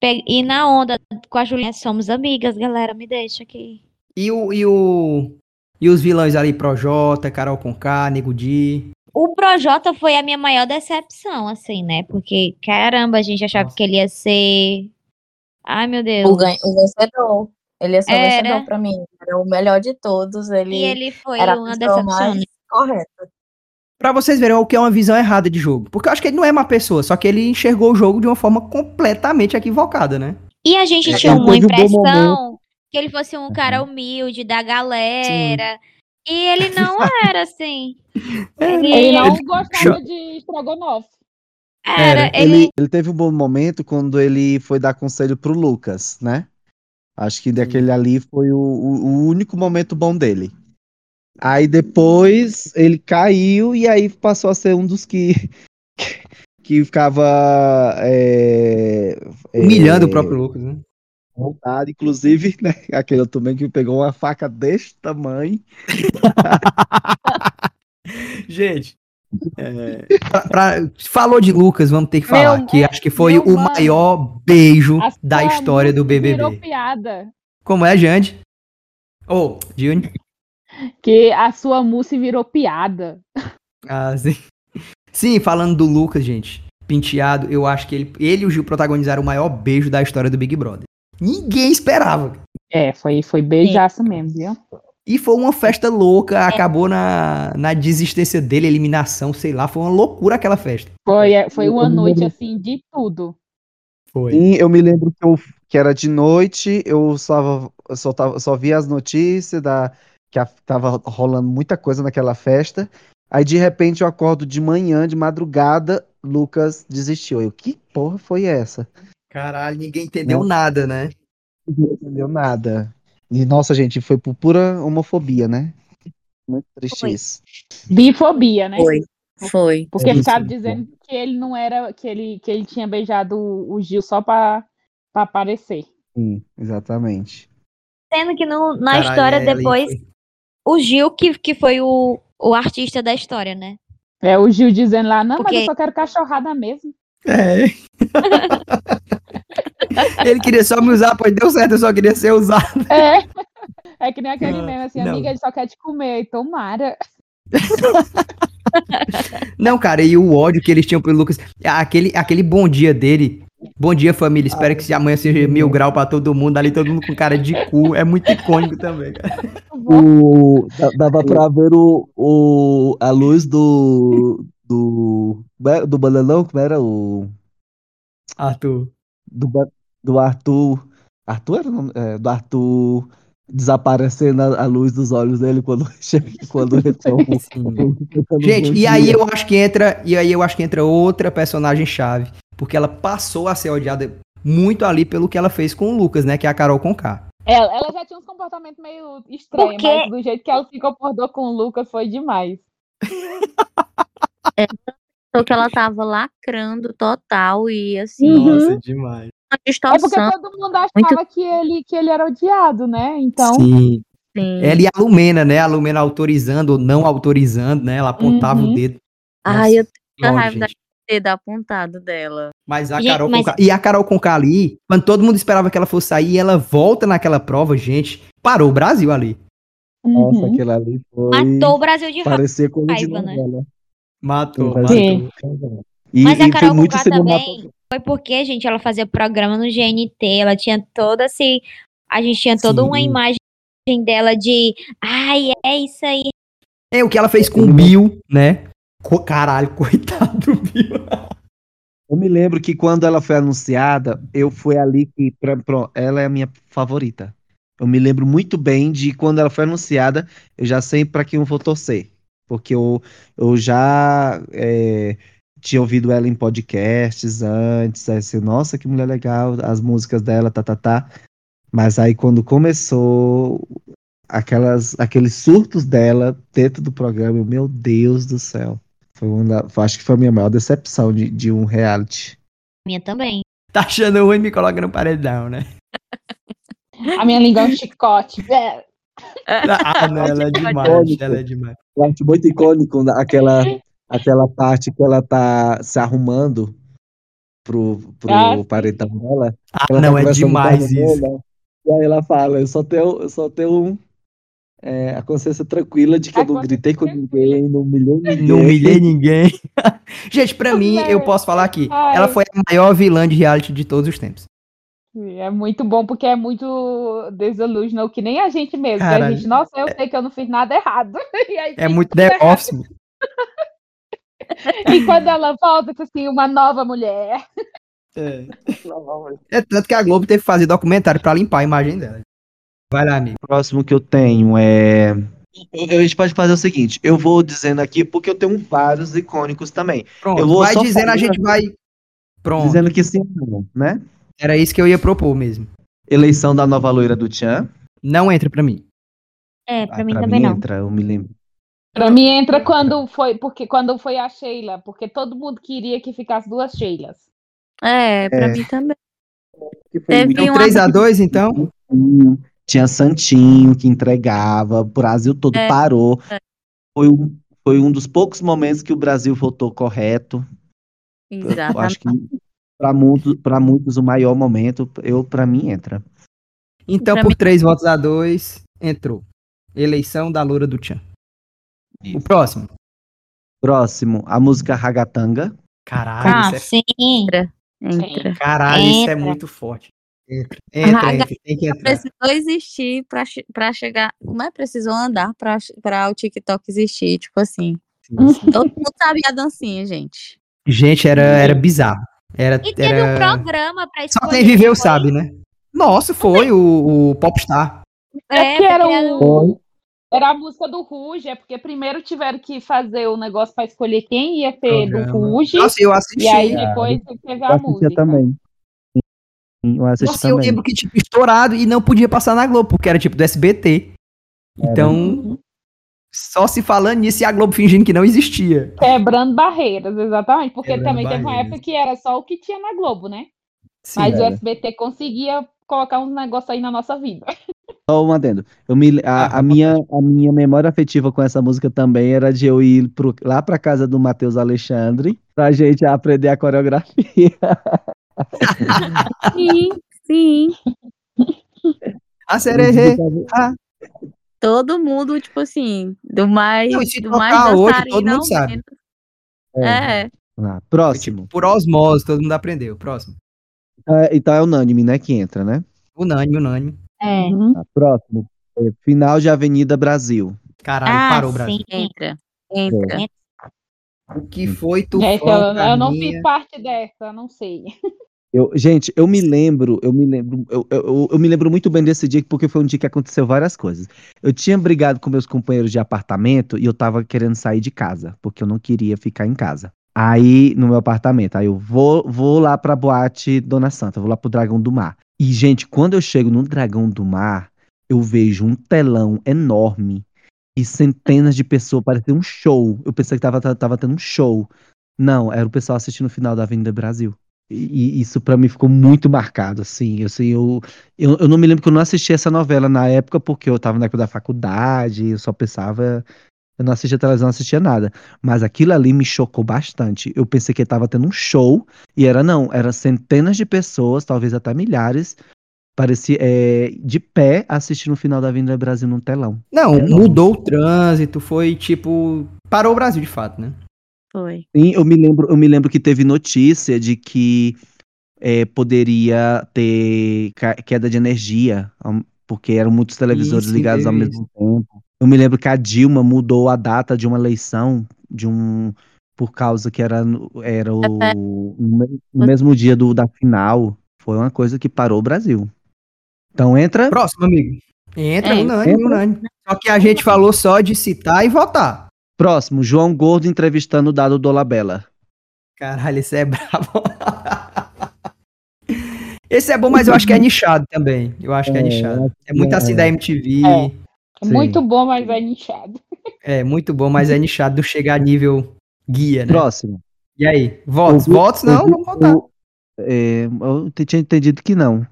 Speaker 5: pe- ir na onda com a Juliette. Somos amigas, galera, me deixa aqui.
Speaker 1: E o, e o e os vilões ali, Projota, Carol Conká, Nego Di.
Speaker 5: O Projota foi a minha maior decepção, assim, né? Porque, caramba, a gente achava
Speaker 1: Nossa.
Speaker 5: que ele ia ser. Ai, meu Deus.
Speaker 4: O, ganha- o vencedor. Ele ia ser o
Speaker 5: Era.
Speaker 4: vencedor pra mim. Era o melhor de todos. Ele,
Speaker 5: E ele foi
Speaker 4: era a
Speaker 5: uma
Speaker 4: pessoa
Speaker 5: decepção.
Speaker 4: mais
Speaker 5: né?
Speaker 4: correta.
Speaker 1: Pra vocês verem o que é uma visão errada de jogo. Porque eu acho que ele não é má pessoa, só que ele enxergou o jogo de uma forma completamente equivocada, né?
Speaker 5: E a gente
Speaker 2: Ele
Speaker 5: tinha uma
Speaker 2: teve um bom
Speaker 5: impressão que ele fosse um cara humilde da galera. E ele não era assim. Ele,
Speaker 3: É, Ele não
Speaker 1: Ele-
Speaker 3: gostava de estrogonofe.
Speaker 5: era.
Speaker 1: era.
Speaker 5: Ele,
Speaker 2: Ele, ele teve um bom momento quando ele foi dar conselho pro Lucas, né? Acho que daquele ali foi o, o- o único momento bom dele. Aí depois ele caiu e aí passou a ser um dos que que ficava é, é,
Speaker 1: Humilhando o próprio Lucas, né?
Speaker 2: vontade, inclusive, né? Aquele outro também que pegou uma faca deste tamanho.
Speaker 1: Gente. pra- pra- falou de Lucas, vamos ter que falar.
Speaker 3: Meu-
Speaker 1: que acho que foi
Speaker 3: meu
Speaker 1: o
Speaker 3: mano.
Speaker 1: maior beijo
Speaker 3: A
Speaker 1: da
Speaker 3: sua
Speaker 1: história do
Speaker 3: música
Speaker 1: BBB.
Speaker 3: Virou piada.
Speaker 1: Como é, Jande? Ô, oh, June.
Speaker 3: Que a sua música virou piada.
Speaker 1: Ah, sim. Sim, falando do Lucas, gente. Penteado, eu acho que ele, ele e o Gil protagonizaram o maior beijo da história do Big Brother. Ninguém esperava.
Speaker 3: É, foi, foi beijaça mesmo, viu?
Speaker 1: E foi uma festa louca, acabou na, na desistência dele, eliminação, sei lá. Foi uma loucura aquela festa.
Speaker 3: Foi, é, foi
Speaker 2: Eu
Speaker 3: uma
Speaker 2: não
Speaker 3: noite
Speaker 2: lembro.
Speaker 3: assim de tudo.
Speaker 1: Foi.
Speaker 2: Sim, eu me lembro que, eu- que era de noite, eu só, eu só, tava- só via as notícias da, que a- tava rolando muita coisa naquela festa. Aí de repente eu acordo de manhã, de madrugada, Lucas desistiu. Eu, que porra foi essa?
Speaker 1: Caralho, ninguém entendeu nada, né?
Speaker 2: Não entendeu nada. E nossa, gente, foi por pura homofobia, né? Muito triste
Speaker 5: Foi.
Speaker 2: isso.
Speaker 3: Bifobia, né?
Speaker 4: Foi. Foi.
Speaker 3: Porque
Speaker 1: É,
Speaker 3: ficaram
Speaker 1: sim.
Speaker 3: dizendo que ele não era, que ele, que ele tinha beijado o o Gil só pra, pra aparecer.
Speaker 2: Sim, exatamente.
Speaker 5: sendo que no- na
Speaker 1: Caralho, é,
Speaker 5: história
Speaker 1: ela aí
Speaker 5: depois,
Speaker 1: foi-
Speaker 5: o Gil, que, que foi o, o artista da história, né?
Speaker 3: É o Gil dizendo lá, não, mas
Speaker 5: Porque-
Speaker 3: eu só quero cachorrada mesmo.
Speaker 1: É. ele queria só me usar, pois deu certo, eu só queria ser usado.
Speaker 3: É. É que nem aquele
Speaker 1: Ah,
Speaker 3: meme assim,
Speaker 1: não.
Speaker 3: amiga, ele só quer te comer, e tomara.
Speaker 1: Não, cara, e o ódio que eles tinham pelo Lucas. Aquele, aquele bom dia dele. Bom dia, família. Espero que amanhã seja mil grau pra todo mundo. Ali todo mundo com cara de cu. É muito icônico também, cara.
Speaker 2: O, da- dava pra ver o, o, a luz do, do, né, do bananão, como era o.
Speaker 1: Arthur.
Speaker 2: do, Ba- do Arthur. Arthur era o nome? É, do Arthur desaparecendo a, a luz dos olhos dele quando chega, quando um entrou o
Speaker 1: Gente, e aí eu acho que entra, e aí eu acho que entra outra personagem chave, porque ela passou a ser odiada muito ali pelo que ela fez com o Lucas, né, que é a Carol Conká.
Speaker 3: Ela, ela já tinha uns comportamentos meio estranhos,
Speaker 5: Porque-
Speaker 3: mas do jeito que ela se comportou com o Lucas foi demais.
Speaker 5: Só que É, ela tava lacrando total e assim,
Speaker 3: Uhum.
Speaker 6: Nossa, demais.
Speaker 5: uma
Speaker 3: É porque
Speaker 5: distorção.
Speaker 3: todo mundo achava que, ele, que ele era odiado, né? Então,
Speaker 6: Sim.
Speaker 5: assim.
Speaker 1: Ela e a Lumena, né? A Lumena autorizando ou não autorizando, né? Ela apontava
Speaker 3: Uhum.
Speaker 1: o dedo. Nossa,
Speaker 5: Ai, Ah, eu tenho
Speaker 1: longe,
Speaker 5: raiva da
Speaker 1: gente.
Speaker 5: dedo apontado dela.
Speaker 1: Mas a
Speaker 5: Gente,
Speaker 1: Carol
Speaker 5: mas-
Speaker 1: Conká- E a Carol Conká ali, quando todo mundo esperava que ela fosse sair, ela volta naquela prova, gente. Parou o Brasil ali.
Speaker 2: Nossa,
Speaker 3: uhum.
Speaker 2: aquilo ali foi.
Speaker 5: Matou o Brasil de raiva.
Speaker 2: Parecia coisa de
Speaker 5: raiva, né?
Speaker 2: novela.
Speaker 1: Matou, matou.
Speaker 2: Sim.
Speaker 3: Sim.
Speaker 2: E,
Speaker 5: Mas
Speaker 2: e
Speaker 5: a
Speaker 2: foi
Speaker 5: Carol
Speaker 2: muito
Speaker 5: Conká
Speaker 2: cinematográfico.
Speaker 5: também foi porque, gente, ela fazia programa no GNT, ela tinha toda assim, a gente tinha toda uma
Speaker 1: Sim.
Speaker 5: imagem dela de, ai, é isso aí.
Speaker 1: É o que ela fez com o Bill, né? Co- Caralho, coitado do Bill.
Speaker 2: Eu me lembro que quando ela foi anunciada, eu fui ali que. pra- pro- ela é a minha favorita. Eu me lembro muito bem de quando ela foi anunciada, eu já sei pra quem eu vou torcer. Porque eu, eu já é, tinha ouvido ela em podcasts antes, aí assim, nossa, que mulher legal, as músicas dela, tá, tá, tá. Mas aí quando começou aquelas, aqueles surtos dela dentro do programa, eu, meu Deus do céu. Foi uma da- foi- acho que foi a minha maior decepção de, de um reality.
Speaker 5: Minha também.
Speaker 1: Tá achando ruim me coloca no paredão, né?
Speaker 3: A minha língua é um chicote. É,
Speaker 1: Ah, não, ela é demais, ela é demais.
Speaker 2: Eu acho muito icônico na- aquela, aquela parte que ela tá se arrumando pro, pro
Speaker 3: Ah, sim.
Speaker 2: paredão dela.
Speaker 1: Ah,
Speaker 2: Ela tá
Speaker 1: não, é
Speaker 2: conversando com a
Speaker 1: demais
Speaker 2: irmã
Speaker 1: isso.
Speaker 2: dela, E aí ela fala, eu só tenho, eu só tenho um, é, a consciência tranquila de que
Speaker 3: A
Speaker 2: eu não
Speaker 3: consciência
Speaker 2: gritei com
Speaker 3: tranquila.
Speaker 2: ninguém, não humilhei ninguém.
Speaker 1: Não humilhei ninguém. Gente, pra mim,
Speaker 3: Velho.
Speaker 1: eu posso falar aqui.
Speaker 3: Ai.
Speaker 1: Ela foi a maior vilã de reality de todos os tempos.
Speaker 3: é muito bom porque é muito desillusional, que nem a gente mesmo. que a
Speaker 1: Caralho.
Speaker 3: gente, nossa, eu sei que eu não fiz nada errado. E aí,
Speaker 1: É muito The Office. mano.
Speaker 3: E quando ela volta, tá assim, uma nova mulher.
Speaker 1: É tanto que a Globo teve que fazer documentário pra limpar a imagem dela. Vai lá, amigo.
Speaker 2: O próximo que eu tenho é. A gente pode fazer o seguinte, eu vou dizendo aqui porque eu tenho vários icônicos também.
Speaker 1: Pronto.
Speaker 2: Eu vou
Speaker 1: vai
Speaker 2: só
Speaker 1: dizendo, a
Speaker 2: falar-
Speaker 1: gente vai. Pronto.
Speaker 2: Dizendo que sim, não, né?
Speaker 1: Era isso que eu ia propor mesmo.
Speaker 2: Eleição da nova loira do Tchan.
Speaker 1: Não entra pra mim.
Speaker 5: É, pra
Speaker 2: Ah,
Speaker 5: mim também não.
Speaker 2: entra, eu me lembro.
Speaker 3: Pra mim entra quando foi, porque quando foi a Sheila, porque todo mundo queria que ficasse duas Sheilas.
Speaker 4: É,
Speaker 2: É.
Speaker 4: pra mim também.
Speaker 2: Que foi
Speaker 4: Teve
Speaker 2: muito
Speaker 1: Então,
Speaker 4: um
Speaker 1: 3x2, então.
Speaker 2: Santinho, Tinha Santinho que entregava, o Brasil todo
Speaker 4: É.
Speaker 2: parou. Foi um, foi um dos poucos momentos que o Brasil votou correto. Eu acho
Speaker 4: Exatamente.
Speaker 2: que para muitos, pra muitos o maior momento, eu para mim entra.
Speaker 1: Então,
Speaker 4: Pra
Speaker 1: por
Speaker 4: mim-
Speaker 1: 3 votos a 2, entrou. Eleição da Loura do Tchan. O próximo.
Speaker 2: Próximo, a música Ragatanga.
Speaker 1: Caralho,
Speaker 5: Ah,
Speaker 1: isso é...
Speaker 5: sim.
Speaker 4: Entra.
Speaker 1: Caralho, isso
Speaker 5: Entra.
Speaker 1: é
Speaker 5: Ah,
Speaker 1: muito forte. Entra, entra,
Speaker 4: Raga-
Speaker 1: entra, tem que entrar.
Speaker 4: Precisou existir pra, che- pra chegar. Não é precisou andar pra, che- pra o TikTok existir. Tipo assim. Todo mundo sabia a dancinha, gente.
Speaker 1: Gente, era, era bizarro. Era,
Speaker 5: E teve um
Speaker 1: era...
Speaker 5: programa pra escolher.
Speaker 1: Só quem viveu
Speaker 5: não foi?
Speaker 1: sabe, né? Nossa, foi o, o Popstar.
Speaker 5: É,
Speaker 3: que era
Speaker 5: porque era um-
Speaker 3: o- Era a música do Ruge, é porque primeiro tiveram que fazer o negócio pra escolher quem ia ter
Speaker 1: Programa.
Speaker 3: do Ruge.
Speaker 1: Nossa, eu assisti.
Speaker 3: E aí
Speaker 2: cara.
Speaker 3: depois teve
Speaker 2: Eu
Speaker 3: a
Speaker 2: assistia
Speaker 3: música.
Speaker 2: também. Sim, eu assisti
Speaker 1: Nossa, eu
Speaker 2: também.
Speaker 1: lembro que, tipo, estourado e não podia passar na Globo, porque era tipo do SBT. Então, só se falando nisso e a Globo fingindo que não existia.
Speaker 3: Quebrando barreiras, exatamente. Porque
Speaker 1: Quebrando
Speaker 3: também teve uma
Speaker 1: barreiras.
Speaker 3: época que era só o que tinha na Globo, né?
Speaker 1: Sim,
Speaker 3: Mas o
Speaker 2: era.
Speaker 3: SBT conseguia colocar uns negócios aí na nossa vida.
Speaker 2: Só um adendo. Eu me, a, a minha, a minha memória afetiva com essa música também era de eu ir pro- lá pra casa do Matheus Alexandre pra gente aprender a coreografia.
Speaker 4: Sim, sim.
Speaker 1: a é
Speaker 5: Uhum.
Speaker 1: cereja.
Speaker 4: Todo mundo, tipo assim, do mais.
Speaker 1: Não, e se
Speaker 4: do mais
Speaker 1: tocar hoje,
Speaker 4: dançarino
Speaker 1: todo mundo
Speaker 4: ao
Speaker 5: né?
Speaker 1: sabe.
Speaker 4: menos.
Speaker 2: É.
Speaker 4: É.
Speaker 2: Vamos lá, próximo.
Speaker 1: Tipo, por osmose, todo mundo aprendeu. Próximo.
Speaker 2: Ah, então é unânime, né? Que entra, né?
Speaker 1: Unânime, unânime.
Speaker 5: É.
Speaker 2: Tá, próximo. É, final de Avenida Brasil.
Speaker 1: Caralho,
Speaker 5: Ah,
Speaker 1: parou o Brasil.
Speaker 5: sim.
Speaker 4: Entra. Entra.
Speaker 1: O que foi tu Hum.
Speaker 3: Gente, É, então, eu, eu não
Speaker 1: minha...
Speaker 3: fiz parte dessa, não sei.
Speaker 2: Eu, gente, eu me lembro, eu me lembro, eu, eu, eu me lembro muito bem desse dia, porque foi um dia que aconteceu várias coisas. Eu tinha brigado com meus companheiros de apartamento e eu tava querendo sair de casa, porque eu não queria ficar em casa. Aí, no meu apartamento, aí eu vou, vou lá pra boate Dona Santa, vou lá pro Dragão do Mar. E, gente, quando eu chego no Dragão do Mar, eu vejo um telão enorme e centenas de pessoas, parecia um show. Eu pensei que tava, tava, tava tendo um show. Não, era o pessoal assistindo o final da Avenida Brasil. E isso para mim ficou muito marcado, assim. Eu, assim eu, eu, eu não me lembro que eu não assisti essa novela na época, porque eu tava na época da faculdade, eu só pensava. Eu não assistia televisão, não assistia nada. Mas aquilo ali me chocou bastante. Eu pensei que tava tendo um show, e era não, era centenas de pessoas, talvez até milhares, parecia é, de pé assistindo o final da Avenida Brasil num telão.
Speaker 1: Não, mudou o trânsito, foi tipo. Parou o Brasil de fato, né?
Speaker 4: Foi.
Speaker 2: Sim, eu me lembro, eu me lembro que teve notícia de que é, poderia ter ca- queda de energia, um, porque eram muitos televisores
Speaker 1: Isso,
Speaker 2: ligados ao
Speaker 1: teve
Speaker 2: mesmo tempo. Eu me lembro que a Dilma mudou a data de uma eleição de um por causa que era no- era o no me- no mesmo dia do da final. Foi uma coisa que parou o Brasil. Então entra
Speaker 1: Próximo, amigo. Entra,
Speaker 4: É,
Speaker 1: unânime,
Speaker 2: entra.
Speaker 1: unânime. Só que a gente falou só de citar e votar.
Speaker 2: próximo, João Gordo entrevistando o Dado Dolabella.
Speaker 1: Caralho, esse é brabo. Esse é bom, mas eu acho que é nichado também. Eu acho que é
Speaker 2: É,
Speaker 1: nichado. É
Speaker 2: que
Speaker 1: muito
Speaker 2: é.
Speaker 1: assim da MTV.
Speaker 3: É.
Speaker 2: Sim.
Speaker 3: Muito bom, mas é nichado.
Speaker 1: É, muito bom, mas é nichado do chegar a nível guia, né?
Speaker 2: Próximo.
Speaker 1: E aí? Votos?
Speaker 2: O-
Speaker 1: votos não,
Speaker 2: o-
Speaker 1: vamos votar.
Speaker 2: o- é, eu te- tinha entendido que não.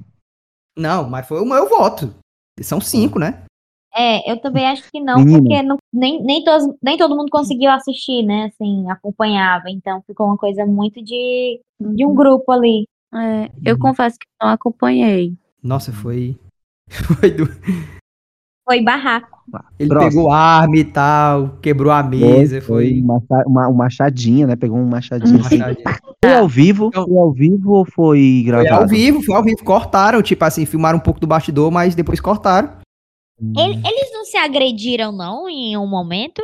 Speaker 1: Não, mas foi o meu voto. São cinco, né?
Speaker 5: É, eu também acho que não,
Speaker 2: Menina.
Speaker 5: porque não- nem, nem, tos- nem todo mundo conseguiu assistir, né? Assim, acompanhava. Então ficou uma coisa muito de, de um grupo ali.
Speaker 4: É, eu
Speaker 1: Uhum.
Speaker 4: confesso que não acompanhei.
Speaker 1: Nossa, foi. Foi do...
Speaker 5: Foi barraco.
Speaker 1: Ele
Speaker 2: Próximo.
Speaker 1: pegou arma e tal, quebrou a mesa,
Speaker 2: um,
Speaker 1: foi.
Speaker 2: macha- uma, um machadinha, né? Pegou um machadinho. assim. Foi
Speaker 4: Tá.
Speaker 2: ao vivo?
Speaker 1: Então-
Speaker 2: Foi ao vivo ou foi
Speaker 1: Foi
Speaker 2: gravado?
Speaker 1: ao vivo, foi ao vivo. Cortaram, tipo assim, filmaram um pouco do bastidor, mas depois cortaram.
Speaker 2: Hum,
Speaker 5: Ele- eles não se agrediram, não, em um momento?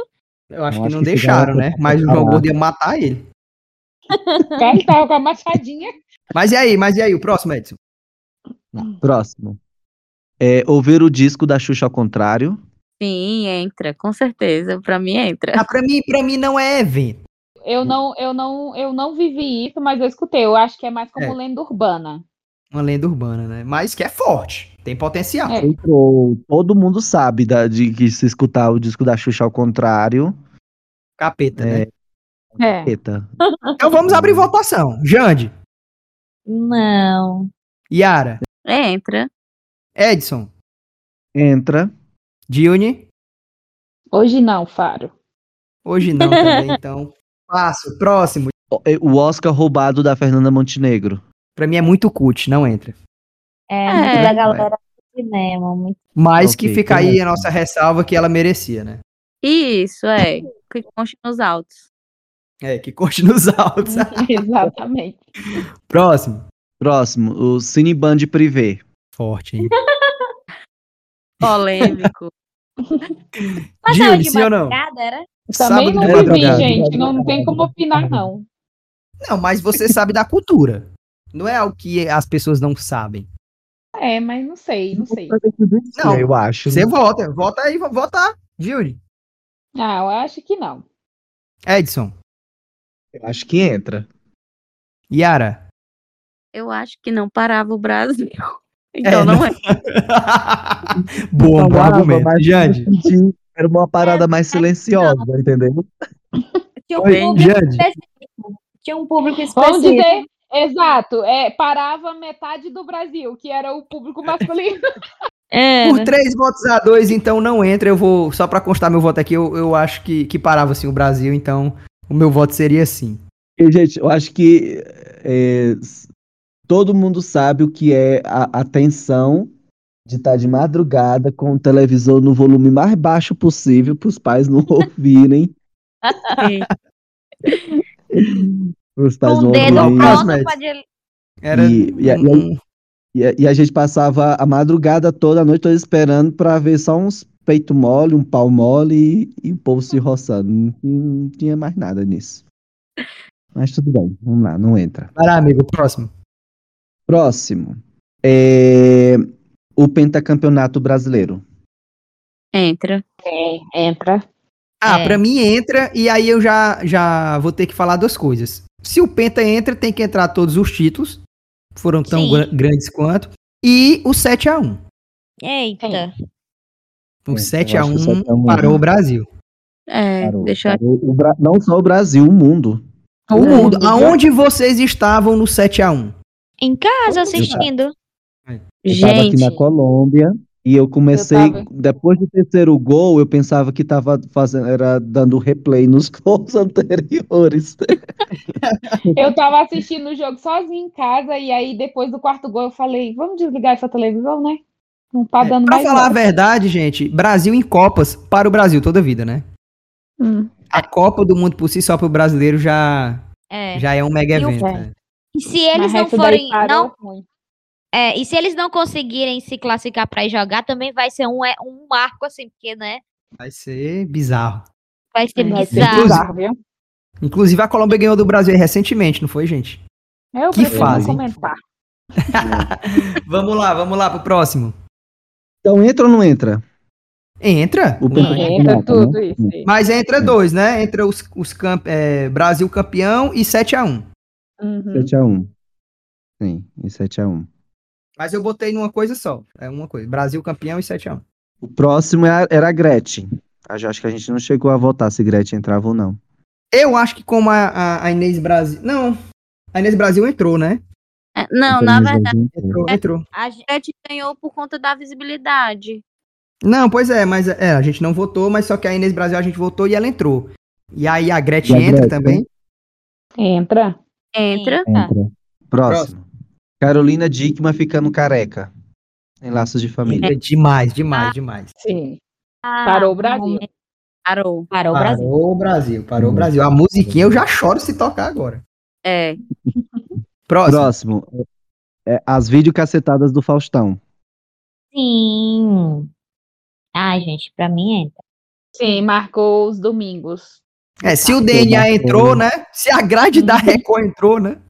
Speaker 1: Eu acho
Speaker 2: Eu
Speaker 1: que
Speaker 2: acho
Speaker 1: não
Speaker 2: que
Speaker 1: deixaram,
Speaker 2: fizeram um
Speaker 1: né?
Speaker 2: pra
Speaker 1: Mas o João
Speaker 2: falar.
Speaker 1: Gordo ia matar ele.
Speaker 3: O cara tava com a machadinha.
Speaker 1: Mas e aí, mas e aí, o próximo, Edson?
Speaker 2: Próximo. É, ouvir o disco da Xuxa ao contrário.
Speaker 4: Sim, entra, com certeza. Pra mim entra.
Speaker 1: Ah, pra mim, pra mim não é evento.
Speaker 3: Eu não, eu não, eu não vivi isso, mas eu escutei. Eu acho que é mais como
Speaker 1: É.
Speaker 3: lenda urbana.
Speaker 1: Uma lenda urbana, né? Mas que é forte, tem potencial.
Speaker 3: É.
Speaker 2: Entrou. Todo mundo sabe da- de que se escutar o disco da Xuxa ao contrário.
Speaker 1: Capeta, né?
Speaker 3: É.
Speaker 2: Eita.
Speaker 1: Então vamos abrir votação. Jande,
Speaker 5: Não.
Speaker 1: Yara,
Speaker 4: Entra.
Speaker 1: Edson,
Speaker 2: Entra.
Speaker 1: Dione.
Speaker 3: Hoje não, Faro.
Speaker 1: Hoje não também, então. Passo, próximo.
Speaker 2: O- é, O Oscar roubado da Fernanda Montenegro.
Speaker 1: Pra mim é muito cut, não entra.
Speaker 5: É,
Speaker 4: É,
Speaker 5: muito da
Speaker 2: mas-
Speaker 5: galera do cinema. Muito...
Speaker 1: Mas
Speaker 2: Ok,
Speaker 1: que fica
Speaker 2: então
Speaker 1: aí
Speaker 2: é.
Speaker 1: a nossa ressalva que ela merecia, né?
Speaker 4: Isso, é. Que conste nos autos.
Speaker 1: É, que conte nos altos.
Speaker 3: Exatamente.
Speaker 1: Próximo.
Speaker 2: Próximo, o Cineband Privé.
Speaker 1: Forte, hein?
Speaker 4: Polêmico.
Speaker 5: Passava
Speaker 1: Dione,
Speaker 5: de
Speaker 1: sim ou não?
Speaker 5: madrugada, era?
Speaker 3: Também
Speaker 1: Sábado de
Speaker 3: não vivi,
Speaker 1: madrugada.
Speaker 3: gente. Não tem como opinar, não.
Speaker 1: Não, mas você sabe da cultura. Não é algo que as pessoas não sabem.
Speaker 3: É, mas não sei, não sei.
Speaker 1: Não,
Speaker 2: eu acho.
Speaker 1: Você vota, vota aí, vo- vota. Dione.
Speaker 3: Ah, eu acho que não.
Speaker 1: Edson,
Speaker 2: Eu acho que entra.
Speaker 1: Yara.
Speaker 4: Eu acho que não parava o Brasil. Então não,
Speaker 1: não-
Speaker 4: é.
Speaker 1: Bom, bom
Speaker 2: Falava,
Speaker 1: argumento.
Speaker 2: mas-
Speaker 1: Jande.
Speaker 2: Era uma parada mais silenciosa, entendeu?
Speaker 5: Tinha um
Speaker 1: Oi,
Speaker 5: público
Speaker 1: Jande.
Speaker 5: específico. Tinha um público
Speaker 3: Vamos
Speaker 5: específico.
Speaker 3: dizer, exato, é, parava metade do Brasil, que era o público masculino.
Speaker 4: É,
Speaker 1: Por três votos a dois, então não entra. Eu vou, só pra constar meu voto aqui, eu, eu acho que, que parava assim o Brasil, então o meu voto seria assim. sim.
Speaker 2: E, gente, eu acho que é, s- todo mundo sabe o que é a, a tensão de estar de madrugada com o televisor no volume mais baixo possível para os pais não ouvirem.
Speaker 4: sim.
Speaker 2: Pros
Speaker 5: Com
Speaker 2: pais
Speaker 5: um
Speaker 2: não
Speaker 5: dedo
Speaker 1: Não,
Speaker 2: ouvirem.
Speaker 1: próximo,
Speaker 5: pronto
Speaker 1: Edson.
Speaker 5: pra de-
Speaker 1: Era
Speaker 2: E- e-
Speaker 1: um- um-
Speaker 2: E, a- e a gente passava a madrugada toda, a noite toda esperando para ver só uns peito mole, um pau mole e, e o povo se roçando. Não, não tinha mais nada nisso. Mas tudo bem, vamos lá, não entra.
Speaker 1: Vai lá, amigo, próximo.
Speaker 2: Próximo. É... O pentacampeonato brasileiro.
Speaker 6: Entra.
Speaker 3: É, entra.
Speaker 1: Ah,
Speaker 5: É.
Speaker 1: pra mim entra, e aí eu já, já vou ter que falar duas coisas. Se o Penta entra, tem que entrar todos os títulos, foram tão
Speaker 5: Sim.
Speaker 1: gra- grandes quanto, e o 7x1.
Speaker 5: Eita.
Speaker 1: O
Speaker 2: É, eu acho que o
Speaker 1: 7x1
Speaker 2: 7 a 1
Speaker 1: parou o Brasil.
Speaker 6: É,
Speaker 2: Parou,
Speaker 6: deixa eu...
Speaker 2: parou o Bra- Não só o Brasil, o mundo.
Speaker 1: O
Speaker 6: É.
Speaker 1: mundo, aonde vocês estavam no 7x1?
Speaker 5: Em casa assistindo.
Speaker 2: Eu tava aqui
Speaker 6: Gente,
Speaker 2: na Colômbia e eu comecei,
Speaker 3: Eu tava-
Speaker 2: depois do terceiro gol, eu pensava que tava fazendo, era dando replay nos gols anteriores.
Speaker 3: Eu tava assistindo o jogo sozinha em casa, e aí depois do quarto gol eu falei, vamos desligar essa televisão, né? Não tá dando
Speaker 1: É, Pra
Speaker 3: mais
Speaker 1: falar a
Speaker 3: nada.
Speaker 1: verdade, gente, Brasil em Copas, para o Brasil toda a vida, né?
Speaker 3: Hum.
Speaker 1: A Copa do Mundo por si só pro brasileiro já,
Speaker 5: É.
Speaker 1: já é um mega
Speaker 5: E o
Speaker 1: evento.
Speaker 3: velho?
Speaker 1: né?
Speaker 5: E se eles
Speaker 3: Mas
Speaker 5: não
Speaker 3: isso daí
Speaker 5: forem.
Speaker 3: parou
Speaker 5: Não,
Speaker 3: muito.
Speaker 5: é, e se eles não conseguirem se classificar pra ir jogar, também vai ser um, é, um marco, assim, porque, né?
Speaker 1: Vai ser bizarro.
Speaker 5: Vai ser
Speaker 3: Vai ser
Speaker 5: bizarro.
Speaker 3: bizarro, viu?
Speaker 1: Inclusive, a Colômbia ganhou do Brasil aí recentemente, não foi, gente?
Speaker 3: Eu
Speaker 1: Que
Speaker 3: prefiro não
Speaker 1: fase, hein?
Speaker 3: comentar.
Speaker 1: Vamos lá, vamos lá pro próximo.
Speaker 2: Então entra ou não entra?
Speaker 1: Entra?
Speaker 2: O
Speaker 1: Ué.
Speaker 2: Penta-
Speaker 3: Entra
Speaker 2: Não,
Speaker 3: tudo
Speaker 2: né?
Speaker 3: isso. aí.
Speaker 1: Mas entra dois, né? Entra os, os camp- é, Brasil campeão e 7x1.
Speaker 6: Hum.
Speaker 3: Uhum.
Speaker 2: 7x1. Sim, e 7x1.
Speaker 1: Mas eu botei numa coisa só. É uma coisa. Brasil campeão e 7x1.
Speaker 2: O próximo é a- era a Gretchen. Eu já acho que a gente não chegou a votar se Gretchen entrava ou não.
Speaker 1: Eu acho que como a, a- a Inês Brasil. Não. A Inês Brasil entrou, né?
Speaker 6: é,
Speaker 2: Então,
Speaker 6: não, na verdade,
Speaker 2: um
Speaker 1: Entrou, entrou.
Speaker 6: a gente ganhou por conta da visibilidade.
Speaker 1: Não, pois é, mas é, a gente não votou, mas só que a Inês Brasil a gente votou e ela entrou. E aí a Gretchen
Speaker 2: E a
Speaker 1: entra
Speaker 2: Gretchen?
Speaker 1: também.
Speaker 3: Entra.
Speaker 6: Entra.
Speaker 5: Eita.
Speaker 2: Entra. Tá. Próximo. Carolina Dickman ficando careca. Em laços de família.
Speaker 1: É demais, demais, demais.
Speaker 3: Sim.
Speaker 6: Ah,
Speaker 3: Parou o Brasil.
Speaker 6: momento. Parou.
Speaker 5: Parou É o Brasil.
Speaker 1: Parou o Brasil,
Speaker 2: Uhum.
Speaker 1: parou o Brasil. A musiquinha eu já choro se tocar agora.
Speaker 6: É.
Speaker 1: Próximo.
Speaker 2: Próximo. É, as videocacetadas do Faustão.
Speaker 5: Sim. Ai, gente, pra mim entra.
Speaker 3: Sim, marcou os domingos.
Speaker 1: É, se o DNA entrou, né? Se a grade da Record entrou, né?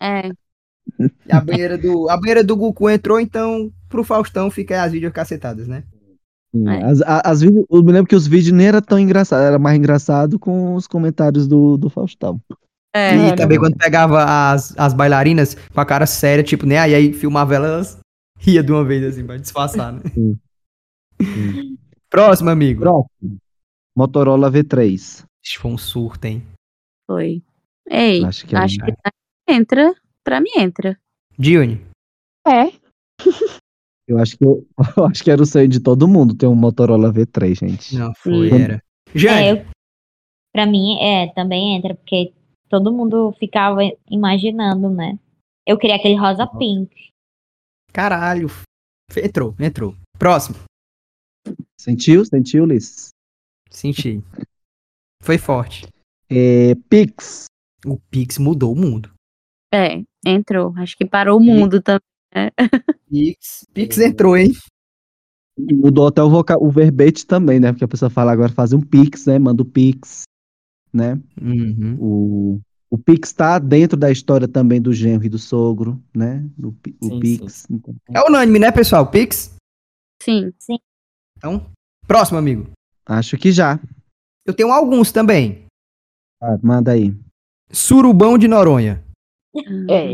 Speaker 6: É.
Speaker 1: E A banheira do, a banheira do Goku entrou, então pro Faustão fica aí as videocacetadas, né?
Speaker 2: Sim,
Speaker 6: É.
Speaker 2: As, a- as vide- eu me lembro que os vídeos nem eram tão engraçados, era mais engraçado com os comentários do, do Faustão.
Speaker 6: É.
Speaker 1: e
Speaker 3: né?
Speaker 1: também quando pegava as, as bailarinas com a cara séria, tipo, né? Aí, aí filmava elas, ria de uma vez, assim, pra disfarçar, né?
Speaker 2: Sim. Sim.
Speaker 1: Próximo, amigo.
Speaker 2: Próximo. Motorola V3.
Speaker 1: Isso foi um surto, hein?
Speaker 6: Foi. Ei, acho
Speaker 2: Acho que é
Speaker 6: que,
Speaker 2: era
Speaker 6: entra. Pra mim entra.
Speaker 1: Dione.
Speaker 3: É.
Speaker 2: Eu acho que, eu, eu acho que era o sonho de todo mundo ter um Motorola V3, gente.
Speaker 1: Não, foi,
Speaker 6: Hum.
Speaker 2: Sim.
Speaker 1: era. Jane,
Speaker 5: É, eu, pra mim, é, também entra, porque todo mundo ficava imaginando, né? Eu queria aquele rosa pink.
Speaker 1: caralho. Entrou, entrou. Próximo.
Speaker 2: Sentiu? Sentiu, Ulisses?
Speaker 1: Senti. Foi forte.
Speaker 2: É, Pix.
Speaker 1: O Pix mudou o mundo.
Speaker 6: É, entrou. Acho que parou o mundo também. né?
Speaker 1: Pix, Pix entrou, hein?
Speaker 2: E Mudou até o, voca... o verbete também, né? Porque a pessoa fala agora fazer um pix, né? Manda o pix, né?
Speaker 1: Uhum.
Speaker 2: O, o pix tá dentro da história também do genro e do sogro, né? O, pi- o
Speaker 1: Sim,
Speaker 2: pix. Então,
Speaker 1: É unânime, né, pessoal? Pix?
Speaker 6: Sim.
Speaker 1: Próximo, amigo.
Speaker 2: acho que já.
Speaker 1: Eu tenho alguns também.
Speaker 2: Ah, manda aí.
Speaker 1: Surubão de Noronha.
Speaker 3: É.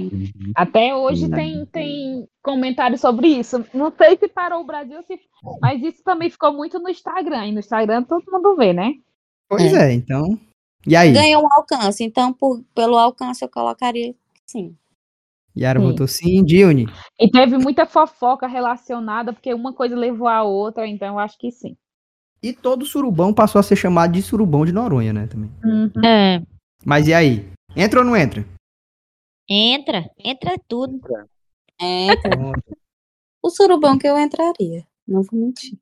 Speaker 3: Até hoje
Speaker 2: Hum.
Speaker 3: tem, tem comentário sobre isso. Não sei se parou o Brasil, se... mas isso também ficou muito no Instagram. E no Instagram todo mundo vê, né?
Speaker 1: Pois é, então. E aí?
Speaker 4: Ganhou um alcance, então por, pelo alcance eu colocaria sim.
Speaker 1: Yara
Speaker 3: Sim.
Speaker 1: votou sim, Dione.
Speaker 3: E teve muita fofoca relacionada, porque uma coisa levou a outra, então eu acho que sim.
Speaker 1: E todo surubão passou a ser chamado de surubão de Noronha, né? Também.
Speaker 5: É.
Speaker 1: Mas e aí? Entra ou não entra?
Speaker 5: Entra, entra tudo.
Speaker 4: Entra.
Speaker 1: Pronto.
Speaker 4: o surubão que eu entraria. Não vou mentir.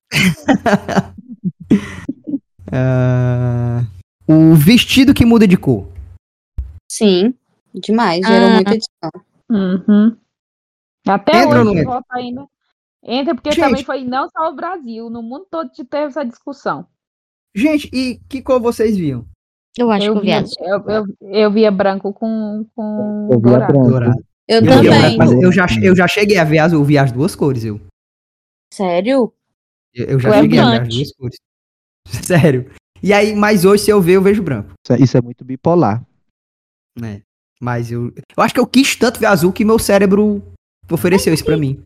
Speaker 1: Ah, o vestido que muda de cor.
Speaker 4: Sim. Demais. Gerou
Speaker 5: Ah.
Speaker 4: muita edição.
Speaker 3: Uhum. Até
Speaker 1: Entra ou
Speaker 3: hoje
Speaker 1: não
Speaker 3: eu
Speaker 1: entra?
Speaker 3: voto ainda. Entra, porque
Speaker 1: Gente.
Speaker 3: também foi não só o Brasil, no mundo todo te teve essa discussão.
Speaker 1: Gente, e que cor vocês viam?
Speaker 5: Eu um- acho
Speaker 3: eu,
Speaker 5: que o
Speaker 3: via,
Speaker 5: viado.
Speaker 3: eu, eu, eu via branco com, com
Speaker 2: Eu vi a
Speaker 3: dourado.
Speaker 2: branca.
Speaker 1: Dourado.
Speaker 4: Eu
Speaker 1: Meu
Speaker 2: né?
Speaker 1: Deus,
Speaker 4: também.
Speaker 1: mas eu já, eu já cheguei a ver as, eu vi as duas cores, eu.
Speaker 4: Sério?
Speaker 1: Eu eu já
Speaker 4: Ué,
Speaker 1: cheguei a ver as
Speaker 4: Dante.
Speaker 1: duas cores. Sério. E aí, mas hoje se eu ver, eu vejo branco,
Speaker 2: Isso é- Isso é muito bipolar.
Speaker 1: né? Mas eu, eu acho que eu quis tanto ver azul que meu cérebro ofereceu isso pra mim.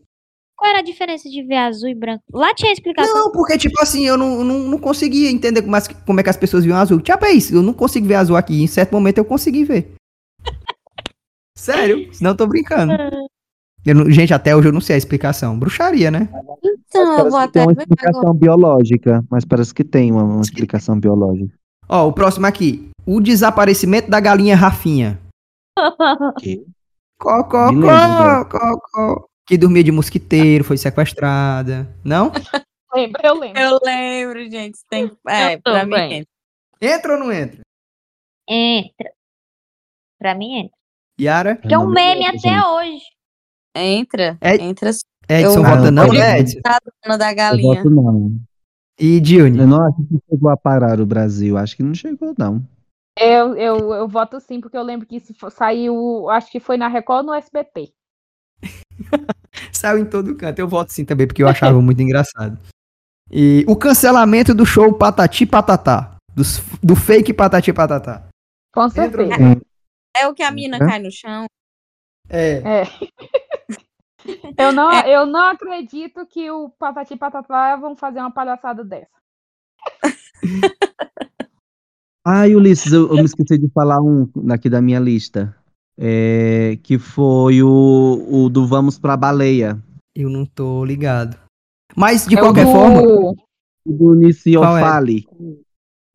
Speaker 5: Qual era a diferença de ver azul e branco? Lá tinha explicação.
Speaker 1: Não, porque tipo assim, eu não, não, não conseguia entender como, as- como é que as pessoas viam azul. Tipo, é isso, eu não consigo ver azul aqui. Em certo momento eu consegui ver. Sério, não tô brincando. Eu não- gente, até hoje eu não sei a explicação. Bruxaria, né?
Speaker 4: Então, eu vou
Speaker 2: que tem
Speaker 4: até
Speaker 2: uma
Speaker 4: ver agora.
Speaker 2: explicação biológica, mas parece que tem uma, uma explicação biológica.
Speaker 1: Ó, o próximo aqui. O desaparecimento da galinha Rafinha. Cocó,
Speaker 2: Me lembro,
Speaker 1: cocó. Que dormia de mosquiteiro, foi sequestrada. Não?
Speaker 3: Lembro, eu lembro.
Speaker 4: Eu lembro, gente. Tem... É,
Speaker 7: Eu
Speaker 4: pra mim.
Speaker 7: também.
Speaker 4: entra.
Speaker 1: Entra ou não entra?
Speaker 5: Entra. Pra mim entra.
Speaker 1: Yara?
Speaker 5: Que é um
Speaker 2: Não,
Speaker 5: meme
Speaker 2: gente.
Speaker 5: até hoje.
Speaker 4: Entra.
Speaker 1: É-
Speaker 4: Entra.
Speaker 1: Edson
Speaker 4: Eu-
Speaker 1: vota
Speaker 2: Ah,
Speaker 1: não,
Speaker 2: eu-
Speaker 1: né, Edson?
Speaker 4: Dona da
Speaker 2: Eu
Speaker 4: galinha.
Speaker 2: voto não.
Speaker 1: E Dione?
Speaker 2: Eu não acho que chegou a parar o Brasil. Acho que não chegou, não.
Speaker 3: Eu, eu, eu voto sim, porque eu lembro que isso fo- saiu, acho que foi na Record ou no SBT.
Speaker 1: Saiu em todo canto. Eu voto sim também, porque eu achava muito engraçado. E o cancelamento do show Patati Patatá. Dos- do fake Patati Patatá.
Speaker 3: Com
Speaker 1: Entra ou
Speaker 3: certeza.
Speaker 1: não
Speaker 4: É o que a mina
Speaker 2: Hã?
Speaker 4: cai no chão.
Speaker 1: É.
Speaker 3: Eu não, eu não acredito que o Patati e Patatá vão fazer uma palhaçada dessa.
Speaker 2: Ai, Ulisses, eu, eu me esqueci de falar um daqui da minha lista. É, que foi o, o do Vamos pra Baleia.
Speaker 1: Eu não tô ligado. Mas, de
Speaker 3: É o
Speaker 1: qualquer
Speaker 3: do-
Speaker 1: forma.
Speaker 2: O Do
Speaker 1: Qual era?
Speaker 2: Niciofale.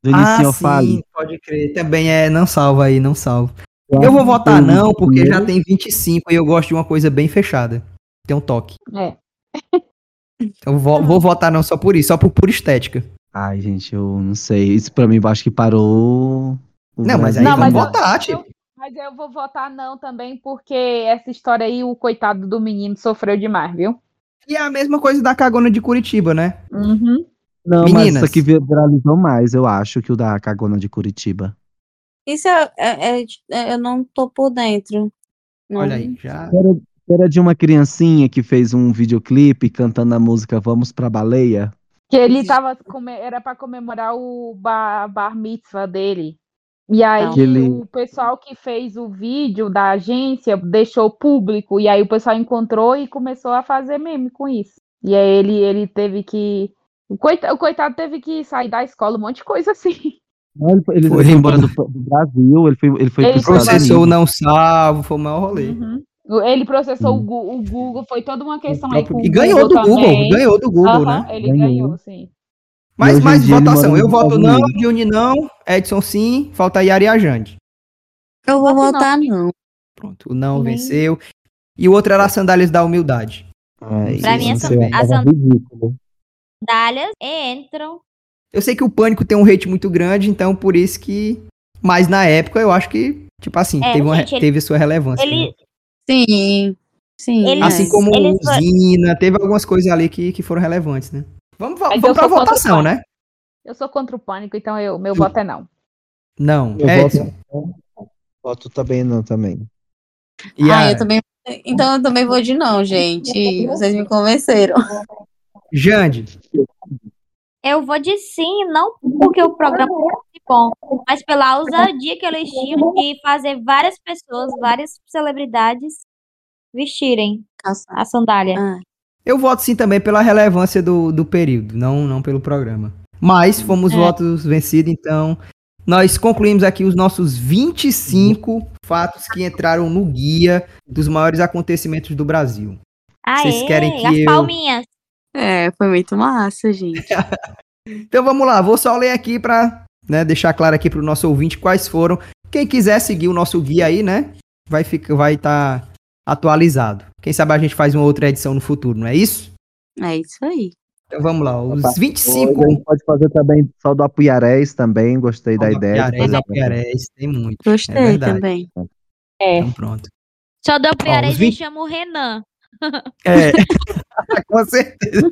Speaker 2: Do
Speaker 1: Ah,
Speaker 2: Niciofale.
Speaker 1: sim, pode crer. Também é, não salva aí, não salva.
Speaker 2: Eu
Speaker 1: Eu vou
Speaker 2: acho que
Speaker 1: votar
Speaker 2: foi o
Speaker 1: não, porque já
Speaker 2: primeiro.
Speaker 1: tem 25 e eu gosto de uma coisa bem fechada. Tem um toque.
Speaker 3: É.
Speaker 1: Eu
Speaker 3: Tá
Speaker 1: vou, vou votar não só por isso, só por pura estética.
Speaker 2: Ai, gente, eu não sei. Isso pra mim, eu acho que parou. o
Speaker 1: Não, mas aí
Speaker 2: Brasil.
Speaker 3: Não,
Speaker 1: vamos
Speaker 3: mas eu-
Speaker 1: votar, tio.
Speaker 3: eu- Mas eu vou votar não também, porque essa história aí, o coitado do menino sofreu demais, viu?
Speaker 1: E é a mesma coisa da cagona de Curitiba, né?
Speaker 3: Uhum.
Speaker 2: Não, mas
Speaker 1: Meninas.
Speaker 2: isso aqui viralizou mais, eu acho, que o da Cagona de Curitiba.
Speaker 4: Isso é, é- é- é- Eu não tô por dentro. Não.
Speaker 1: Olha aí, já.
Speaker 2: Era, era de uma criancinha que fez um videoclipe cantando a música Vamos pra Baleia.
Speaker 3: Que ele tava come- era para comemorar o bar, bar mitzvah dele. E aí
Speaker 1: Tá.
Speaker 2: Que ele-
Speaker 3: o pessoal que fez o vídeo da agência deixou público e aí o pessoal encontrou e começou a fazer meme com isso. E aí ele ele teve que o coitado, o coitado teve que sair da escola, um monte de coisa assim.
Speaker 2: Não, Ele, ele
Speaker 1: Foi.
Speaker 2: foi embora do, do Brasil, ele foi, ele foi
Speaker 3: Ele
Speaker 2: pros Estados
Speaker 1: Processou o
Speaker 2: Unidos.
Speaker 1: não salvo, foi o maior rolê.
Speaker 3: Uhum. Ele processou o
Speaker 2: Hum.
Speaker 3: Gu- o Google, foi toda uma questão Então, aí
Speaker 1: Próprio-
Speaker 3: com
Speaker 1: E
Speaker 3: o
Speaker 1: ganhou do Google,
Speaker 3: também.
Speaker 1: ganhou do Google,
Speaker 3: Aham,
Speaker 1: né?
Speaker 3: Ele
Speaker 2: Ganhou.
Speaker 3: ganhou, sim.
Speaker 2: E
Speaker 1: Mas
Speaker 2: hoje em
Speaker 1: mais
Speaker 2: dia ele
Speaker 1: votação.
Speaker 2: mora
Speaker 1: Eu
Speaker 2: nos
Speaker 1: voto
Speaker 2: Estados
Speaker 1: não,
Speaker 2: Unidos.
Speaker 1: Dione não, Edson sim, falta Yara e a Jande.
Speaker 4: Eu vou
Speaker 3: Voto não.
Speaker 4: votar não.
Speaker 1: Pronto, o não
Speaker 5: Nem-
Speaker 1: venceu. E o outro era as sandálias da humildade.
Speaker 2: Ai,
Speaker 1: Pra
Speaker 5: mim,
Speaker 2: Ah, isso
Speaker 5: essa-
Speaker 2: eu
Speaker 5: as
Speaker 2: achava
Speaker 5: and-
Speaker 2: ridículo.
Speaker 5: Dálias entram.
Speaker 1: Eu sei que o pânico tem um hate muito grande, então por isso que. Mas na época eu acho que, tipo assim,
Speaker 5: É,
Speaker 1: teve, uma,
Speaker 5: gente, ele-
Speaker 1: teve sua relevância. né?
Speaker 5: Ele,
Speaker 7: Sim. Sim.
Speaker 5: Ele-
Speaker 1: Assim
Speaker 5: mas
Speaker 1: como
Speaker 5: ele foi-
Speaker 1: usina, teve algumas coisas ali que, que foram relevantes, né? Vamos, va-
Speaker 3: Mas eu
Speaker 1: vamos pra
Speaker 3: sou contra o
Speaker 1: votação,
Speaker 3: pânico.
Speaker 1: né?
Speaker 3: Eu sou contra o pânico, então eu, meu
Speaker 1: Ju-
Speaker 3: voto é não.
Speaker 1: Não.
Speaker 2: Eu
Speaker 1: Edson,
Speaker 2: voto, voto também não, também.
Speaker 4: Ah, eu
Speaker 1: Yara,
Speaker 4: também. Então eu também vou de não, gente. Vocês me convenceram.
Speaker 1: Jande.
Speaker 5: eu vou de sim, não porque o programa é bom, mas pela ousadia que eles tinham de fazer várias pessoas, várias celebridades vestirem a sandália.
Speaker 4: Ah,
Speaker 1: Eu voto sim também pela relevância do, do período, não, não pelo programa. Mas fomos
Speaker 4: É.
Speaker 1: votos vencidos, então nós concluímos aqui os nossos 25 fatos que entraram no guia dos maiores acontecimentos do Brasil.
Speaker 5: Aê,
Speaker 1: Vocês querem que
Speaker 5: as
Speaker 1: eu-
Speaker 5: palminhas.
Speaker 7: É, foi muito massa, gente.
Speaker 1: Então vamos lá, vou só ler aqui pra né, deixar claro aqui pro nosso ouvinte quais foram. Quem quiser seguir o nosso guia aí, né? Vai ficar, vai estar atualizado. Quem sabe a gente faz uma outra edição no futuro, não é isso?
Speaker 7: É isso aí.
Speaker 1: Então vamos lá, os
Speaker 2: Opa, Ou a
Speaker 1: 25
Speaker 2: gente pode fazer também só do Apuiarés também, gostei da ideia.
Speaker 1: Apiarés,
Speaker 2: de fazer
Speaker 1: Apiarés, é tem muito. É
Speaker 7: Gostei
Speaker 1: verdade.
Speaker 7: também.
Speaker 3: É.
Speaker 1: Então pronto.
Speaker 5: Só do Piarez
Speaker 1: vinte-
Speaker 5: e chama o Renan.
Speaker 1: É. Com certeza.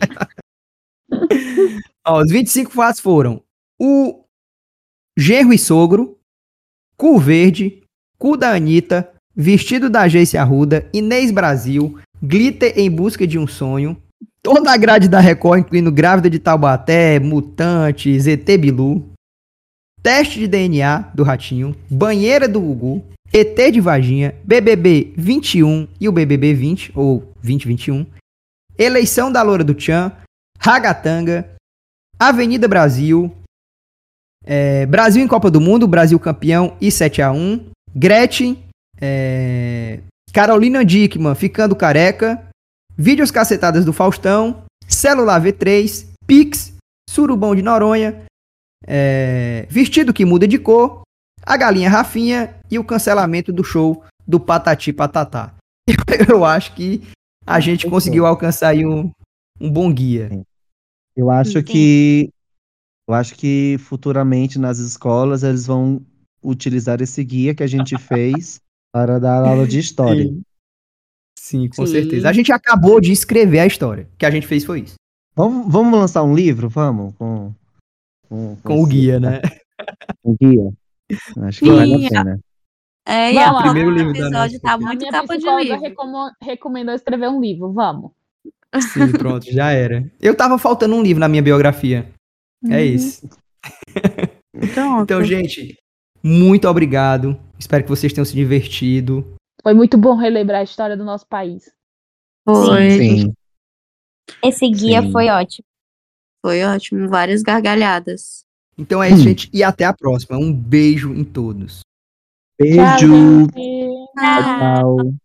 Speaker 1: Ó, os 25 fatos foram o Genro e Sogro, Cu Verde, Cu da Anitta, Vestido da Agência Arruda, Inês Brasil, Glitter em Busca de um Sonho, toda a grade da Record, incluindo Grávida de Taubaté, Mutante, ZT Bilu, Teste de DNA do Ratinho, Banheira do Gugu, ET de Varginha, BBB 21 e o BBB 20, ou 2021, Eleição da Loura do Tchan, Ragatanga, Avenida Brasil, é, Brasil em Copa do Mundo, Brasil campeão e 7x1, Gretchen, é, Carolina Dickman ficando careca, Vídeos Cacetadas do Faustão, Celular V3, Pix, Surubão de Noronha, é, Vestido que Muda de Cor, A Galinha Rafinha e o cancelamento do show do Patati Patatá. Eu, eu acho que a gente
Speaker 8: Ah, Muito
Speaker 1: conseguiu
Speaker 8: bom.
Speaker 1: alcançar aí um, um bom guia.
Speaker 2: Eu acho
Speaker 5: Sim.
Speaker 2: que eu acho que futuramente nas escolas eles vão utilizar esse guia que a gente fez para dar aula de história.
Speaker 1: Sim. Sim, com
Speaker 4: Sim.
Speaker 1: certeza. A gente acabou de escrever a história. O que a gente fez foi isso.
Speaker 2: Vamos, vamos lançar um livro, vamos com com,
Speaker 1: Com o
Speaker 2: esse-
Speaker 1: guia, né?
Speaker 2: Com o guia. Acho que vale a
Speaker 4: Sim,
Speaker 2: pena.
Speaker 4: É, e
Speaker 3: Vamos
Speaker 4: a
Speaker 3: lá.
Speaker 4: foto do
Speaker 1: Primeiro livro da
Speaker 4: episódio
Speaker 1: nossa
Speaker 4: tá
Speaker 1: aqui.
Speaker 3: A
Speaker 4: muito
Speaker 3: minha
Speaker 4: capa de
Speaker 3: psicóloga
Speaker 4: livro.
Speaker 3: recomo- recomendou escrever um livro. Vamos.
Speaker 4: tá.
Speaker 1: Sim, pronto, já era. Eu tava faltando um livro na minha biografia.
Speaker 4: Uhum.
Speaker 1: É isso.
Speaker 4: Pronto.
Speaker 1: Então, gente, muito obrigado. Espero que vocês tenham se divertido.
Speaker 3: Foi muito bom relembrar a história do nosso país.
Speaker 4: foi,
Speaker 2: Sim.
Speaker 5: Esse guia
Speaker 2: Sim.
Speaker 5: foi ótimo.
Speaker 4: foi ótimo. Várias gargalhadas.
Speaker 1: Então é isso,
Speaker 2: Hum.
Speaker 1: gente. E até a próxima. Um beijo em todos.
Speaker 2: Beijo.
Speaker 3: gente.
Speaker 5: Ah.
Speaker 2: Tchau.